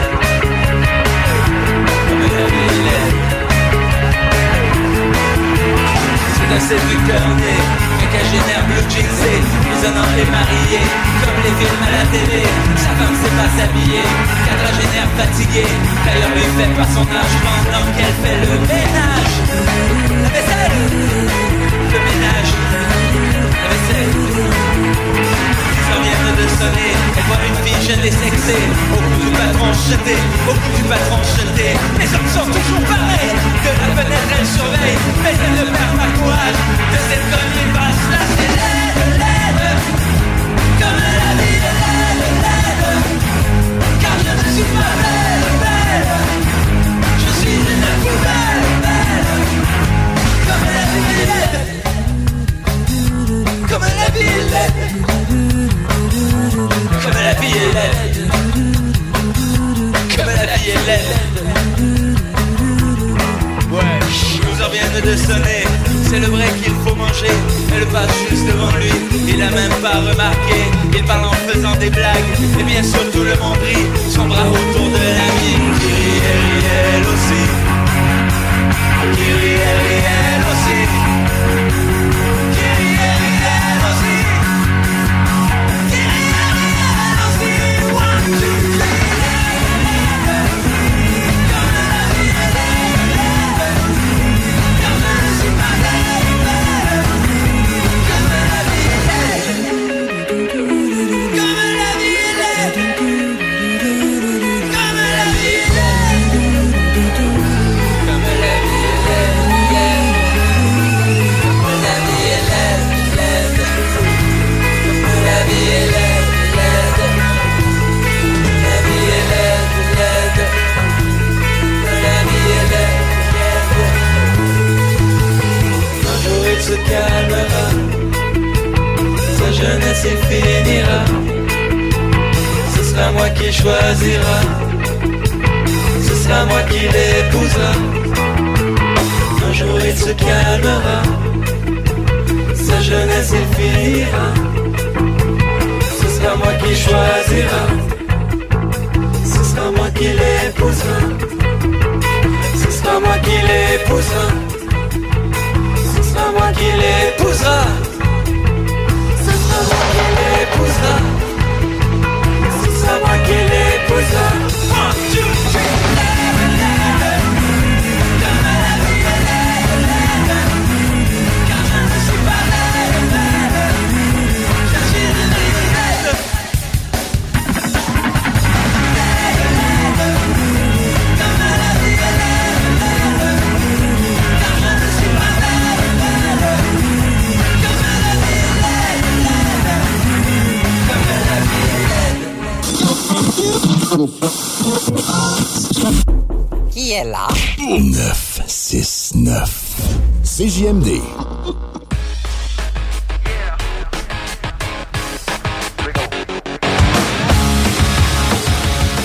S1: C'est un séducteur né, quinquagénaire blue jeansé, prisonnant les mariés, comme les films à la télé. Sa femme sait pas s'habiller, quadragénaire fatigué, d'ailleurs il fait par son âge pendant qu'elle fait le ménage. La vaisselle, le ménage,
S16: la vaisselle. Ça vient de sonner, elle voit une fille jeune et sexée. Au bout du patron jeté, au bout du patron jeté. Les hommes sont toujours pareils, de la fenêtre elle surveille. Mais elle ne perd pas courage, de cette connerie passe la l'aide, l'aide. Comme la vie de l'aide, l'aide. Car je ne suis pas belle, belle. Je suis une poubelle, belle. Comme la vie de l'aide comme la ville Comme la ville Comme la ville Ouais, nous en viennent de sonner C'est le vrai qu'il faut manger Elle passe juste devant lui Il a même pas remarqué Il parle en faisant des blagues Et bien sûr tout le monde rit Son bras autour de la mine Qui rit, elle rit, elle aussi Qui rit, elle rit, elle aussi Qui rit, elle rit, elle aussi Un jour il se calmera, sa jeunesse il finira. Ce sera moi qui choisira, ce sera moi qui l'épousera. Un jour il se calmera, sa jeunesse il finira. Ce sera moi qui choisira, ce sera moi qui l'épousera. Ce sera moi qui l'épousera. Ce sera moi qui l'épousera. Ce sera moi qui l'épousera. Ce sera moi qui l'épousera. One, two, three.
S23: Qui est là?
S7: 969. CJMD.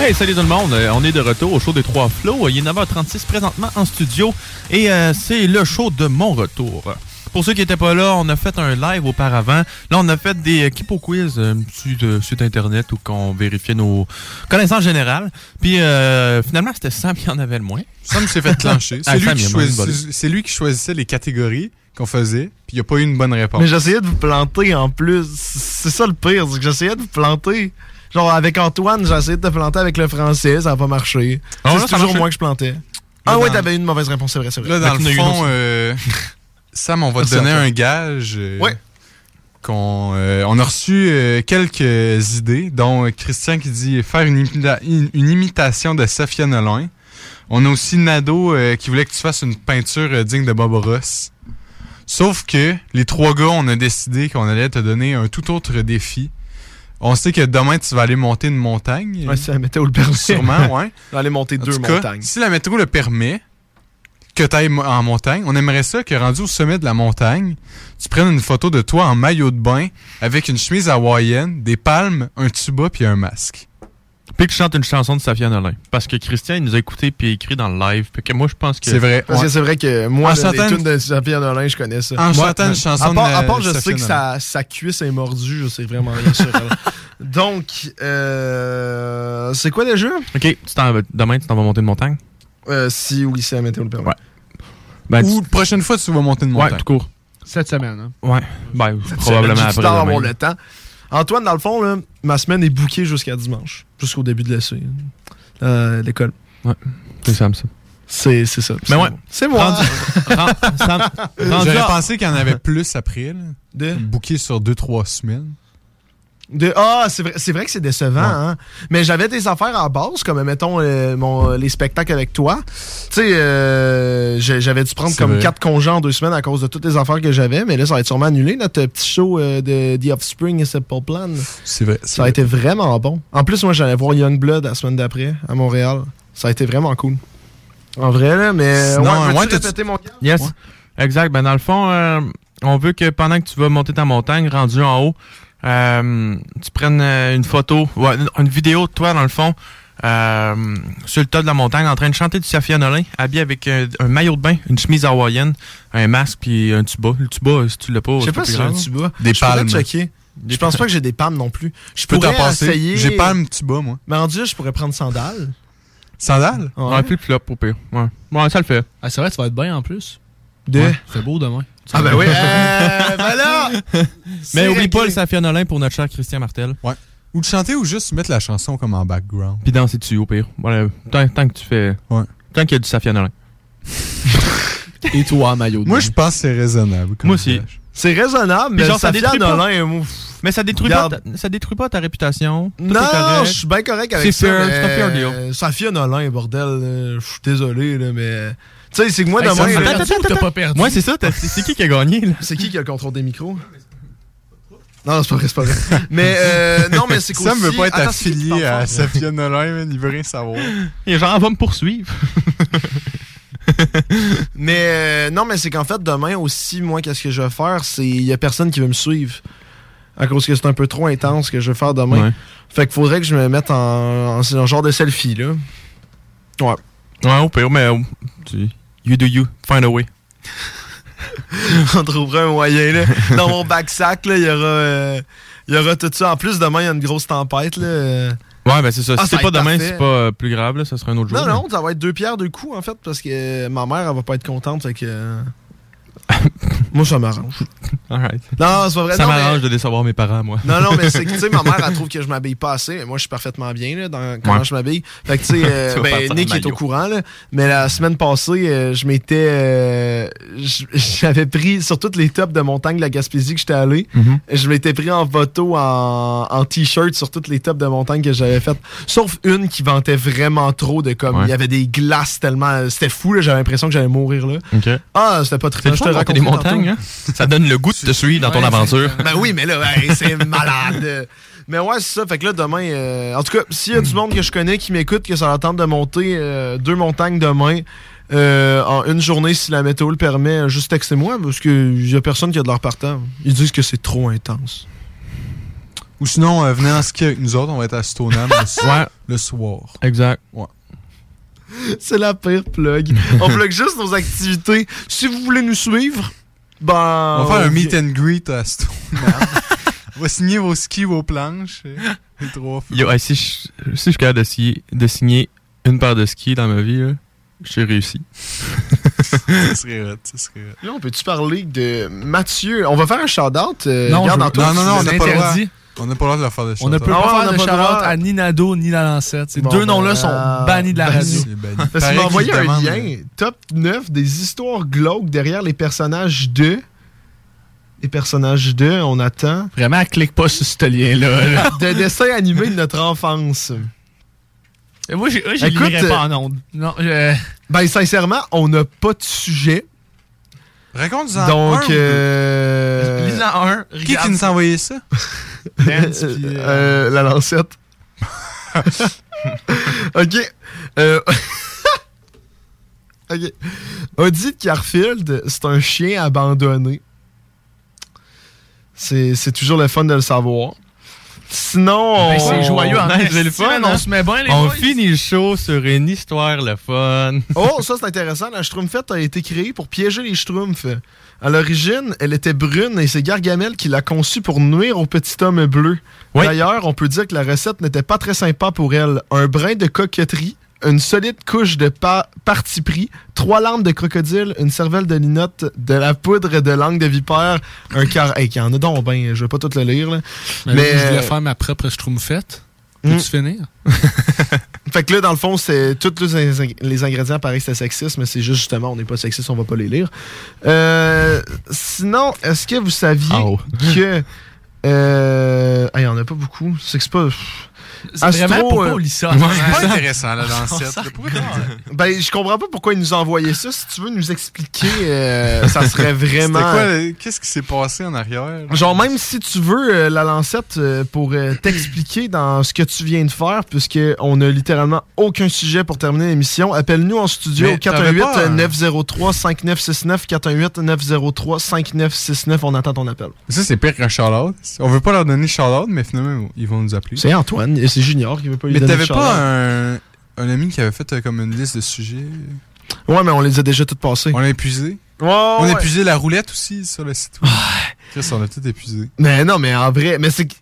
S4: Hey, salut tout le monde. Euh, On est de retour au show des Trois Flots. Il est 9h36 présentement en studio et euh, c'est le show de mon retour. Pour ceux qui n'étaient pas là, on a fait un live auparavant. Là, on a fait des euh, Kipo Quiz, euh, un petit euh, site internet où on vérifiait nos connaissances générales. Puis euh, finalement, c'était Sam qui en avait le moins. Ah,
S5: Sam s'est fait clencher.
S3: Ah,
S5: C'est lui, qui choisit- c'est lui qui choisissait les catégories qu'on faisait, puis il n'y a pas eu une bonne réponse.
S3: Mais j'essayais de vous planter en plus. C'est ça le pire, c'est que j'essayais de vous planter. Genre avec Antoine, j'ai essayé de te planter avec le français, ça n'a pas marché.
S5: Ah ouais,
S3: c'est
S5: ça
S3: toujours
S5: marchait.
S3: moi que je plantais.
S5: Là,
S3: ah ouais,
S5: dans-
S3: t'avais une mauvaise réponse, c'est vrai, c'est vrai.
S5: Là, dans
S3: Fait
S5: le
S3: qu'il y en a eu une
S5: fond,
S3: autre.
S5: euh, Sam, on va te
S3: Merci
S5: donner
S3: à toi.
S5: un gage. euh,
S3: Ouais.
S5: qu'on, euh, on a reçu euh, quelques idées, dont euh, Christian qui dit faire une, imita- une- une imitation de Safia Nolin. On a aussi Nado euh, qui voulait que tu fasses une peinture euh, digne de Bob Ross. Sauf que les trois gars, on a décidé qu'on allait te donner un tout autre défi. On sait que demain, tu vas aller monter une montagne.
S3: Ouais, si la météo le permet.
S5: Sûrement, ouais.
S3: On va aller monter
S5: En
S3: deux
S5: tout cas,
S3: montagnes.
S5: Si la météo le permet, que tu ailles en montagne, on aimerait ça que rendu au sommet de la montagne, tu prennes une photo de toi en maillot de bain avec une chemise hawaïenne, des palmes, un tuba puis un masque.
S4: Puis que je chante une chanson de Safia Nolin. Parce que Christian, il nous a écouté puis il a écrit dans le live. Puis que moi, je pense que.
S5: C'est vrai.
S3: Parce que c'est vrai que moi,
S4: En
S3: là, les
S4: chantant-
S3: tunes de Sophia Nolin, je connais ça.
S4: En
S3: Ouais,
S4: chantant une
S3: ouais.
S4: chanson
S3: à part,
S4: de
S3: à part, je
S4: Sophia
S3: sais que
S5: hein.
S3: sa, sa cuisse est mordue, je sais vraiment rien sur elle. Donc, euh, c'est quoi déjà?
S4: Ok, tu t'en vas- demain, tu t'en vas monter une montagne?
S3: Euh, si ou lycée à météo le permet.
S4: Ouais. Bah,
S5: Ou prochaine fois, tu vas monter une montagne.
S4: Ouais, tout court.
S24: Cette semaine. Hein?
S4: Ouais. Ben, probablement
S3: J'ai du
S4: après.
S3: temps à avoir
S4: demain.
S3: le temps. Antoine, dans le fond, là, ma semaine est bouquée jusqu'à dimanche, jusqu'au début de l'essai, euh, l'école.
S4: Ouais, c'est Sam, ça.
S3: C'est c'est ça.
S4: Mais Ben ouais.
S3: C'est moi.
S4: Rendu- ren- ça- rendu
S5: J'aurais
S4: à-
S5: pensé qu'il y en avait plus après. Là. Booké sur 2-3 semaines.
S3: De- ah, c'est vrai, c'est vrai que c'est décevant. Hein? Mais j'avais des affaires à la base, comme mettons euh, mon, les spectacles avec toi. Tu sais, euh, j'ai- j'avais dû prendre
S5: C'est
S3: comme
S5: vrai.
S3: quatre congés en deux semaines à cause de toutes les affaires que j'avais, mais là, ça va être sûrement annulé, notre petit show euh, de The Offspring et Simple Plan.
S5: C'est vrai.
S3: Ça a été vraiment bon. En plus, moi, j'allais voir Youngblood la semaine d'après à Montréal. Ça a été vraiment cool. En vrai, là, mais.
S4: Sinon,
S3: Euh, ouais, peux-tu
S4: ouais, t'as-
S3: répéter mon gars?
S4: Yes. Exact. Ben, dans le fond, euh, on veut que pendant que tu vas monter ta montagne, rendu en haut, euh, tu prennes euh, une photo, ouais, une- une vidéo de toi, dans le fond, euh, sur le top de la montagne, en train de chanter du Safia Nolin, habillé avec un, un maillot de bain, une chemise hawaïenne, un masque, puis un tuba. Le tuba, euh, si tu l'as pas,
S3: Je sais pas si j'ai un tuba.
S4: Des
S3: Je pourrais
S4: palmes.
S3: checker. Je pense pas que j'ai des palmes non plus. Je
S5: Je peux t'en
S3: pourrais
S5: passer.
S3: essayer.
S5: J'ai pas un petit bas, moi.
S3: Mais en Dieu, je pourrais prendre sandales.
S5: Sandales?
S3: Ouais.
S4: Ouais, flip-flop, au pire. Ouais. Ouais, ça le fait.
S6: Ah, c'est vrai, tu vas être bien en plus.
S3: De?
S6: Ouais, c'est beau demain.
S3: Ah, ben oui. Euh, ben là!
S4: Mais
S5: C'est
S4: oublie
S5: réglé.
S4: pas le Safia Nolin pour notre cher Christian Martel.
S5: Ouais. Ou de chanter ou juste mettre la chanson comme en background.
S4: Puis danser dessus, au pire. Voilà, tant, tant que tu fais. Tant qu'il y a du Safia Nolin.
S6: Et toi, maillot
S5: Moi, je pense que c'est raisonnable.
S4: Moi aussi.
S3: C'est raisonnable,
S4: Puis
S3: mais
S4: genre, ça
S3: ça
S4: détruit pas. Mais ça détruit, pas
S3: Regarde.
S4: ta, ça détruit pas ta réputation. Tout est
S3: Non,
S4: correct.
S3: je suis bien correct avec
S4: C'est
S3: ça.
S4: fair,
S3: mais,
S4: c'est un fair deal.
S3: euh, Safia Nolin, bordel. euh, Je suis désolé, là, mais. Tu sais, c'est que moi,
S4: Hey,
S3: demain.
S4: ça, t'as
S3: là-
S4: perdu ou t'as pas perdu? Ouais, c'est ça, t'as- c'est- c'est qui qui a gagné, là?
S3: C'est qui qui a le contrôle des micros? Non, c'est pas vrai, c'est pas vrai. Mais euh, non, mais c'est
S5: Ça
S3: qu'aussi-
S5: me veut pas être
S3: Attends, c'est qui qui
S5: affilié
S3: t'en
S5: à
S3: parle?
S5: Safia Nolin, man, il veut rien savoir.
S4: Et genre, va me poursuivre.
S3: Mais euh, non, mais c'est qu'en fait, demain aussi, moi, qu'est-ce que je vais faire, c'est il y a personne qui veut me suivre. À cause que c'est un peu trop intense ce que je vais faire demain.
S4: Ouais.
S3: Fait qu'il faudrait que je me mette en, en- c'est un genre de selfie, là. Ouais.
S4: Ouais, au pire, mais. euh, tu- You do you, find a way.
S3: On trouvera un moyen, là. Dans mon backsack, là, il y aura, euh, il y aura tout ça. En plus, demain, il y a une grosse tempête, là.
S4: Ouais, ben c'est ça.
S3: Ah,
S4: si c'est
S3: ça
S4: pas
S3: va être
S4: demain,
S3: parfait.
S4: c'est pas euh, plus grave, là, ça sera un autre jour.
S3: Non,
S4: là.
S3: non, ça va être deux pierres, deux coups, en fait, parce que euh, ma mère, elle va pas être contente, fait que. euh, Moi, ça m'arrange.
S4: Alright.
S3: Non, c'est pas vrai.
S4: Ça
S3: non, mais-
S4: m'arrange de décevoir mes parents, moi.
S3: Non, non, mais c'est que, tu sais, ma mère, elle trouve que je m'habille pas assez. mais Moi, je suis parfaitement bien, là, dans comment
S4: Ouais.
S3: je m'habille. Fait que, tu sais, euh,
S4: Tu vas partir
S3: ben,
S4: en
S3: Nick est
S4: maillot.
S3: au courant, là. Mais la semaine passée, euh, je m'étais. euh, j- J'avais pris, sur toutes les tops de montagne de la Gaspésie que j'étais allé,
S4: Mhm.
S3: je m'étais pris en photo en, en t-shirt sur toutes les tops de montagne que j'avais faites. Sauf une qui ventait vraiment trop de comme. Il
S4: Ouais.
S3: y avait des glaces tellement. C'était fou, là. J'avais l'impression que j'allais mourir, là.
S4: Ok.
S3: Ah, c'était pas très
S4: C'est le fun de monter des montagnes, hein? Ça donne le goût de te suivre dans ton
S3: Ouais,
S4: aventure.
S3: Ben oui, mais là, hey, c'est malade. Mais ouais, c'est ça. Fait que là, demain, euh, en tout cas, s'il y a du monde que je connais qui m'écoute, que ça leur tente de monter euh, deux montagnes demain, euh, en une journée, si la météo le permet, euh, juste textez-moi, parce qu'il y a personne qui a de leur partant. Ils disent que c'est trop intense.
S5: Ou sinon, euh, venez en ski avec nous autres, on va être à Stoneham le, so-
S4: Ouais.
S5: le soir.
S4: Exact.
S5: Ouais.
S3: C'est la pire plug. On plug juste nos activités. Si vous voulez nous suivre, ben.
S5: On va faire un meet and greet à Stoneham. on va signer vos skis, vos planches. et Les trois feux.
S4: Yo, hey, si je si je suis capable de, signer- de signer une paire de skis dans ma vie, là, j'ai réussi.
S5: ça serait hot, ça serait hot.
S3: Là, on peut-tu parler de Mathieu? On va faire un shout-out. euh,
S6: Non,
S3: regarde,
S6: je-
S3: Antoine,
S5: Non, non, non, on
S3: tu l'as
S5: n'a pas le droit.
S6: interdit.
S5: On n'a pas le droit de leur faire de
S6: On ne peut
S3: Ah ouais,
S6: pas
S3: on
S6: faire
S3: a
S6: de
S3: pas le
S6: shout-out
S3: droit.
S6: à ni Nado ni la Lancette. Ces
S3: Bon,
S6: deux
S3: ben,
S6: noms-là sont
S3: euh,
S6: bannis de la
S3: bannis.
S6: radio.
S5: C'est banni.
S3: Parce qu'il
S5: Pareil
S3: m'a envoyé
S5: qu'il
S3: un
S5: demande,
S3: lien, top 9 des histoires glauques derrière les personnages de. Les personnages de, on attend.
S6: Vraiment, clique pas sur ce lien-là. là.
S3: de dessins animés de notre enfance.
S6: Et Moi, j'ai- moi, je
S3: Écoute,
S6: lirai pas
S3: euh,
S6: en ondes. Non, euh, je-
S3: Ben, sincèrement, on n'a pas de sujet.
S5: Raconte-nous en un
S3: Donc,
S5: ou
S3: euh,
S6: Lis-en un.
S5: deux. Qui qui nous a envoyé ça?
S6: Dance, puis, euh,
S3: euh, la lancette. ok. Euh, ok. Audit Carfield, c'est un chien abandonné. C'est c'est toujours le fun de le savoir. Sinon,
S6: Ben,
S3: on-
S6: c'est joyeux en
S4: Ouais, c'est le
S6: esti,
S4: fun,
S6: man,
S4: hein.
S6: On se met bien, les
S4: On
S6: boys.
S4: finit le show sur une histoire le fun.
S3: Oh, ça c'est intéressant. La Schtroumpfette a été créée pour piéger les Schtroumpfs. À l'origine, elle était brune et c'est Gargamel qui l'a conçue pour nuire au petit homme bleu.
S4: Oui.
S3: D'ailleurs, on peut dire que la recette n'était pas très sympa pour elle. Un brin de coquetterie, une solide couche de pa- parti pris, trois larmes de crocodile, une cervelle de linotte, de la poudre de langue de vipère, un cœur. Hey, qu'il y en a donc ben, je vais pas tout le lire. là.
S6: Mais là, je voulais
S3: euh,
S6: faire ma propre schtroumpfette.
S3: Mm.
S6: Peux-tu finir?
S3: Fait que là, dans le fond, c'est tous les, ing- les ingrédients, pareil, c'était sexiste, mais c'est juste justement, on n'est pas sexiste, on va pas les lire. Euh, sinon, est-ce que vous saviez que. Euh, ah, il y en a pas beaucoup. C'est que c'est pas. euh,
S6: C'est vraiment pourquoi on lit ça? Ouais, ça.
S3: c'est pas intéressant, là, dans
S6: On
S3: le set.
S6: s'en
S3: là. Pourquoi t'as- Ben, je comprends pas pourquoi ils nous ont envoyé ça. Si tu veux nous expliquer, euh, ça serait vraiment.
S5: C'était quoi, euh, Qu'est-ce qui s'est passé en arrière? là?
S3: Genre, même si tu veux euh, la lancette euh, pour euh, t'expliquer dans ce que tu viens de faire, puisqu'on a littéralement aucun sujet pour terminer l'émission, appelle-nous en studio
S5: Mais
S3: au
S5: t'avais pas un-
S3: 418-903-5969. 418-903-5969. On attend ton appel.
S5: Ça, c'est pire qu'un shout-out. On veut pas leur donner shout-out, mais finalement, ils vont nous appeler.
S3: C'est Antoine, et c'est Junior qui veut pas lui
S5: Mais
S3: donner
S5: t'avais
S3: de
S5: pas un,
S3: shout-out.
S5: un ami qui avait fait euh, comme une liste de sujets?
S3: Ouais, mais on les a déjà toutes passées.
S5: On a épuisé.
S3: on
S5: a
S3: ouais.
S5: épuisé la roulette aussi sur le site. web. Chris, on a tout épuisé.
S3: Mais non, mais en vrai, mais c'est que- Tu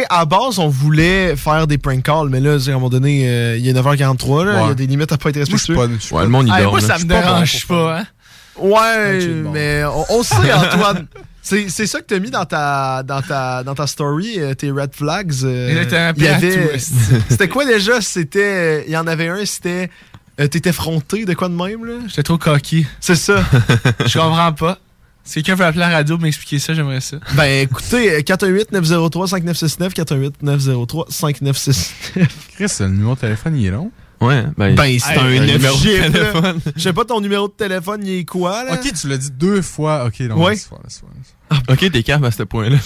S3: sais, à base, on voulait faire des prank calls, mais là, à un moment donné, euh, il est 9h43, là, il y a
S6: Ouais.
S3: des limites à pas être respectueux.
S6: Ouais, le monde, il
S3: Hey,
S6: dort,
S3: Moi,
S6: là.
S3: ça
S6: Je
S3: me
S6: suis pas bon
S3: dérange
S6: pour
S3: pas, hein? Ouais, mais on, on sait, Antoine. C'est c'est ça que t'as mis dans ta, dans ta, dans ta story, euh, tes red flags. euh,
S6: Exactement,
S3: il y
S6: puis à
S3: avait-
S6: twist.
S3: C'était quoi déjà? C'était. euh, Il y en avait un, c'était. euh, T'étais fronté de quoi de même, là?
S6: J'étais trop coquille.
S3: C'est ça.
S6: Je comprends pas. Si quelqu'un veut appeler la radio pour m'expliquer ça, j'aimerais ça.
S3: Ben écoutez, 418-903-5969, 418-903-5969.
S5: Chris, le numéro de téléphone, il est long.
S4: Ouais, ben,
S3: Ben, c'est un numéro de
S5: chip, là.
S3: téléphone. Je sais pas ton numéro de téléphone, il est quoi, là?
S5: Ok, tu l'as dit deux fois. Ok, non,
S3: Ouais.
S5: laisse faire, laisse faire.
S4: Ok, t'es calme à ce point-là.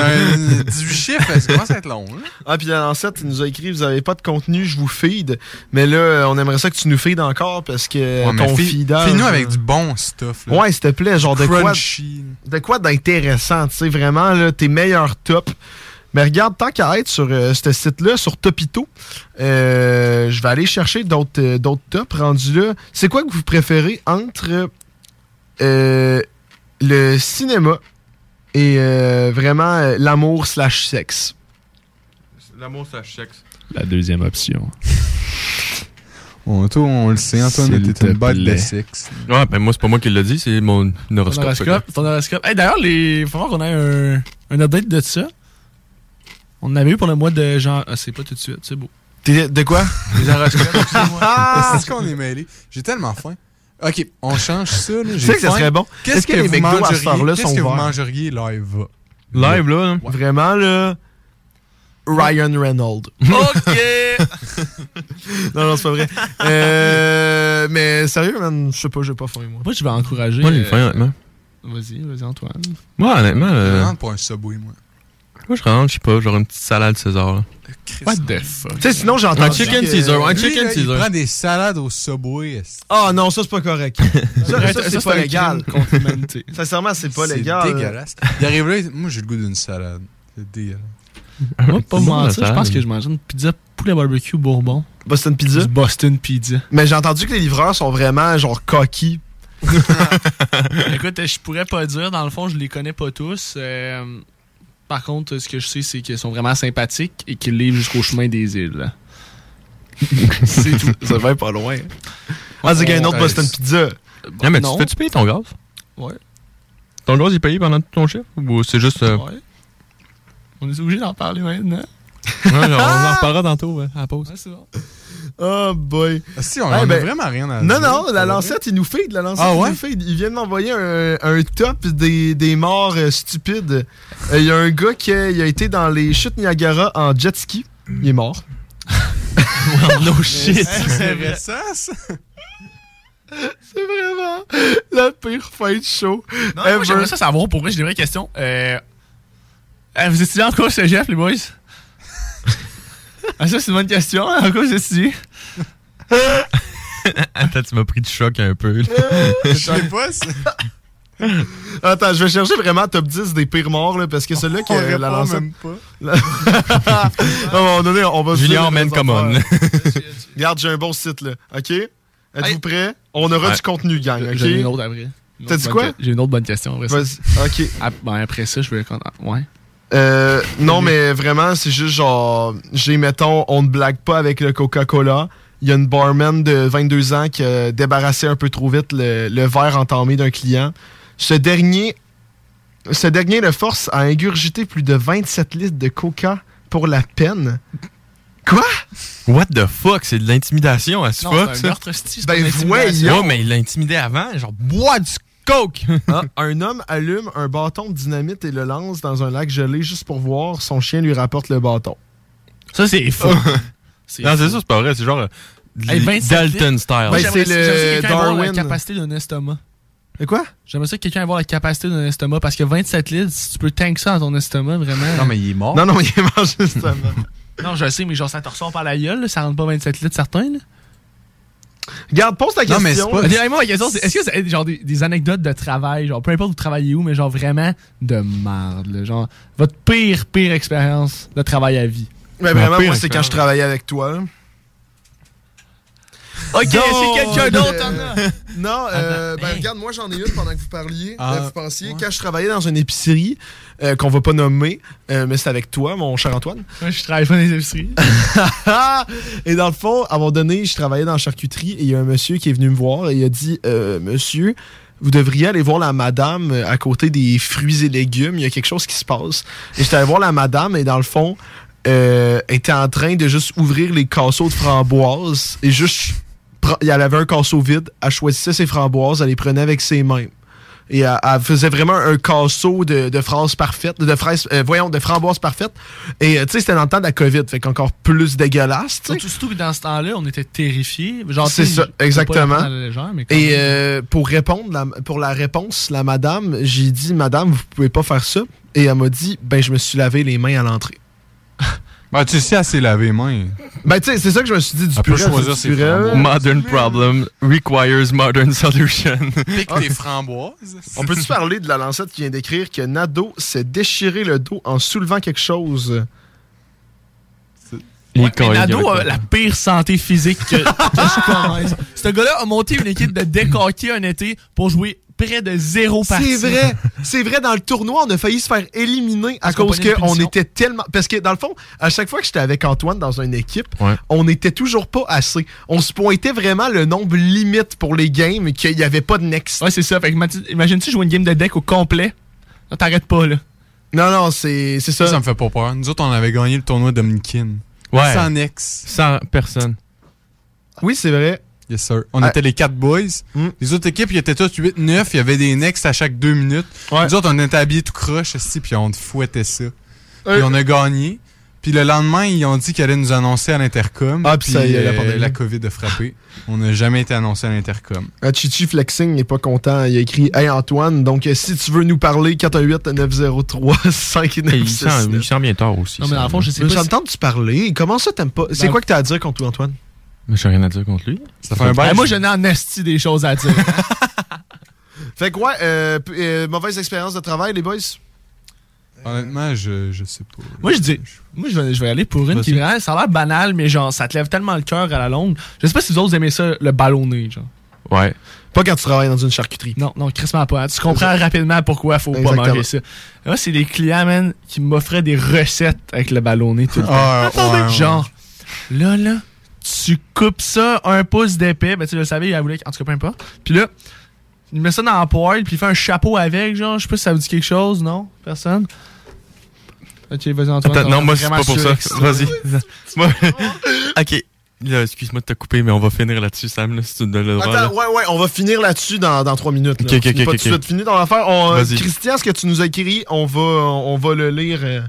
S5: un 18 chiffres, ça commence à être long. hein.
S3: Ah, puis la lancette, il nous a écrit Vous avez pas de contenu, je vous feed. Mais là, on aimerait ça que tu nous feed encore parce que
S5: Ouais, mais
S3: Euh, ton
S5: fais-
S3: feedage. euh,
S5: Fais-nous avec du bon stuff. Là.
S3: Ouais, s'il te plaît, genre de quoi.
S5: Crunchy.
S3: De quoi d'intéressant, tu sais, vraiment, là, tes meilleurs tops. Mais regarde, tant qu'à être sur euh, ce site-là, sur Topito, euh, je vais aller chercher d'autres euh, d'autres tops rendus là. C'est quoi que vous préférez entre euh, le cinéma et euh, vraiment euh, l'amour slash sexe?
S4: L'amour, ça sexe.
S5: La deuxième option. on, toi, on le sait, Antoine, t'es une botte de sexe.
S4: Ouais, ben moi, c'est pas moi qui l'ai dit, c'est mon
S6: Ton
S4: horoscope.
S6: horoscope. Ton horoscope. Hey, D'ailleurs, les... faut voir qu'on ait un... un update de ça. On en avait eu pour le mois de janvier. Ah, c'est pas tout de suite, c'est beau.
S3: de quoi?
S6: Les horoscopes.
S5: Ah! C'est ce qu'on est mêlé. J'ai tellement faim. Ok, on change ça. là,
S3: Tu
S5: j'ai
S3: sais que ça
S5: faim.
S3: serait bon. Est-ce
S5: Qu'est-ce
S3: que
S5: que,
S3: les
S5: vous
S3: McDo à ce
S5: mangeriez?
S3: soir-là
S5: Qu'est-ce
S3: sont
S5: que vous
S3: ouverts?
S5: mangeriez live?
S4: Live, là. hein?
S3: Vraiment, là. Ryan Reynolds.
S6: OK!
S3: non, non, c'est pas vrai. Euh, mais sérieux, man, je sais pas, j'ai pas faim, moi.
S6: Moi, je vais encourager.
S4: Moi, j'ai
S6: euh,
S4: faim, honnêtement.
S6: Vas-y, vas-y, Antoine.
S4: Moi, honnêtement,
S3: Ah,
S4: euh,
S5: Je rentre pour un subway, moi.
S4: moi, je rentre, je sais pas, genre une petite salade César, là.
S3: What
S6: the fuck?
S3: Tu sais, sinon, j'ai
S4: Un
S3: entendu
S4: chicken
S3: que-
S4: Caesar, un
S5: Lui,
S4: chicken
S5: là, Il
S4: Caesar.
S5: prend des salades au subway.
S3: Ah non, ça, c'est pas correct. Ça, ça,
S5: Ça,
S3: c'est
S5: c'est
S3: pas
S5: un
S3: légal.
S5: crime contre
S6: l'humanité.
S3: Sincèrement, c'est pas légal.
S5: C'est dégueulasse. Il arrive là, il dit, moi j'ai le goût d'une salade. C'est dégueulasse.
S4: Ah,
S6: Moi, pas
S5: C'est bon,
S6: mentir,
S5: la
S6: je pense
S5: salade.
S6: que je mangeais une pizza poulet barbecue bourbon.
S3: Boston Pizza?
S6: Du Boston Pizza.
S3: Mais j'ai entendu que les livreurs sont vraiment, genre, coquilles.
S6: Écoute, je pourrais pas dire. Dans le fond, je les connais pas tous. Euh, par contre, ce que je sais, c'est qu'ils sont vraiment sympathiques et qu'ils livrent jusqu'au chemin des îles. c'est tout.
S3: Ça va pas loin.
S6: Oh,
S3: Ah, c'est qu'il y a un autre Boston Pizza.
S4: Non, mais tu
S6: ben, Bah, non.
S4: fais-tu payer ton gaz?
S6: Ouais.
S4: Ton gaz, il est payé pendant tout ton chiffre? Ou c'est juste. euh,
S6: Ouais. On est obligé d'en parler maintenant.
S4: Ouais, on en
S6: Ah!
S4: reparlera tantôt euh, à la pause.
S6: Ouais, c'est bon. Ah, Eh
S3: Oh boy.
S5: Ah,
S3: ben,
S5: Si, on en a
S6: ben,
S5: vraiment rien à
S3: Non,
S5: dire,
S3: non,
S5: pour
S3: la
S5: vrai.
S3: lancette, il nous fait de la lancette.
S5: Ah
S3: il
S5: ouais?
S3: nous feed. Il vient de m'envoyer un, un top des, des morts euh, stupides. Euh, Il y a un gars qui a, il a été dans les chutes Niagara en jet ski. Il est mort. Oh,
S6: no
S5: shit. C'est intéressant, ça.
S3: C'est vraiment la pire fin de show.
S6: Non, moi, j'aimerais ça savoir pour vrai, j'ai des vraies questions. Euh, euh, vous étudiez en quoi au cégep, les boys? ah, ça, c'est une bonne question. hein, En quoi vous étudiez?
S4: Ah, Attends, tu m'as pris de choc un peu.
S3: Je sais
S5: pas si.
S3: Attends, je vais chercher vraiment top 10 des pires morts, là, parce que celui-là qui
S5: On
S3: a la
S5: répond
S3: lancette.
S5: même pas.
S3: La- à un moment donné, on va se
S4: Julien
S3: dire
S4: emmène
S3: des
S4: comme
S3: affaires.
S4: on.
S3: Regarde, j'ai un bon site, là. OK? Êtes-vous prêts? On aura
S6: Ouais.
S3: du contenu, gang. OK?
S6: J'ai une autre après. Une
S3: T'as
S6: autre
S3: dit
S6: bonne
S3: quoi?
S6: que- J'ai une autre bonne question. Après ça.
S3: Vas-y. OK.
S6: Ah, ben, après ça, je vais. ah, Ouais.
S3: Euh, non, mais vraiment, c'est juste genre, j'ai, mettons, on ne blague pas avec le Coca-Cola. Il y a une barman de 22 ans qui a débarrassé un peu trop vite le, le verre entamé d'un client. Ce dernier, ce dernier le force à ingurgiter plus de 27 litres de Coca pour la peine.
S4: Quoi? What the fuck? C'est de l'intimidation à ce
S6: Non,
S4: fuck,
S6: c'est un
S4: ça.
S6: meurtre, c'est-tu, c'est
S3: Ben,
S4: Ben,
S3: pas de l'intimidation.
S4: voyons! Ouais, mais il l'intimidait avant, genre, bois du coke!
S3: Ah, un homme allume un bâton de dynamite et le lance dans un lac gelé juste pour voir. Son chien lui rapporte le bâton.
S6: Ça, c'est faux.
S4: non, c'est ça, c'est pas vrai, c'est genre. euh,
S6: Hey, 27
S4: Dalton
S6: litres.
S4: style.
S3: Ben,
S6: Moi, j'aimerais- j'aimerais que quelqu'un ait la capacité d'un estomac.
S3: Et quoi?
S6: J'aimerais ça que quelqu'un ait la capacité d'un estomac parce que 27 litres, si tu peux tank ça dans ton estomac, vraiment.
S4: Non, mais il est mort.
S3: Non, non, il est mort justement.
S6: Non, je sais, mais genre, ça te ressort par la gueule, là, ça rentre pas 27 litres, certains.
S3: Garde, pose ta
S6: Non, mais
S3: question.
S6: c'est pas- Dis-moi, ma question, c'est est-ce que c'est genre des, des anecdotes de travail, genre peu importe où vous travaillez où, mais genre vraiment de merde, là, genre votre pire, pire expérience de travail à vie?
S3: Mais vraiment, moi, c'est quand je travaillais avec toi. là.
S6: Ok,
S3: Donc,
S6: c'est quelqu'un d'autre,
S3: euh, Non, euh, ben, regarde, moi j'en ai une pendant que vous parliez.
S6: Ah,
S3: Euh, vous pensiez, quand je travaillais dans une épicerie euh, qu'on va pas nommer, euh, mais c'est avec toi, mon cher Antoine.
S6: Moi, je travaille pas dans les épiceries.
S3: et dans le fond, à un moment donné, je travaillais dans la charcuterie et il y a un monsieur qui est venu me voir et il a dit Euh, Monsieur, vous devriez aller voir la madame euh, à côté des fruits et légumes, il y a quelque chose qui se passe. Et j'étais allé voir la madame et dans le fond, euh, elle était en train de juste ouvrir les casseaux de framboises et juste. pre- Elle avait un casseau vide, elle choisissait ses framboises, elle les prenait avec ses mains. Et elle, elle faisait vraiment un casseau de, de phrases parfaites, de fraises, euh, voyons, de framboises parfaites. Et euh, tu sais, c'était dans le temps de la COVID, fait qu'encore plus dégueulasse, tu sais.
S6: Surtout, surtout que dans ce temps-là, on était terrifiés. Genre,
S3: C'est
S6: tu sais, je- je
S3: ça,
S6: peux pas
S3: exactement.
S6: le prendre à la légère, Ah, mais quand
S3: Et
S6: même.
S3: euh, pour répondre, la- pour la réponse, la madame, j'ai dit, madame, vous pouvez pas faire ça. Et elle m'a dit, ben, je me suis lavé les mains à l'entrée.
S5: Ben, tu sais, assez lavé les mains.
S3: Ben, tu sais, c'est ça que je me suis dit du
S5: Elle peut
S3: purel,
S5: choisir
S3: c'est
S5: ses
S3: du purel.
S5: framboises.
S4: Modern problem requires modern solution.
S5: Pique tes framboises.
S3: Ah. On peut-tu parler de la lancette qui vient d'écrire que Nado s'est déchiré le dos en soulevant quelque chose?
S6: Ouais, mais Nado a la pire santé physique que, que je connaisse. Ce gars-là a monté une équipe de décoqués un été pour jouer près de zéro partie.
S3: C'est vrai, c'est vrai. Dans le tournoi, on a failli se faire éliminer à
S6: Parce qu'on
S3: cause
S6: prenait une
S3: qu'on
S6: punition.
S3: était tellement. Parce que dans le fond, à chaque fois que j'étais avec Antoine dans une équipe,
S4: Ouais.
S3: on n'était toujours pas assez. On se pointait vraiment le nombre limite pour les games qu'il n'y avait pas de next.
S6: Ouais, c'est ça. Fait que imagine- imagine-tu jouer une game de deck au complet. Là, T'arrêtes pas, là.
S3: Non, non, c'est ça.
S5: Ça me fait pas peur. Nous autres, on avait gagné le tournoi Dominikin.
S4: Ouais.
S5: Sans ex.
S4: Sans personne.
S3: Oui, c'est vrai.
S5: Yes, sir. On
S4: Ah.
S5: était les quatre boys.
S3: Hmm.
S5: Les autres équipes, ils étaient tous 8-9. Il y avait des next à chaque deux minutes. Nous autres, on était habillés tout croche, aussi, puis on fouettait ça. Puis
S3: Euh.
S5: on a gagné. Puis le lendemain, ils ont dit qu'ils allaient nous annoncer à l'intercom.
S3: Ah, puis ça y est, la
S5: euh,
S3: pandémie.
S5: la COVID a frappé. on n'a jamais été annoncé à l'intercom.
S3: Ah, Chichi Flexing n'est pas content. Il a écrit Hey Antoine, donc euh, si tu veux nous parler, 418-903-5969.
S4: Il sent, il sent bien tard aussi.
S3: Non, mais
S4: ça.
S3: dans le fond, je sais pas. J'entends-tu parler Comment ça, t'aimes pas C'est
S4: Ben-
S3: quoi que t'as à dire contre toi, Antoine
S4: Mais j'ai rien à dire contre lui. Ah, Ça fait un
S6: Ben,
S4: bail.
S6: moi, je n'ai en esti des choses à dire.
S3: Fait quoi, euh, mauvaise expérience de travail, les boys?
S5: Honnêtement, je, je sais pas.
S6: moi, je dis. Moi, je vais, je vais aller pour une qui, vraiment, ça a l'air banal, mais genre, ça te lève tellement le cœur à la longue. Je sais pas si vous autres aimez ça, le ballonné, genre.
S4: Ouais.
S3: Pas quand tu travailles dans une charcuterie.
S6: Non, non, crissement pas. Tu comprends rapidement pourquoi faut
S3: Exactement.
S6: pas manger ça. Moi, c'est les clients, man, qui m'offraient des recettes avec le ballonné tout le temps.
S5: Ah, ouais, ouais.
S6: genre, là, là, tu coupes ça un pouce d'épais. Ben, tu le savais, il a voulu, en tout cas, peu importe. Puis là, il met ça dans la poêle, puis il fait un chapeau avec, genre, je sais pas si ça vous dit quelque chose, non? Personne? Ok, vas-y, Antoine.
S4: Attends,
S6: t'en
S4: non,
S6: vas
S4: moi, c'est
S6: vraiment
S4: pas pour ça.
S6: surexcité.
S4: Vas-y. Moi- ok. Là, excuse-moi de te couper, mais on va finir là-dessus, Sam, là, si tu me donnes le droit.
S3: Attends,
S4: là.
S3: ouais, ouais, on va finir là-dessus dans, dans 3 minutes. là.
S4: Ok, ok,
S3: C'est
S4: ok,
S3: pas
S4: ok.
S3: tout de suite fini dans l'affaire. On, euh,
S4: Vas-y.
S3: Christian, ce que tu nous as écrit, on va, on va le lire euh,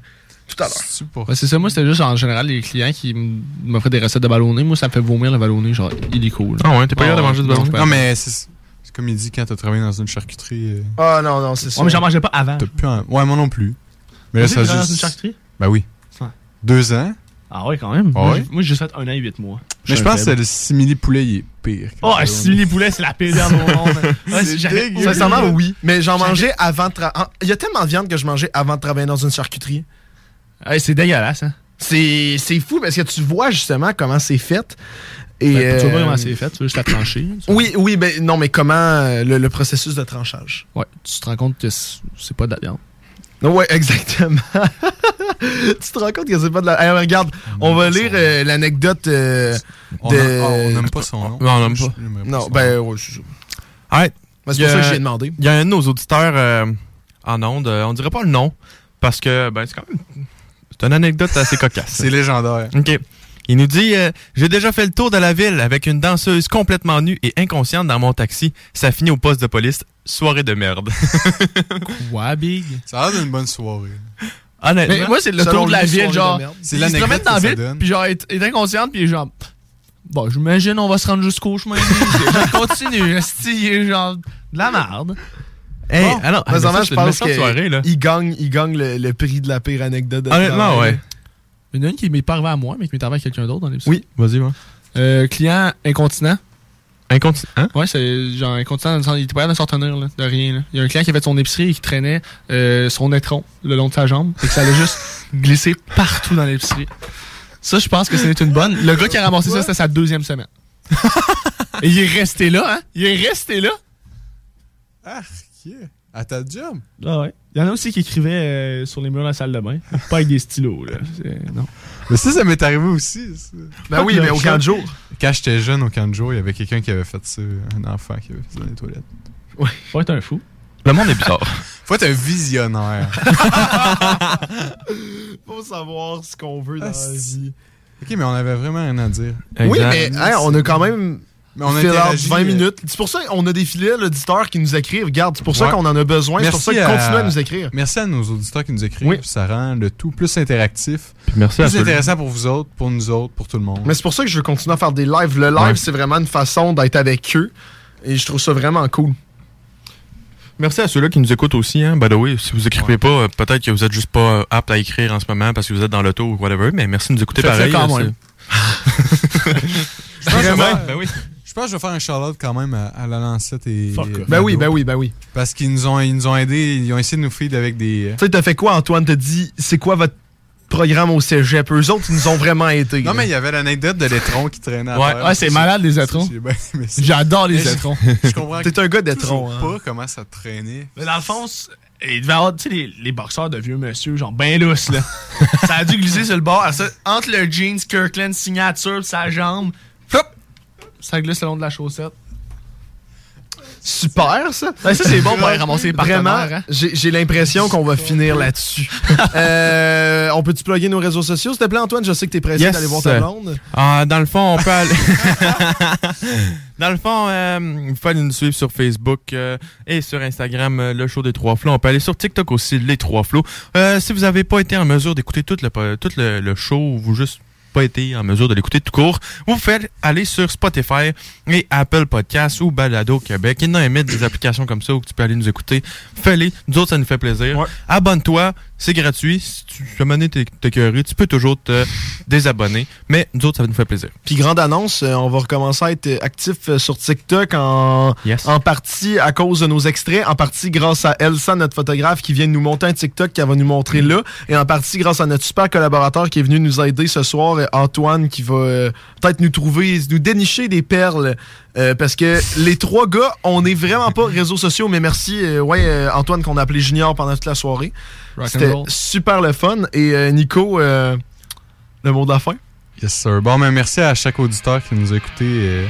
S3: tout à l'heure.
S6: Ouais, c'est ça, moi c'était juste en général les clients qui m- m'offraient des recettes de ballonné. Moi ça me fait vomir le ballonné, genre il est cool.
S4: Ah ouais, t'es pas capable de manger du ballonné?
S6: je suis pas
S5: Non,
S6: capable.
S5: mais c'est c'est comme il dit quand t'as travaillé dans une charcuterie. euh,
S3: Ah non, non, c'est ça.
S6: Ouais, mais j'en mangeais pas avant.
S5: T'as plus un- Ouais, moi non plus. Mais là,
S6: T'as
S5: ça
S6: été
S5: juste.
S6: dans une charcuterie?
S5: Ben oui.
S6: Ouais.
S5: Deux ans.
S6: Ah ouais, quand même.
S5: Ah
S6: Moi,
S5: ouais?
S6: j'ai- Moi j'ai juste fait un an et huit mois.
S5: Mais je pense que le simili poulet, il est pire.
S6: Oh, un simili poulet, c'est la pire viande au monde. Ouais,
S3: C'est
S6: j'avais-
S3: dégueu. Sincèrement, oui. Mais j'en
S6: J'avais-
S3: mangeais avant de travailler. Il y a tellement de viande que je mangeais avant de travailler dans une charcuterie.
S6: Ouais, c'est dégueulasse, hein.
S3: C'est c'est fou parce que tu vois justement comment c'est fait. Et,
S6: Ben, Tu vois
S3: euh,
S6: pas comment c'est fait, tu veux juste la trancher.
S3: Oui, oui, ben non, mais comment euh, le, le processus de tranchage.
S6: Ouais, tu te rends compte que c'est c'est pas de la viande.
S3: Non, ouais, exactement. tu te rends compte que c'est pas de la. Hey, regarde, on va lire euh, l'anecdote euh,
S5: On
S3: de.
S5: a- ah, on n'aime pas son nom.
S4: Non, on n'aime pas.
S3: Non, ben, ouais, c'est ça.
S4: Alright.
S3: Ben, c'est pour
S4: Il y a-
S3: ça que j'ai demandé.
S4: Il y a un de nos auditeurs euh, en onde. euh, on dirait pas le nom parce que ben, c'est quand même. C'est une anecdote assez cocasse.
S5: C'est légendaire.
S4: OK. Il nous dit euh, J'ai déjà fait le tour de la ville avec une danseuse complètement nue et inconsciente dans mon taxi. Ça finit au poste de police. Soirée de merde.
S6: Quoi, Big?
S5: Ça a l'air d'une bonne soirée.
S4: Honnêtement.
S6: Mais moi, c'est le
S5: Selon
S6: tour de la
S5: lui,
S6: ville,
S5: soirée
S6: genre.
S5: de merde.
S6: Ils
S5: C'est la
S6: se
S5: négrette
S6: remettent dans
S5: que
S6: la
S5: ça
S6: ville,
S5: donne.
S6: puis genre, être, être inconsciente, puis genre. Bon, j'imagine, on va se rendre jusqu'au chemin. je continue. esti, il est genre de la merde.
S3: Hey,
S6: Bon, Ah,
S3: alors,
S6: mais ça,
S3: présentement,
S6: c'est
S3: je
S6: une
S3: pense
S6: méchante soirée, là.
S3: qu'il gagne, il gagne le, le prix de la pire anecdote. de-
S6: Honnêtement,
S3: dans la-
S6: ouais. Il y en a une qui m'est pas arrivée à moi, mais qui m'est arrivée à quelqu'un d'autre dans l'épisode.
S4: Oui, vas-y, moi.
S6: Euh, client incontinent.
S4: Incontinent?
S5: hein?
S6: Ouais, c'est genre incontinent dans le sens, il était pas capable de s'en tenir, là, de rien, là. Il y a un client qui avait fait son épicerie et qui traînait euh, son étron le long de sa jambe et que ça allait juste glisser partout dans l'épicerie. Ça, je pense que c'était une bonne. Le gars qui a ramassé ça, c'était sa deuxième semaine. et il est resté là, hein? Il est resté là.
S5: Ah, À ta job?
S6: Ah ouais. Il y en a aussi qui écrivaient euh, sur les murs de la salle de bain. Pas avec des stylos, là. Non.
S5: Mais ça, ça m'est arrivé aussi. ça.
S6: Ben oui, mais au camp de jour.
S5: Quand j'étais jeune, au camp de jour, il y avait quelqu'un qui avait fait ça, un enfant qui avait fait ça dans les toilettes.
S6: Ouais. Faut être un fou.
S4: Le monde est bizarre.
S5: Faut être un visionnaire.
S3: Faut savoir ce qu'on veut dans
S5: Ah,
S3: la
S5: si.
S3: vie.
S5: ok, mais on avait vraiment rien à dire.
S3: Oui, mais hein, on a quand même.
S5: Mais on a
S3: fait l'heure de
S5: interagi,
S3: 20
S5: euh,
S3: minutes. C'est pour ça qu'on a des fidèles auditeurs qui nous écrivent. Regarde, c'est pour ça
S5: Ouais.
S3: qu'on en a besoin. C'est pour
S5: Merci
S3: ça qu'ils continuent à nous écrire.
S5: Merci à nos auditeurs qui nous écrivent. Ça rend le tout plus interactif.
S4: merci à
S5: plus
S4: tout le
S5: intéressant pour vous autres, pour nous autres, pour tout le monde.
S3: Mais c'est pour ça que je veux continuer à faire des lives. Le live,
S5: Ouais.
S3: c'est vraiment une façon d'être avec eux. Et je trouve ça vraiment cool.
S4: Merci à ceux-là qui nous écoutent aussi. Hein. By the way, si vous écrivez pas, euh, peut-être que vous êtes juste pas euh, apte à écrire en ce moment parce que vous êtes dans l'auto ou whatever, mais merci de nous écouter
S5: Faites-le
S4: pareil.
S5: quand
S4: euh,
S5: même.
S4: c'est-
S5: Je pense que je vais
S4: Vraiment?
S5: faire- ben Je pense que je vais faire un shout-out quand même à, à la Lancette et.
S3: Fuck
S5: et
S3: off.
S5: Mado.
S3: Ben oui, ben oui, ben oui.
S5: Parce qu'ils nous ont, ils nous ont aidés, ils ont essayé de nous feed avec des. euh,
S3: Tu sais, t'as fait quoi, Antoine? T'as dit, c'est quoi votre programme au cégep? Eux autres, ils nous ont vraiment aidés.
S5: Non, mais il y avait l'anecdote de l'étron qui traînait à terre.
S4: Ah,
S5: Ça,
S3: les
S5: étrons.
S6: J'adore
S5: Mais
S6: les
S5: je-
S6: étrons.
S5: Je comprends
S3: T'es un gars d'étron,
S5: toujours
S6: hein.
S5: pas comment ça traînait.
S6: Mais dans le fond, c'est- il devait avoir, tu sais, les, les boxeurs de vieux monsieur, genre ben lousses, là. ça a dû glisser sur le bord. Alors ça, entre le jeans Kirkland signature pis sa jambe, flop, ça glisse le long de la chaussette.
S3: Super, ça.
S6: Ben, ça, c'est bon pour aller ramasser les partenaires,
S3: Vraiment,
S6: hein.
S3: j'ai j'ai l'impression qu'on va finir là-dessus. Euh, on peut-tu plugger nos réseaux sociaux, s'il te plaît, Antoine? Je sais que t'es pressé
S4: Yes.
S3: d'aller voir ta blonde.
S4: Ah, dans le fond, on peut aller. dans le fond, euh, vous pouvez aller nous suivre sur Facebook euh, et sur Instagram, euh, le show des trois flots. On peut aller sur TikTok aussi, les trois flots. Euh, si vous n'avez pas été en mesure d'écouter tout le, po- tout le, le show, ou vous juste pas été en mesure de l'écouter tout court, vous pouvez aller sur Spotify et Apple Podcasts ou Balado Québec. Il y en a un mythe des applications comme ça où tu peux aller nous écouter. Fais-les. Nous autres, ça nous fait plaisir. Abonne-toi. C'est gratuit. Si tu te mener t'es t'es curé, tu peux toujours te désabonner. Mais nous autres, ça nous fait plaisir.
S3: Puis grande annonce, euh, on va recommencer à être euh, actif euh, sur TikTok en, en partie à cause de nos extraits, en partie grâce à Elsa, notre photographe, qui vient de nous monter un TikTok qu'elle va nous montrer là, et en partie grâce à notre super collaborateur qui est venu nous aider ce soir, euh, Antoine, qui va euh, peut-être nous trouver, nous dénicher des perles. euh, parce que les trois gars, on n'est vraiment pas réseaux sociaux, mais merci, euh, ouais, euh, Antoine, qu'on a appelé Junior pendant toute la soirée.
S6: Rock and
S3: C'était
S6: roll.
S3: super le fun. Et euh, Nico, euh, le mot de la fin?
S5: Yes, sir. Bon, ben, merci à chaque auditeur qui nous a écoutés euh,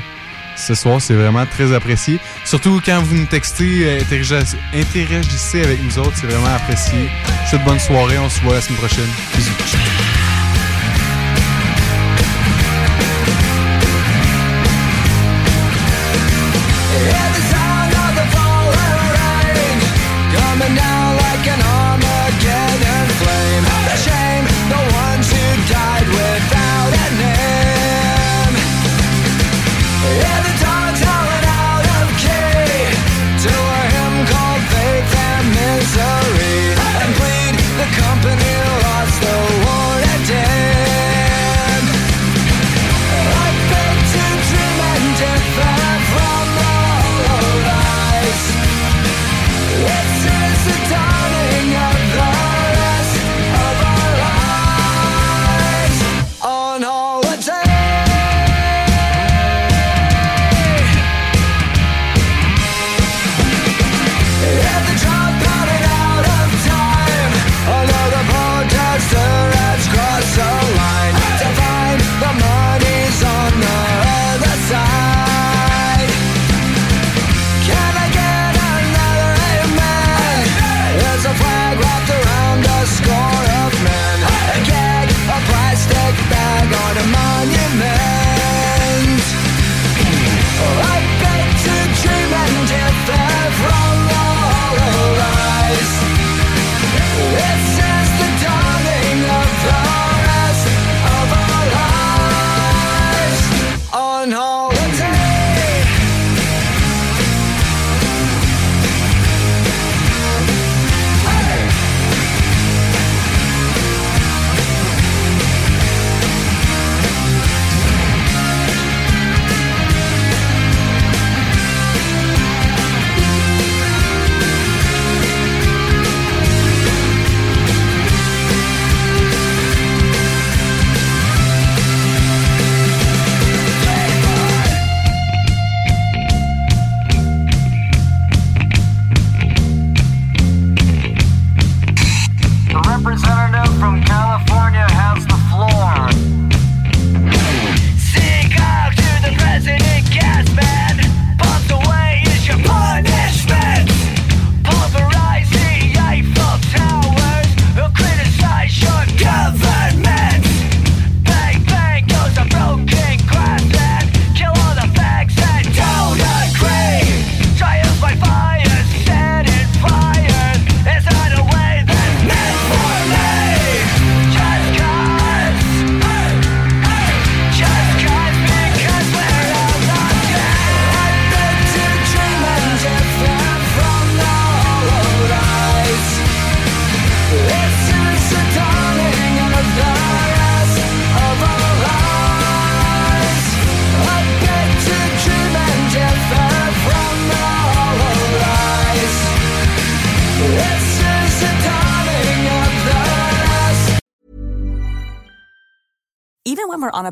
S5: ce soir. C'est vraiment très apprécié. Surtout quand vous nous textez, euh, interagissez- interagissez avec nous autres. C'est vraiment apprécié. Je vous souhaite bonne soirée. On se voit la semaine prochaine. Bisous.
S17: Hear the sound of the falling rain coming down like an Armageddon flame. What a shame, the ones who died without a name. Hear the dogs howling out of key to a hymn called faith and misery, and plead the company lost the war and
S2: when we're on a